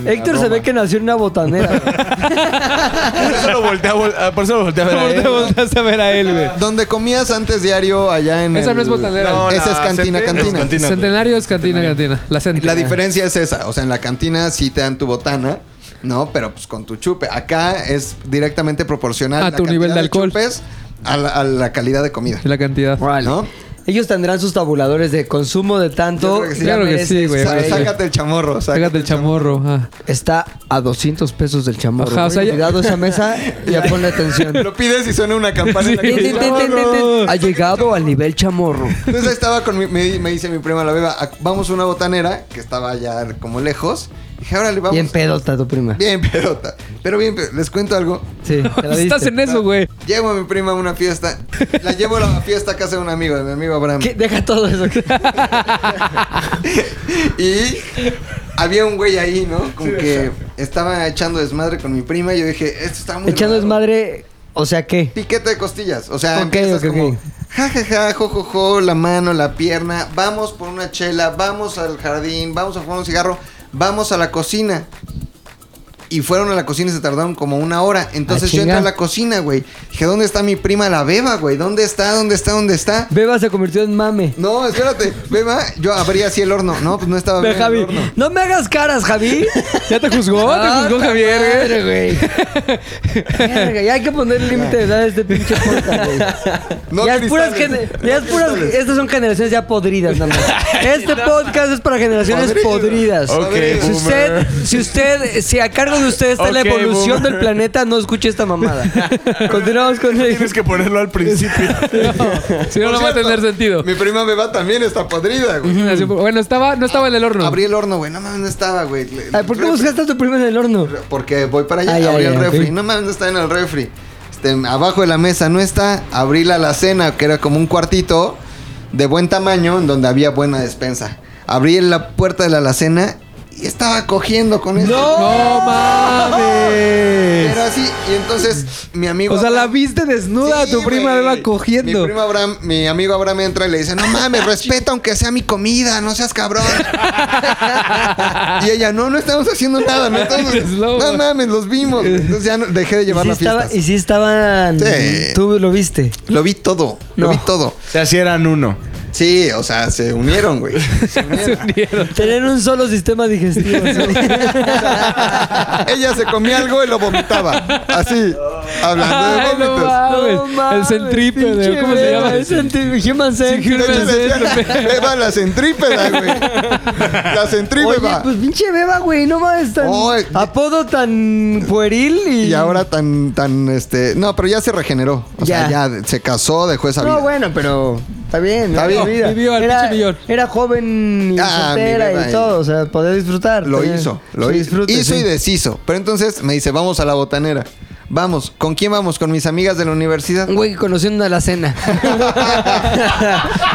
Speaker 8: En
Speaker 1: Héctor se
Speaker 8: Roma.
Speaker 1: ve que nació en una botanera.
Speaker 8: Por eso lo volteé a, vol- ah, por eso lo volteé a ver a él.
Speaker 10: volteaste a ver a él, güey.
Speaker 2: Donde comías antes diario allá en
Speaker 10: Esa no
Speaker 2: el-
Speaker 10: es botanera.
Speaker 2: No, Esa Ah, es
Speaker 10: la
Speaker 2: cantina,
Speaker 10: centen-
Speaker 2: cantina.
Speaker 10: Centenario es cantina, cantina. La centena.
Speaker 2: La diferencia es esa. O sea, en la cantina sí te dan tu botana, ¿no? Pero pues con tu chupe. Acá es directamente proporcional
Speaker 10: A
Speaker 2: la
Speaker 10: tu nivel
Speaker 2: cantidad
Speaker 10: de alcohol.
Speaker 2: chupes a la, a la calidad de comida.
Speaker 10: La cantidad.
Speaker 2: ¿No?
Speaker 1: Ellos tendrán sus tabuladores de consumo de tanto.
Speaker 2: Yo creo que sí.
Speaker 1: ya
Speaker 2: Claro que
Speaker 1: mereces
Speaker 10: sí, güey. pues,
Speaker 1: para
Speaker 2: Sá-
Speaker 1: ello.
Speaker 2: Sácate el chamorro.
Speaker 10: Sácate el chamorro. ah. ajá.
Speaker 1: Está a 200 pesos del chamorro.
Speaker 10: Ajá, o sea,
Speaker 1: güey.
Speaker 10: ya-
Speaker 1: Cuidado esa mesa y ya ponle atención.
Speaker 2: Lo pides y suena una campana en la
Speaker 1: Tin, tin, tin, tin, tin,
Speaker 2: cocina.
Speaker 1: tin. Ha llegado al nivel chamorro.
Speaker 2: Entonces ahí estaba con mi, me, me dice mi prima la beba, "Ah, vamos a una botanera, que estaba ya como lejos. Dije, ahora le vamos.
Speaker 1: Bien pedota tu prima.
Speaker 2: Bien pedota. Pero bien, pe- les cuento algo.
Speaker 1: Sí, te la
Speaker 10: Estás
Speaker 1: diste.
Speaker 10: en eso, güey.
Speaker 2: Llevo a mi prima a una fiesta. La llevo a la fiesta a casa de un amigo, de mi amigo Abraham.
Speaker 1: ¿Qué? Deja todo eso.
Speaker 2: Y había un güey ahí, ¿no? Como que estaba echando desmadre con mi prima. Y yo dije, esto está muy
Speaker 1: Echando
Speaker 2: raro".
Speaker 1: desmadre, o sea, ¿qué?
Speaker 2: Piquete de costillas. O sea,
Speaker 1: Ok,
Speaker 2: empiezas
Speaker 1: ok, ok.
Speaker 2: como, ja, ja, ja, jo, jo, jo, la mano, la pierna. Vamos por una chela, vamos al jardín, vamos a fumar un cigarro, vamos a la cocina. Y fueron a la cocina y se tardaron como una hora. Entonces
Speaker 1: Ah,
Speaker 2: yo entré a
Speaker 1: chinga.
Speaker 2: la cocina, güey. Dije, ¿dónde está mi prima la beba, güey? ¿Dónde está? ¿Dónde está? ¿Dónde está?
Speaker 1: Beba se convirtió en mame.
Speaker 2: No, espérate, beba. Yo abrí así el horno. No, pues no estaba
Speaker 1: Ve,
Speaker 2: bien.
Speaker 1: Javi. No me hagas caras, Javi.
Speaker 10: ¿Ya te juzgó? ¿Te
Speaker 1: Ah,
Speaker 10: juzgó
Speaker 1: ta
Speaker 10: Javier? eh?
Speaker 1: madre, güey. Verga, ya hay que poner límite de edad a este pinche podcast, güey.
Speaker 2: pues, No
Speaker 1: ya es puras,
Speaker 2: cristales,
Speaker 1: gene- ya es puras- estas son generaciones ya podridas, nada más. Este podcast es para generaciones podridas.
Speaker 2: Ok,
Speaker 1: si
Speaker 2: boomer.
Speaker 1: usted, si usted, si a cargo de de ustedes está en la
Speaker 8: Ok,
Speaker 1: evolución
Speaker 8: boomer.
Speaker 1: del planeta, no escuche esta mamada. Continuamos con el...
Speaker 8: Tienes que ponerlo al principio.
Speaker 10: Si no, no va a tener sentido.
Speaker 2: Mi prima beba también está podrida, güey.
Speaker 10: Así, Bueno, estaba, no estaba en el horno.
Speaker 2: Abrí el horno, güey. No mames, no estaba, güey. Le-
Speaker 1: Ay, ¿Por qué buscaste a tu prima en el horno?
Speaker 2: Porque voy para allá,
Speaker 1: Ay,
Speaker 2: abrí
Speaker 1: ay,
Speaker 2: el
Speaker 1: ay,
Speaker 2: refri.
Speaker 1: ok.
Speaker 2: No mames, no está en el refri. Este, abajo de la mesa no está. Abrí la alacena, que era como un cuartito de buen tamaño, en donde había buena despensa. Abrí la puerta de la alacena y estaba cogiendo con eso.
Speaker 1: ¡No mames!
Speaker 2: Pero así, y entonces mi amigo.
Speaker 1: O sea, la viste desnuda a tu prima
Speaker 2: güey.
Speaker 1: beba cogiendo.
Speaker 2: Mi primo Abraham, mi amigo Abraham entra y le dice, no mames, respeta aunque sea mi comida, no seas cabrón. y ella, no, no estamos haciendo nada, no estamos- No mames, los vimos. Entonces ya no- dejé de llevar
Speaker 1: ¿Y
Speaker 2: la
Speaker 1: si, estaba-
Speaker 2: fiesta.
Speaker 1: y si estaban...
Speaker 2: Sí.
Speaker 1: Tú lo viste.
Speaker 2: Lo vi todo,
Speaker 1: No.
Speaker 2: lo vi todo. O
Speaker 8: sea, sí eran uno.
Speaker 2: Sí, o sea, se unieron, güey.
Speaker 1: Tener un solo sistema digestivo.
Speaker 2: ella se comía algo y lo vomitaba. Así, hablando de vómitos.
Speaker 10: el centrípede,
Speaker 1: pinche
Speaker 10: ¿cómo se
Speaker 1: beba,
Speaker 10: llama?
Speaker 1: El centri- human centipede.
Speaker 2: De hecho, decía, Beba la centrípeda, güey. La
Speaker 1: Oye,
Speaker 2: centrípeda.
Speaker 1: pues pinche beba, güey, no mames tan... apodo tan pueril y...
Speaker 2: Y ahora tan, tan, este... No, pero ya se regeneró. O sea, ya de- se casó, dejó esa vida.
Speaker 1: No, bueno, pero está bien.
Speaker 2: Está
Speaker 1: era
Speaker 2: bien.
Speaker 1: vida.
Speaker 2: Vivió al
Speaker 1: era,
Speaker 2: pinche millón.
Speaker 1: era joven y
Speaker 2: Ah, mi
Speaker 1: soltera
Speaker 2: beba,
Speaker 1: y
Speaker 2: eh.
Speaker 1: todo, o sea, podía disfrutar.
Speaker 2: Lo
Speaker 1: tenía-
Speaker 2: hizo, lo
Speaker 1: su
Speaker 2: hizo.
Speaker 1: disfrute,
Speaker 2: hizo
Speaker 1: sí.
Speaker 2: y deshizo. Pero entonces me dice, vamos a la botanera. Vamos, ¿con quién vamos? ¿Con mis amigas de la universidad?
Speaker 1: Un güey que conoció en una alacena.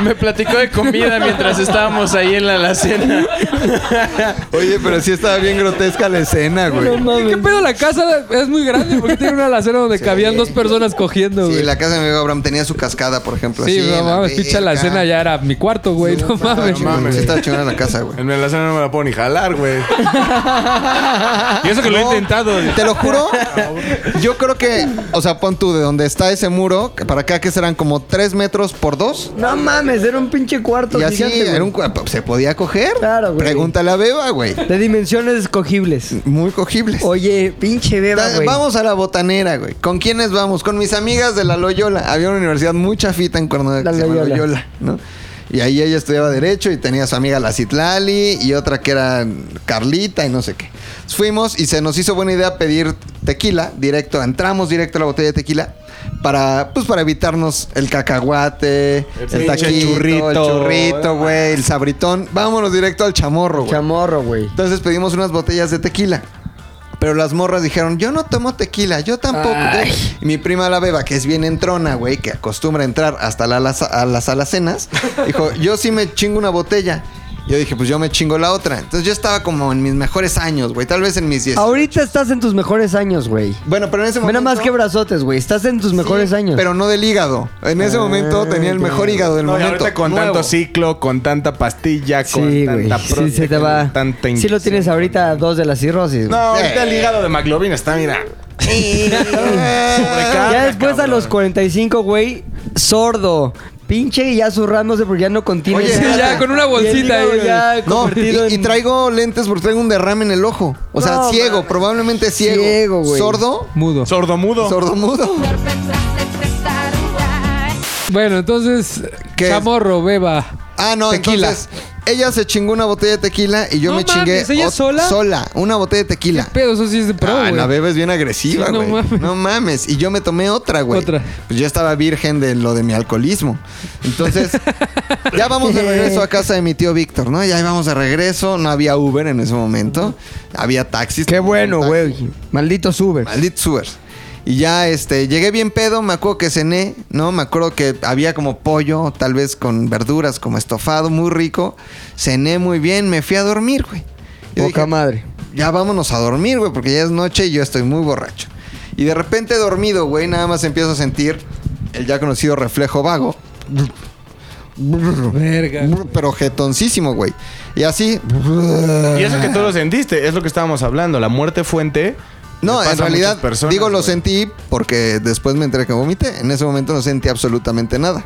Speaker 11: Me platicó de comida mientras estábamos ahí en la alacena.
Speaker 2: Oye, pero sí estaba bien grotesca la escena, güey.
Speaker 10: ¿Y ¿Qué pedo? La casa es muy grande porque tiene una alacena donde cabían dos personas cogiendo,
Speaker 2: Sí,
Speaker 10: güey.
Speaker 2: la casa de mi amigo Abraham tenía su cascada, por ejemplo.
Speaker 10: Sí,
Speaker 2: así,
Speaker 10: no
Speaker 2: en la
Speaker 10: mames, pincha la
Speaker 2: alberca.
Speaker 10: cena ya era mi cuarto, güey. No, mames.
Speaker 2: chingón, sí estaba chingona la casa, güey.
Speaker 8: En la cena no me la puedo ni jalar, güey.
Speaker 7: Y eso que lo he intentado.
Speaker 2: Te lo juro. Yo creo que, o sea, pon tú de donde está ese muro, que para acá que serán como 3 metros por 2.
Speaker 1: No mames, era un pinche cuarto
Speaker 2: Y así
Speaker 1: gigante, güey.
Speaker 2: era un cua- pues, se podía coger.
Speaker 1: Claro, güey.
Speaker 2: Pregúntale a Beba, güey.
Speaker 1: De dimensiones cogibles.
Speaker 2: Muy cogibles.
Speaker 1: Oye, pinche beba,
Speaker 2: Este. Ta-
Speaker 1: güey.
Speaker 2: Vamos a la botanera, güey. ¿Con quiénes vamos? Con mis amigas de la Loyola. Había una universidad muy chafita en Cuernavaca que se llama
Speaker 1: Loyola.
Speaker 2: Loyola, ¿no? Y ahí ella estudiaba Derecho y tenía a su amiga la Citlali y otra que era Carlita y no sé qué. Fuimos y se nos hizo buena idea pedir tequila directo. Entramos directo a la botella de tequila para, pues, para evitarnos el cacahuate, el,
Speaker 8: pinche
Speaker 2: taquito,
Speaker 8: churrito.
Speaker 2: el churrito, güey, el sabritón. Vámonos directo al chamorro, güey.
Speaker 1: Chamorro, güey.
Speaker 2: Entonces pedimos unas botellas de tequila. Pero las morras dijeron, yo no tomo tequila, yo tampoco.
Speaker 1: Ay.
Speaker 2: Y mi prima la beba, que es bien entrona, güey, que acostumbra entrar hasta la, alaza- a las alacenas, dijo, yo sí me chingo una botella. Yo dije, pues yo me chingo la otra. Entonces yo estaba como en mis mejores años, güey, tal vez en mis 10.
Speaker 1: Ahorita estás en tus mejores años, güey.
Speaker 2: Bueno, pero en ese
Speaker 1: Mira
Speaker 2: momento...
Speaker 1: más que brazotes, güey. Estás en tus mejores años.
Speaker 2: Pero no del hígado. En ese momento tenía el mejor hígado del
Speaker 8: No, y
Speaker 2: momento.
Speaker 8: ahorita con
Speaker 2: Nuevo.
Speaker 8: tanto ciclo, con tanta pastilla, con
Speaker 1: Sí, güey.
Speaker 8: tanta
Speaker 1: Sí, se te va.
Speaker 8: tanta
Speaker 1: Sí lo tienes ahorita a dos de la cirrosis.
Speaker 8: No,
Speaker 1: güey.
Speaker 8: ahorita
Speaker 2: Eh.
Speaker 8: el hígado de McLovin está, mira. sobrecarga,
Speaker 1: ya después a los 45, güey, sordo. Pinche y ya zurrándose porque ya no contiene.
Speaker 2: Oye,
Speaker 1: nada.
Speaker 2: ya, con
Speaker 1: Y
Speaker 2: una
Speaker 1: el
Speaker 2: bolsita
Speaker 1: hígado
Speaker 2: ahí,
Speaker 1: ya
Speaker 2: güey. No,
Speaker 1: convertido
Speaker 2: y- y
Speaker 1: en-
Speaker 2: traigo lentes porque traigo un derrame en el ojo. O sea,
Speaker 1: No,
Speaker 2: ciego, probablemente ciego.
Speaker 1: Ciego, güey.
Speaker 2: Sordo.
Speaker 10: Mudo.
Speaker 8: Sordo mudo.
Speaker 2: Sordo mudo.
Speaker 10: Bueno, entonces, chamorro, beba.
Speaker 2: Ah, no,
Speaker 10: Tequila.
Speaker 2: entonces ella se chingó una botella de tequila y yo
Speaker 10: No
Speaker 2: me chingué
Speaker 10: mames, ¿ella
Speaker 2: ot-
Speaker 10: sola?
Speaker 2: sola, una botella de tequila.
Speaker 10: Pero eso sí es de pro,
Speaker 2: Ah,
Speaker 10: güey.
Speaker 2: la beba es bien agresiva,
Speaker 10: Sí, no
Speaker 2: güey. no,
Speaker 10: mames.
Speaker 2: mames. Y yo me tomé otra, güey. Otra. Pues yo estaba virgen de lo de mi alcoholismo. Entonces, ya vamos de regreso a casa de mi tío Víctor, ¿no? Ya íbamos de regreso. No había Uber en ese momento. Había taxis. Qué bueno, güey.
Speaker 1: Malditos Uber.
Speaker 2: Malditos Uber. Y ya, este, llegué bien pedo. Me acuerdo que cené, ¿no? Me acuerdo que había como pollo, tal vez con verduras, como estofado, muy rico. Cené muy bien. Me fui a dormir, güey. Yo
Speaker 1: Poca
Speaker 2: dije,
Speaker 1: madre.
Speaker 2: ya vámonos a dormir, güey, porque ya es noche y yo estoy muy borracho. Y de repente dormido, güey, nada más empiezo a sentir el ya conocido reflejo vago.
Speaker 10: Verga.
Speaker 2: Pero jetoncísimo, güey. Y así.
Speaker 8: Y eso que tú lo sentiste, es lo que estábamos hablando. La muerte fuente.
Speaker 2: No,
Speaker 8: le pasa
Speaker 2: en
Speaker 8: a
Speaker 2: realidad,
Speaker 8: muchas personas,
Speaker 2: digo, lo
Speaker 8: güey.
Speaker 2: sentí porque después me enteré que vomité. En ese momento no sentí absolutamente nada.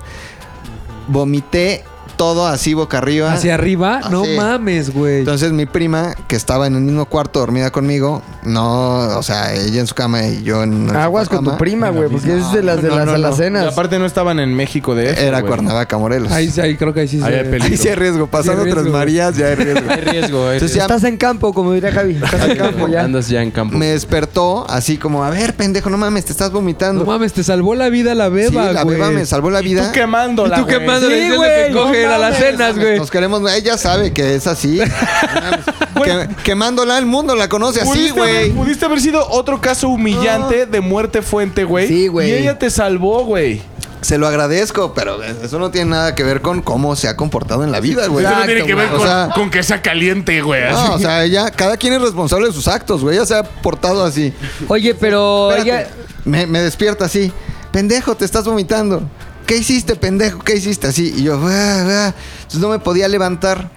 Speaker 2: Vomité todo así boca arriba.
Speaker 10: Hacia arriba, no
Speaker 2: Así.
Speaker 10: mames, güey.
Speaker 2: Ah, Entonces mi prima, que estaba en el mismo cuarto dormida conmigo, no, o sea, ella en su cama y yo en nuestra
Speaker 14: Aguas con
Speaker 2: cama.
Speaker 14: tu prima, güey, porque es de las de
Speaker 2: No,
Speaker 14: las
Speaker 2: no, no.
Speaker 14: alacenas.
Speaker 2: Y aparte
Speaker 8: no estaban en México de
Speaker 2: Era Cuernavaca, Morelos.
Speaker 10: Ahí, ahí creo que ahí sí
Speaker 2: Ahí hay peligro. Ahí sí hay riesgo. Pasando
Speaker 10: otras
Speaker 2: Tres Marías, ya hay riesgo.
Speaker 11: Hay riesgo, hay
Speaker 2: Entonces,
Speaker 11: riesgo.
Speaker 2: ya
Speaker 1: Estás en campo, como diría Javi. Estás en campo ya.
Speaker 11: Andas ya en campo.
Speaker 2: me despertó así como, a ver, pendejo, no mames, te estás vomitando. No
Speaker 10: mames, te salvó la vida la beba,
Speaker 2: Sí, la
Speaker 10: güey.
Speaker 2: beba me salvó la vida.
Speaker 10: tú quemándola, Y tú güey. quemándola, diciendo que coge a las cenas, güey.
Speaker 2: Nos queremos, ella sabe que es así. No mames. Que- quemándola, el mundo la conoce así,
Speaker 8: Pudiste haber-
Speaker 2: güey.
Speaker 8: Pudiste haber sido otro caso humillante de muerte fuente, güey.
Speaker 2: Sí, güey.
Speaker 8: Y ella te salvó, güey.
Speaker 2: Se lo agradezco, pero eso no tiene nada que ver con cómo se ha comportado en la vida, güey.
Speaker 3: Eso no tiene que ver
Speaker 2: O
Speaker 3: con,
Speaker 2: sea,
Speaker 3: con que sea caliente, güey. así.
Speaker 2: no, o sea, ella, cada quien es responsable de sus actos, güey. Ella se ha portado así.
Speaker 1: Oye, pero ella-
Speaker 2: Me, me despierta así. Pendejo, te estás vomitando. ¿Qué hiciste, pendejo? ¿Qué hiciste? Así. Y yo, "Ah, ah". Entonces no me podía levantar.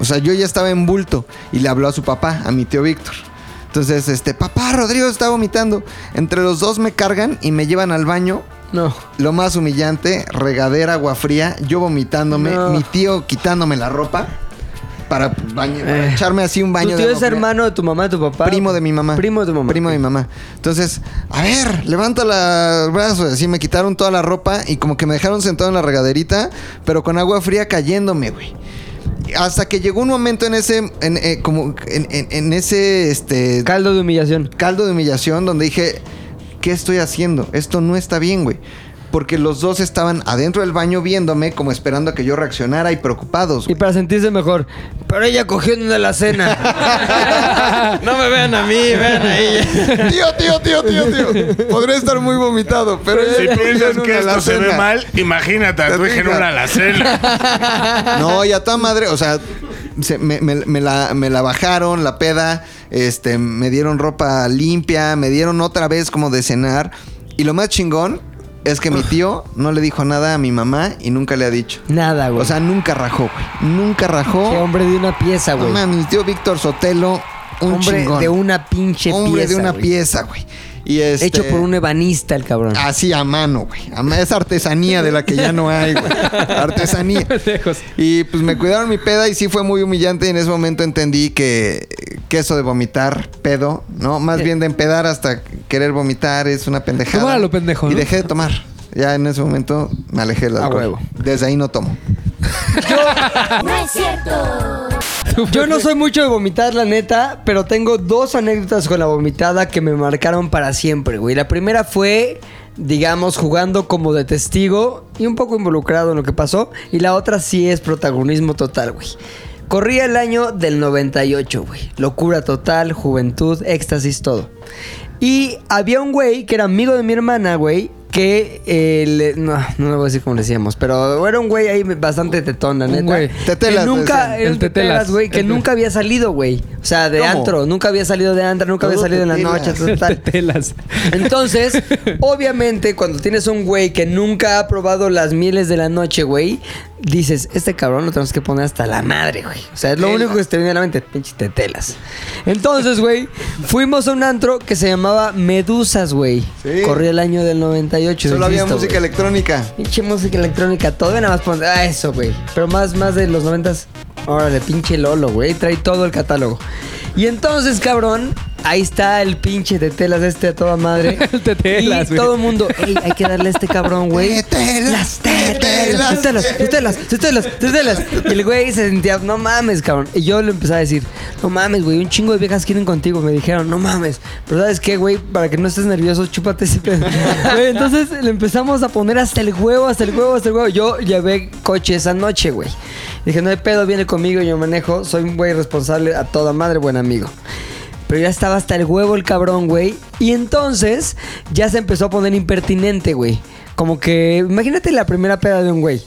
Speaker 2: O sea, yo ya estaba en bulto. Y le habló a su papá, a mi tío Víctor. Entonces, este, papá, Rodrigo está vomitando. Entre los dos me cargan y me llevan al baño.
Speaker 1: No.
Speaker 2: Lo más humillante, regadera, agua fría, yo vomitándome,
Speaker 1: No.
Speaker 2: mi tío quitándome la ropa para, baño- para
Speaker 1: Eh.
Speaker 2: echarme así un baño
Speaker 1: ¿Tu
Speaker 2: de
Speaker 1: tío
Speaker 2: agua
Speaker 1: es
Speaker 2: fría.
Speaker 1: hermano de tu mamá, de tu papá?
Speaker 2: Primo de mi mamá. Primo de tu mamá. Primo de mi mamá. Entonces, a ver, levanta los brazos. Así me quitaron toda la ropa y como que me dejaron sentado en la regaderita, pero con agua fría cayéndome, güey. Hasta que llegó un momento en ese, en, eh, como, en, en- en ese, este...
Speaker 1: Caldo de humillación.
Speaker 2: Caldo de humillación donde dije, ¿qué estoy haciendo? Esto no está bien, güey. Porque los dos estaban adentro del baño viéndome, como esperando a que yo reaccionara y preocupados.
Speaker 1: Y para sentirse mejor. Pero ella cogió en la cena.
Speaker 11: No me vean a mí, vean a ella.
Speaker 2: Tío, tío, tío, tío, tío. Podría estar muy vomitado, pero
Speaker 3: si
Speaker 2: ella- ella en
Speaker 3: piensas
Speaker 2: una
Speaker 3: que esto se ve
Speaker 2: alacena.
Speaker 3: mal, imagínate a tu hija en una alacena.
Speaker 2: No, y a toda madre, o sea, se- me, me- me la, me la bajaron, la peda, este, me dieron ropa limpia, me dieron otra vez como de cenar. Y lo más chingón es que mi tío no le dijo nada a mi mamá y nunca le ha dicho.
Speaker 1: Nada, güey.
Speaker 2: O sea, nunca rajó, güey. Nunca rajó.
Speaker 1: Qué hombre de una pieza, güey.
Speaker 2: No mames, mi tío Víctor Sotelo, un
Speaker 1: Hombre
Speaker 2: chingón.
Speaker 1: de una pinche
Speaker 2: Hombre de
Speaker 1: pieza,
Speaker 2: una
Speaker 1: güey.
Speaker 2: pieza, güey. Y este-
Speaker 1: Hecho por un ebanista, el cabrón.
Speaker 2: Así a mano, güey. A ma- Es artesanía de la que ya no hay, güey. Artesanía. Y pues me cuidaron mi peda y sí fue muy humillante. Y en ese momento entendí que, que eso de vomitar, pedo, ¿no? Más bien de empedar hasta querer vomitar es una pendejada.
Speaker 10: Tomar a lo pendejo,
Speaker 2: Y
Speaker 10: ¿no?
Speaker 2: dejé de tomar. Ya en ese momento me alejé del alcohol. Desde ahí no tomo.
Speaker 12: No es cierto.
Speaker 1: Yo no soy mucho de vomitar, la neta, pero tengo dos anécdotas con la vomitada que me marcaron para siempre, güey. La primera fue, digamos, jugando como de testigo y un poco involucrado en lo que pasó. Y la otra sí es protagonismo total, güey. Corría el año del 98, güey. Locura total, juventud, éxtasis, todo. Y había un güey que era amigo de mi hermana, güey, que eh, le- no, no le voy a decir cómo le decíamos, pero era un güey ahí bastante tetón, la
Speaker 10: Un
Speaker 1: neta.
Speaker 10: güey.
Speaker 2: Tetelas,
Speaker 1: Que nunca,
Speaker 2: decían.
Speaker 1: era un
Speaker 10: El tetelas.
Speaker 1: tetelas, güey, que
Speaker 10: El-
Speaker 1: nunca había salido, güey. O sea, de
Speaker 10: ¿Cómo?
Speaker 1: antro, nunca había salido de antro, nunca había
Speaker 10: Todo
Speaker 1: salido en la
Speaker 10: tetelas.
Speaker 1: noche, tal, tal.
Speaker 10: Tetelas.
Speaker 1: Entonces, obviamente, cuando tienes un güey que nunca ha probado las mieles de la noche, güey, dices, este cabrón lo tenemos que poner hasta la madre, güey. O sea, es lo único que se te viene a la mente, pinche tetelas. Entonces, güey, fuimos a un antro que se llamaba Medusas, güey. Corría el año del 98.
Speaker 2: Solo había
Speaker 1: insisto,
Speaker 2: música
Speaker 1: güey.
Speaker 2: electrónica.
Speaker 1: Pinche música electrónica, todavía nada más pones. Ah, eso, güey. Pero más, más de los noventas. Órale, pinche Lolo, güey. Trae todo el catálogo. Y entonces, cabrón, ahí está el pinche tetelas este a toda madre. el y
Speaker 10: tetelas, güey.
Speaker 1: todo el mundo, ey, hay que darle a este cabrón, güey. Tetelas, tetelas, tetelas, tetelas, tetelas, tetelas. Y el güey se sentía, no mames, cabrón. Y yo le empecé a decir, no mames, güey, un chingo de viejas quieren contigo. Me dijeron, no mames. Pero ¿sabes qué, güey? Para que no estés nervioso, chúpate ese pedo. Güey, entonces le empezamos a poner hasta el huevo, hasta el huevo, hasta el huevo. Yo llevé coche esa noche, güey. Dije, no hay pedo, viene conmigo, yo manejo. Soy un güey responsable a toda madre, buen amigo. Pero ya estaba hasta el huevo el cabrón, güey. Y entonces ya se empezó a poner impertinente, güey. Como que, imagínate la primera peda de un güey.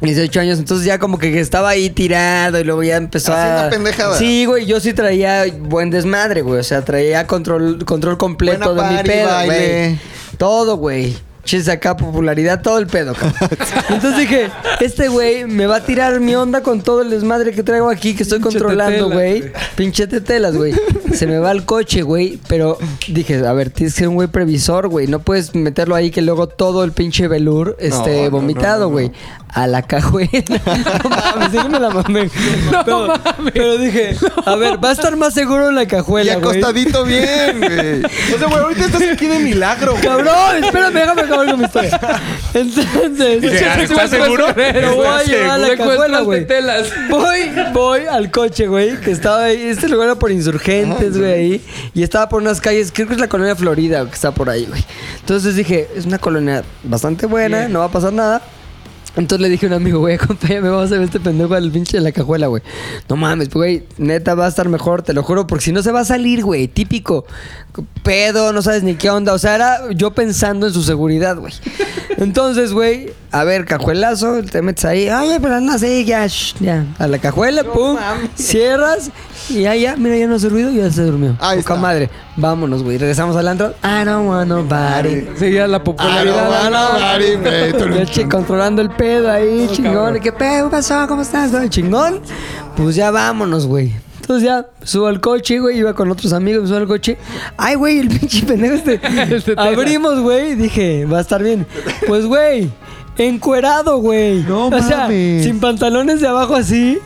Speaker 1: 18 años, entonces ya como que estaba ahí tirado y luego ya empezó a...
Speaker 2: Haciendo pendejadas.
Speaker 1: Sí, güey, yo sí traía buen desmadre, güey. O sea, traía control, control completo
Speaker 2: Buena
Speaker 1: de mi
Speaker 2: party,
Speaker 1: pedo,
Speaker 2: baile.
Speaker 1: güey. Todo, güey. pinches acá popularidad, todo el pedo, cabrón. Entonces dije, este güey me va a tirar mi onda con todo el desmadre que traigo aquí, que estoy controlando,
Speaker 10: tetela,
Speaker 1: güey. Pinche tetelas, güey. Se me va el coche, güey. Pero dije, a ver, tienes que ser un güey previsor, güey. No puedes meterlo ahí que luego todo el pinche velur esté
Speaker 10: No, no,
Speaker 1: vomitado,
Speaker 10: no, no,
Speaker 1: güey. A la cajuela. No mames, sí que me la mamé. pero, pero dije, a ver, va a estar más seguro en la cajuela, güey.
Speaker 2: acostadito bien, güey.
Speaker 8: O sea, güey, ahorita estás aquí de milagro, güey.
Speaker 1: Cabrón, espérame, déjame acabar con mi historia. Entonces,
Speaker 10: Ah,
Speaker 8: Dice,
Speaker 1: Entonces,
Speaker 8: ¿estás
Speaker 1: este güey,
Speaker 8: seguro?
Speaker 1: Pero voy a
Speaker 8: ¿Estás
Speaker 1: llevar a la
Speaker 8: seguro?
Speaker 1: cajuela,
Speaker 8: Te
Speaker 1: güey. Voy, voy al coche, güey, que estaba ahí. Este lugar era por insurgentes, güey, ahí. Y estaba por unas calles, creo que es la colonia Florida, que está por ahí, güey. Entonces dije, es una colonia bastante buena, no va a pasar nada. Entonces le dije a un amigo, güey, acompáñame, vamos a ver este pendejo al pinche de la cajuela, güey. No mames, güey, neta va a estar mejor, te lo juro, porque si no se va a salir, güey, típico. Pedo, no sabes ni qué onda. O sea, era yo pensando en su seguridad, güey. Entonces, güey, a ver, cajuelazo, te metes ahí. Ay, pero no sé, ya, shh, ya. A la cajuela, pum, cierras y ya, ya, mira, ya no hace ruido, ya se durmió. Ay, Poca madre. Vámonos, güey, regresamos al antro. I don't want nobody.
Speaker 10: Seguía la popularidad.
Speaker 1: Ah, no, no, no. Ya, che, controlando el pedo ahí, chingón. ¿Qué pedo? ¿Qué pasó? ¿Cómo estás? ¿Todo chingón? Pues ya vámonos, güey. Entonces ya subo al coche, güey. Iba con otros amigos, me subo al coche. Ay, güey, el pinche pendejo este. Abrimos, güey. Dije, va a estar bien. Pues, güey, encuerado, güey. No, o sea,
Speaker 10: mames.
Speaker 1: sin pantalones de abajo así.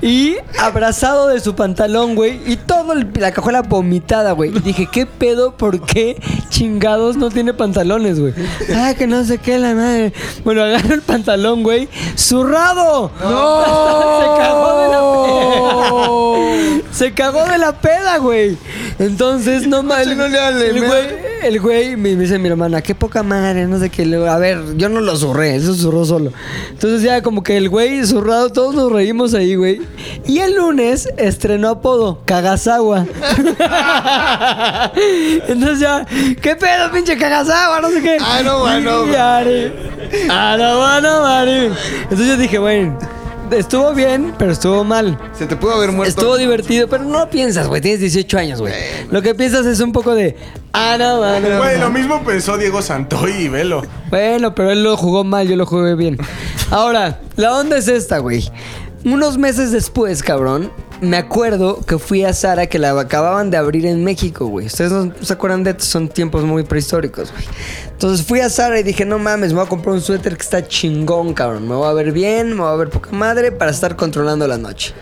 Speaker 1: Y abrazado de su pantalón, güey. Y toda la cajuela vomitada, güey. Dije, ¿qué pedo? ¿Por qué chingados no tiene pantalones, güey? Ah, que no sé qué, la madre. Bueno, agarra el pantalón, güey. ¡Zurrado! ¡No! Se cagó de la peda. Se cagó de la peda, güey. Entonces, no mal. El güey, el güey me me dice mi hermana, qué poca madre, no sé qué. Le digo, A ver, yo no lo zurré, eso zurró solo. Entonces ya como que el güey zurrado, todos nos reímos ahí, güey. Y el lunes estrenó apodo, Cagasagua. Entonces ya, ¿qué pedo, pinche Cagasagua? No sé qué. Ah, no, bueno. Ah, no, bueno, Mari. Entonces yo dije, bueno. Estuvo bien, pero estuvo mal.
Speaker 2: Se te pudo haber muerto.
Speaker 1: Estuvo divertido, pero no lo piensas, güey. Tienes 18 años, güey. Lo que piensas es un poco de. Ah, no, ah, no,
Speaker 8: Güey,
Speaker 1: ah".
Speaker 8: lo mismo pensó Diego Santoy y Velo.
Speaker 1: Bueno, pero él lo jugó mal, yo lo jugué bien. Ahora, la onda es esta, güey. Unos meses después, cabrón, me acuerdo que fui a Sara que la acababan de abrir en México, güey. Ustedes no se acuerdan de esto, son tiempos muy prehistóricos, güey. Entonces fui a Sara y dije, no mames, me voy a comprar un suéter que está chingón, cabrón. Me voy a ver bien, me voy a ver poca madre para estar controlando la noche.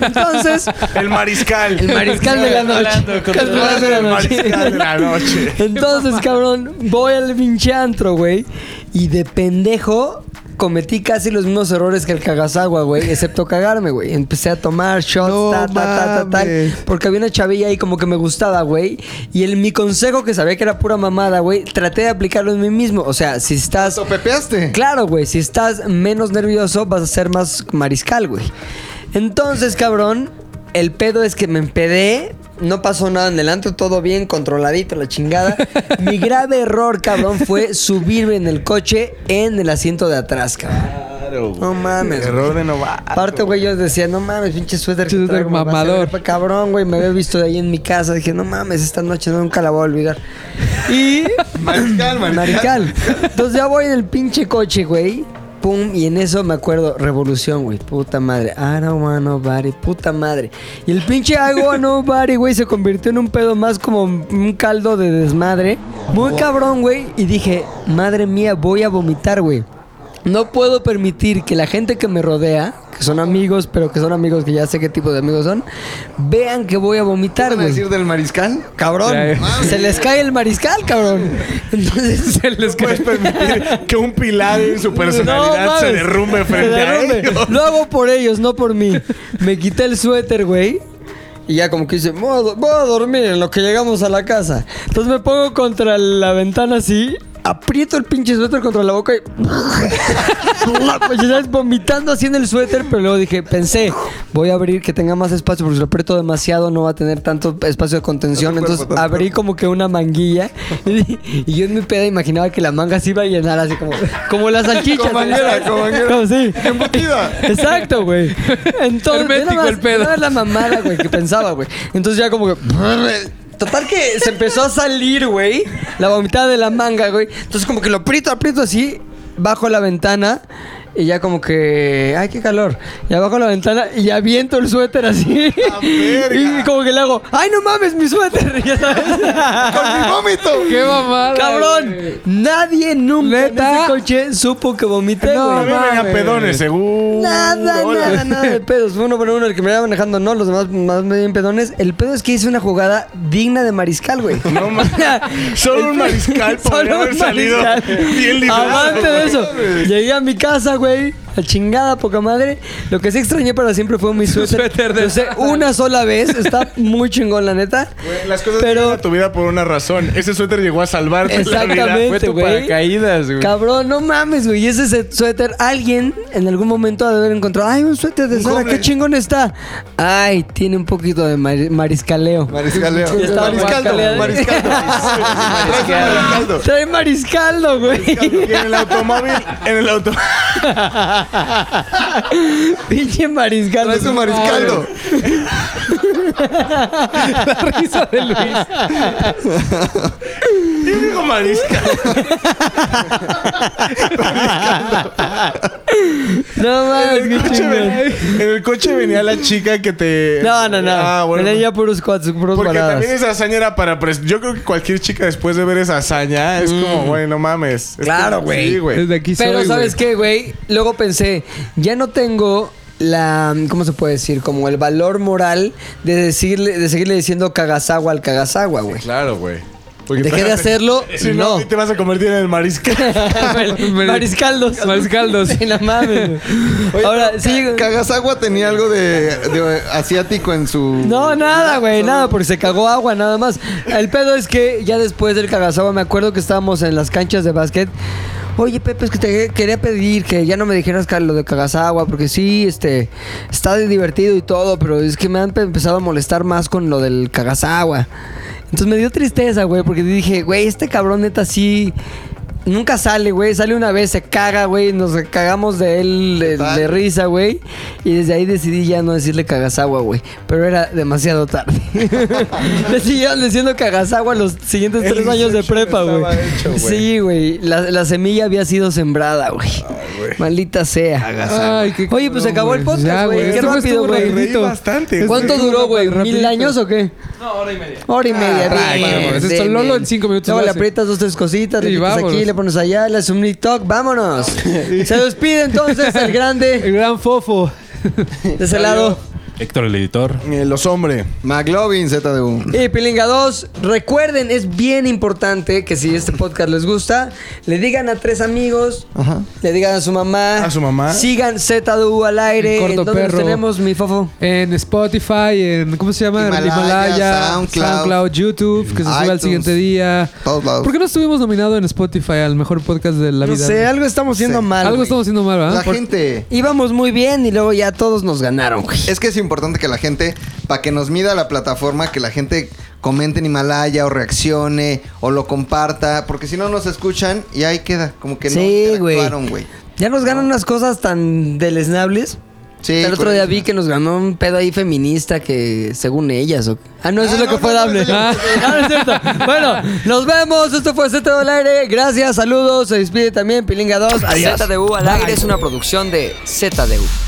Speaker 1: Entonces,
Speaker 8: El mariscal.
Speaker 1: el mariscal de la noche. Controlando la
Speaker 8: El
Speaker 1: noche.
Speaker 8: mariscal de la noche.
Speaker 1: Entonces, cabrón, voy al pinche antro, güey. Y de pendejo cometí casi los mismos errores que el cagasagua, güey. Excepto cagarme, güey. Empecé a tomar shots, ta, ta, ta, ta, tal. Porque había una chavilla ahí como que me gustaba, güey. Y el, mi consejo, que sabía que era pura mamada, güey, traté de aplicarlo en mí mismo. O sea, si estás.
Speaker 2: pepeaste?
Speaker 1: Claro, güey. Si estás menos nervioso, vas a ser más mariscal, güey. Entonces, cabrón, el pedo es que me empedé. No pasó nada en el antro, todo bien, controladito, la chingada. Mi grave error, cabrón, fue subirme en el coche en el asiento de atrás, cabrón. No mames.
Speaker 8: Error de novato.
Speaker 1: Aparte, güey, yo decía, no mames, pinche suéter. que
Speaker 10: Suéter
Speaker 1: traigo, me va a hacer
Speaker 10: mamador.
Speaker 1: ropa, Cabrón, güey, me había visto de ahí en mi casa. Dije, no mames, esta noche nunca la voy a olvidar. Y
Speaker 2: Mariscal, mariscal.
Speaker 1: Marical. Entonces ya voy en el pinche coche, güey. Pum, y en eso me acuerdo, revolución, güey. Puta madre. I don't want nobody. Puta madre. Y el pinche I want nobody, güey, se convirtió en un pedo más como un caldo de desmadre. Muy cabrón, güey. Y dije, madre mía, voy a vomitar, güey. No puedo permitir que la gente que me rodea, que son amigos, pero que son amigos que ya sé qué tipo de amigos son, vean que voy a vomitar,
Speaker 2: ¿Van a
Speaker 1: güey.
Speaker 2: decir del mariscal?
Speaker 1: Cabrón,
Speaker 10: Ya,
Speaker 1: se les cae el mariscal, cabrón. Entonces,
Speaker 10: Se les cae.
Speaker 8: Que un pilar en su personalidad
Speaker 1: No,
Speaker 8: se
Speaker 1: mames.
Speaker 8: derrumbe frente
Speaker 1: Se derrumbe.
Speaker 8: a ellos.
Speaker 1: Lo hago por ellos, no por mí. Me quité el suéter, güey. Y ya como que dice, voy a, do- voy a dormir en lo que llegamos a la casa. Entonces me pongo contra la ventana así, aprieto el pinche suéter contra la boca y... pues ya sabes, vomitando así en el suéter, pero luego dije, pensé, voy a abrir que tenga más espacio, porque si lo aprieto demasiado no va a tener tanto espacio de contención. Entonces abrí como que una manguilla y, y yo en mi peda imaginaba que la manga se iba a llenar así como, como las salchichas.
Speaker 2: Con manguera,
Speaker 1: ¿sabes?
Speaker 2: con manguera.
Speaker 1: Como sí.
Speaker 2: Embutida.
Speaker 1: Exacto, güey. Entonces,
Speaker 10: Hermético
Speaker 1: nada más-
Speaker 10: el pedo.
Speaker 1: nada más la mamada, güey, que pensaba, güey. Entonces ya como que Total que se empezó a salir, güey. La vomitada de la manga, güey. Entonces como que lo aprieto, aprieto así, bajo la ventana. Y ya como que... ¡Ay, qué calor! Y abajo la ventana y aviento el suéter así. Y, como que le hago... ¡Ay, no mames, mi suéter! Ya sabes. ¡Con mi vómito!
Speaker 10: ¡Qué mamada,
Speaker 1: ¡Cabrón! Nadie nunca en ese coche supo que vomité,
Speaker 8: No,
Speaker 1: güey.
Speaker 8: no venía mames. pedones, seguro.
Speaker 1: Nada,
Speaker 8: Hola.
Speaker 1: nada, nada de pedos. Fue uno por uno el que me iba manejando, no, los demás más bien pedones. El pedo es que hice una jugada digna de mariscal, güey. No mames.
Speaker 8: Solo un mariscal podría haber salido bien librado,
Speaker 1: Avante de
Speaker 8: güey.
Speaker 1: eso. Llegué a mi casa, güey. La chingada, poca madre. Lo que sí extrañé para siempre fue mi suéter. Lo usé una sola vez. Está muy chingón, la neta.
Speaker 8: Las cosas llegan a tu vida por una razón. Ese suéter llegó a salvarte la vida.
Speaker 1: Exactamente, Este güey.
Speaker 11: Mm.
Speaker 1: Cabrón, no mames, güey. Y ese se- suéter, alguien en algún momento ha de haber encontrado. Ay, un suéter de Sara, qué chingón está. Ay, tiene un poquito de mari- mariscaleo.
Speaker 2: Mariscaleo.
Speaker 1: Y estaba
Speaker 2: Mariscaldo,
Speaker 1: guacaleado.
Speaker 2: mariscaldo. Mariscaldo.
Speaker 1: Trae mariscaldo, güey.
Speaker 8: Y en el automóvil, en el auto.
Speaker 1: Pinche mariscaldo.
Speaker 2: Traes un mariscaldo.
Speaker 1: La risa de Luis.
Speaker 8: Yo digo mariscal.
Speaker 1: No mames,
Speaker 8: en el,
Speaker 1: qué
Speaker 8: coche
Speaker 1: chingón.
Speaker 8: venía, en el coche venía la chica que te.
Speaker 1: No, no, no.
Speaker 8: Ah, bueno.
Speaker 1: Venía ya puros cuates, puros
Speaker 8: Porque
Speaker 1: varadas.
Speaker 8: también esa hazaña era para. pres- Yo creo que cualquier chica después de ver esa hazaña es como, güey, no mames. Es
Speaker 1: Claro,
Speaker 8: como-
Speaker 1: güey.
Speaker 8: Sí, Mm. güey.
Speaker 1: Pero ¿sabes qué, güey? Luego pensé, ya no tengo la, ¿cómo se puede decir? Como el valor moral de decirle, de seguirle diciendo Kagasawa al Kagasawa, güey.
Speaker 8: Claro, güey.
Speaker 1: Dejé de hacerlo,
Speaker 8: Si
Speaker 1: no.
Speaker 8: no, sí te vas a convertir en el mariscal.
Speaker 1: Mariscaldos.
Speaker 10: Mariscaldos.
Speaker 1: Sí, no mames. Ahora, sí.
Speaker 2: Kagasawa tenía algo de, de asiático en su.
Speaker 1: No, nada, güey, nada, porque se cagó agua, nada más. El pedo es que ya después del Kagasawa, me acuerdo que estábamos en las canchas de básquet. Oye, Pepe, es que te quería pedir que ya no me dijeras que lo de Kagasawa, porque sí, este, está de divertido y todo, pero es que me han pe- empezado a molestar más con lo del Kagasawa. Entonces me dio tristeza, güey, porque dije, güey, este cabrón neta sí... Nunca sale, güey. Sale una vez, se caga, güey. Nos cagamos de él de, de risa, güey. Y desde ahí decidí ya no decirle Kagasawa, güey. Pero era demasiado tarde. Le siguieron diciendo Kagasawa los siguientes
Speaker 8: El
Speaker 1: tres años de
Speaker 8: research
Speaker 1: prepa,
Speaker 8: estaba
Speaker 1: güey.
Speaker 8: hecho, güey.
Speaker 1: Sí, güey. La, la semilla había sido sembrada, güey. Maldita sea.
Speaker 10: Kagasawa. Ay, qué
Speaker 1: Oye, pues se
Speaker 10: cabrón,
Speaker 1: acabó el
Speaker 10: güey.
Speaker 1: podcast,
Speaker 10: Ya,
Speaker 1: güey.
Speaker 10: güey.
Speaker 1: Qué
Speaker 10: Esto fue-
Speaker 1: rápido,
Speaker 10: estuvo
Speaker 1: güey.
Speaker 10: rapidito. Reí bastante.
Speaker 1: ¿Cuánto
Speaker 10: Sí,
Speaker 1: duró, güey?
Speaker 10: rapidito.
Speaker 1: ¿Mil años o qué?
Speaker 11: No, hora y media.
Speaker 1: Hora y media,
Speaker 10: Ah,
Speaker 1: bien,
Speaker 10: bárbaro. Eso es
Speaker 1: bien,
Speaker 10: Lolo
Speaker 1: bien.
Speaker 10: en cinco minutos
Speaker 1: Luego
Speaker 10: lo
Speaker 1: le
Speaker 10: hace.
Speaker 1: aprietas dos, tres cositas, le
Speaker 10: Y
Speaker 1: quitas aquí,
Speaker 10: vámonos.
Speaker 1: le pones allá, le haces un TikTok, vámonos. Se despide entonces el grande. El
Speaker 10: gran fofo.
Speaker 1: De ese lado.
Speaker 7: Héctor, el editor.
Speaker 8: Eh, los hombres.
Speaker 2: McLovin, ZDU.
Speaker 1: Y Pilinga 2, recuerden, es bien importante que si este podcast les gusta, le digan a tres amigos, le digan a su mamá,
Speaker 8: A su mamá.
Speaker 1: sigan ZDU al aire,
Speaker 10: El
Speaker 1: en
Speaker 10: corto
Speaker 1: donde nos
Speaker 10: perro.
Speaker 1: tenemos mi fofo.
Speaker 10: En Spotify, en ¿cómo se llama? En
Speaker 1: Himalaya,
Speaker 10: Himalaya,
Speaker 1: SoundCloud,
Speaker 10: SoundCloud, YouTube, que se sube al
Speaker 1: iTunes,
Speaker 10: siguiente día. ¿Por qué no estuvimos nominados en Spotify al mejor podcast de la
Speaker 1: No
Speaker 10: vida?
Speaker 1: sé, algo estamos haciendo mal.
Speaker 10: Algo
Speaker 1: güey.
Speaker 10: estamos haciendo mal, ¿verdad?
Speaker 2: La
Speaker 10: Por-
Speaker 2: gente.
Speaker 1: Íbamos muy bien y luego ya todos nos ganaron, güey.
Speaker 2: Es que es importante que la gente, para que nos mida la plataforma, que la gente comente en Himalaya o reaccione o lo comparta, porque si no nos escuchan y ahí queda, como que no
Speaker 1: Sí, güey.
Speaker 2: interactuaron, güey.
Speaker 1: Ya nos ganan unas cosas tan deleznables. El otro día vi que nos ganó un pedo ahí feminista que según ellas. o- Ah, no, eso es lo que fue Dable. Ah, no, es cierto. bueno, nos vemos. Esto fue Z al aire. Gracias, saludos. Se despide también Pilinga 2. Adiós.
Speaker 14: ZDU al aire
Speaker 1: Bye.
Speaker 14: es una producción de ZDU.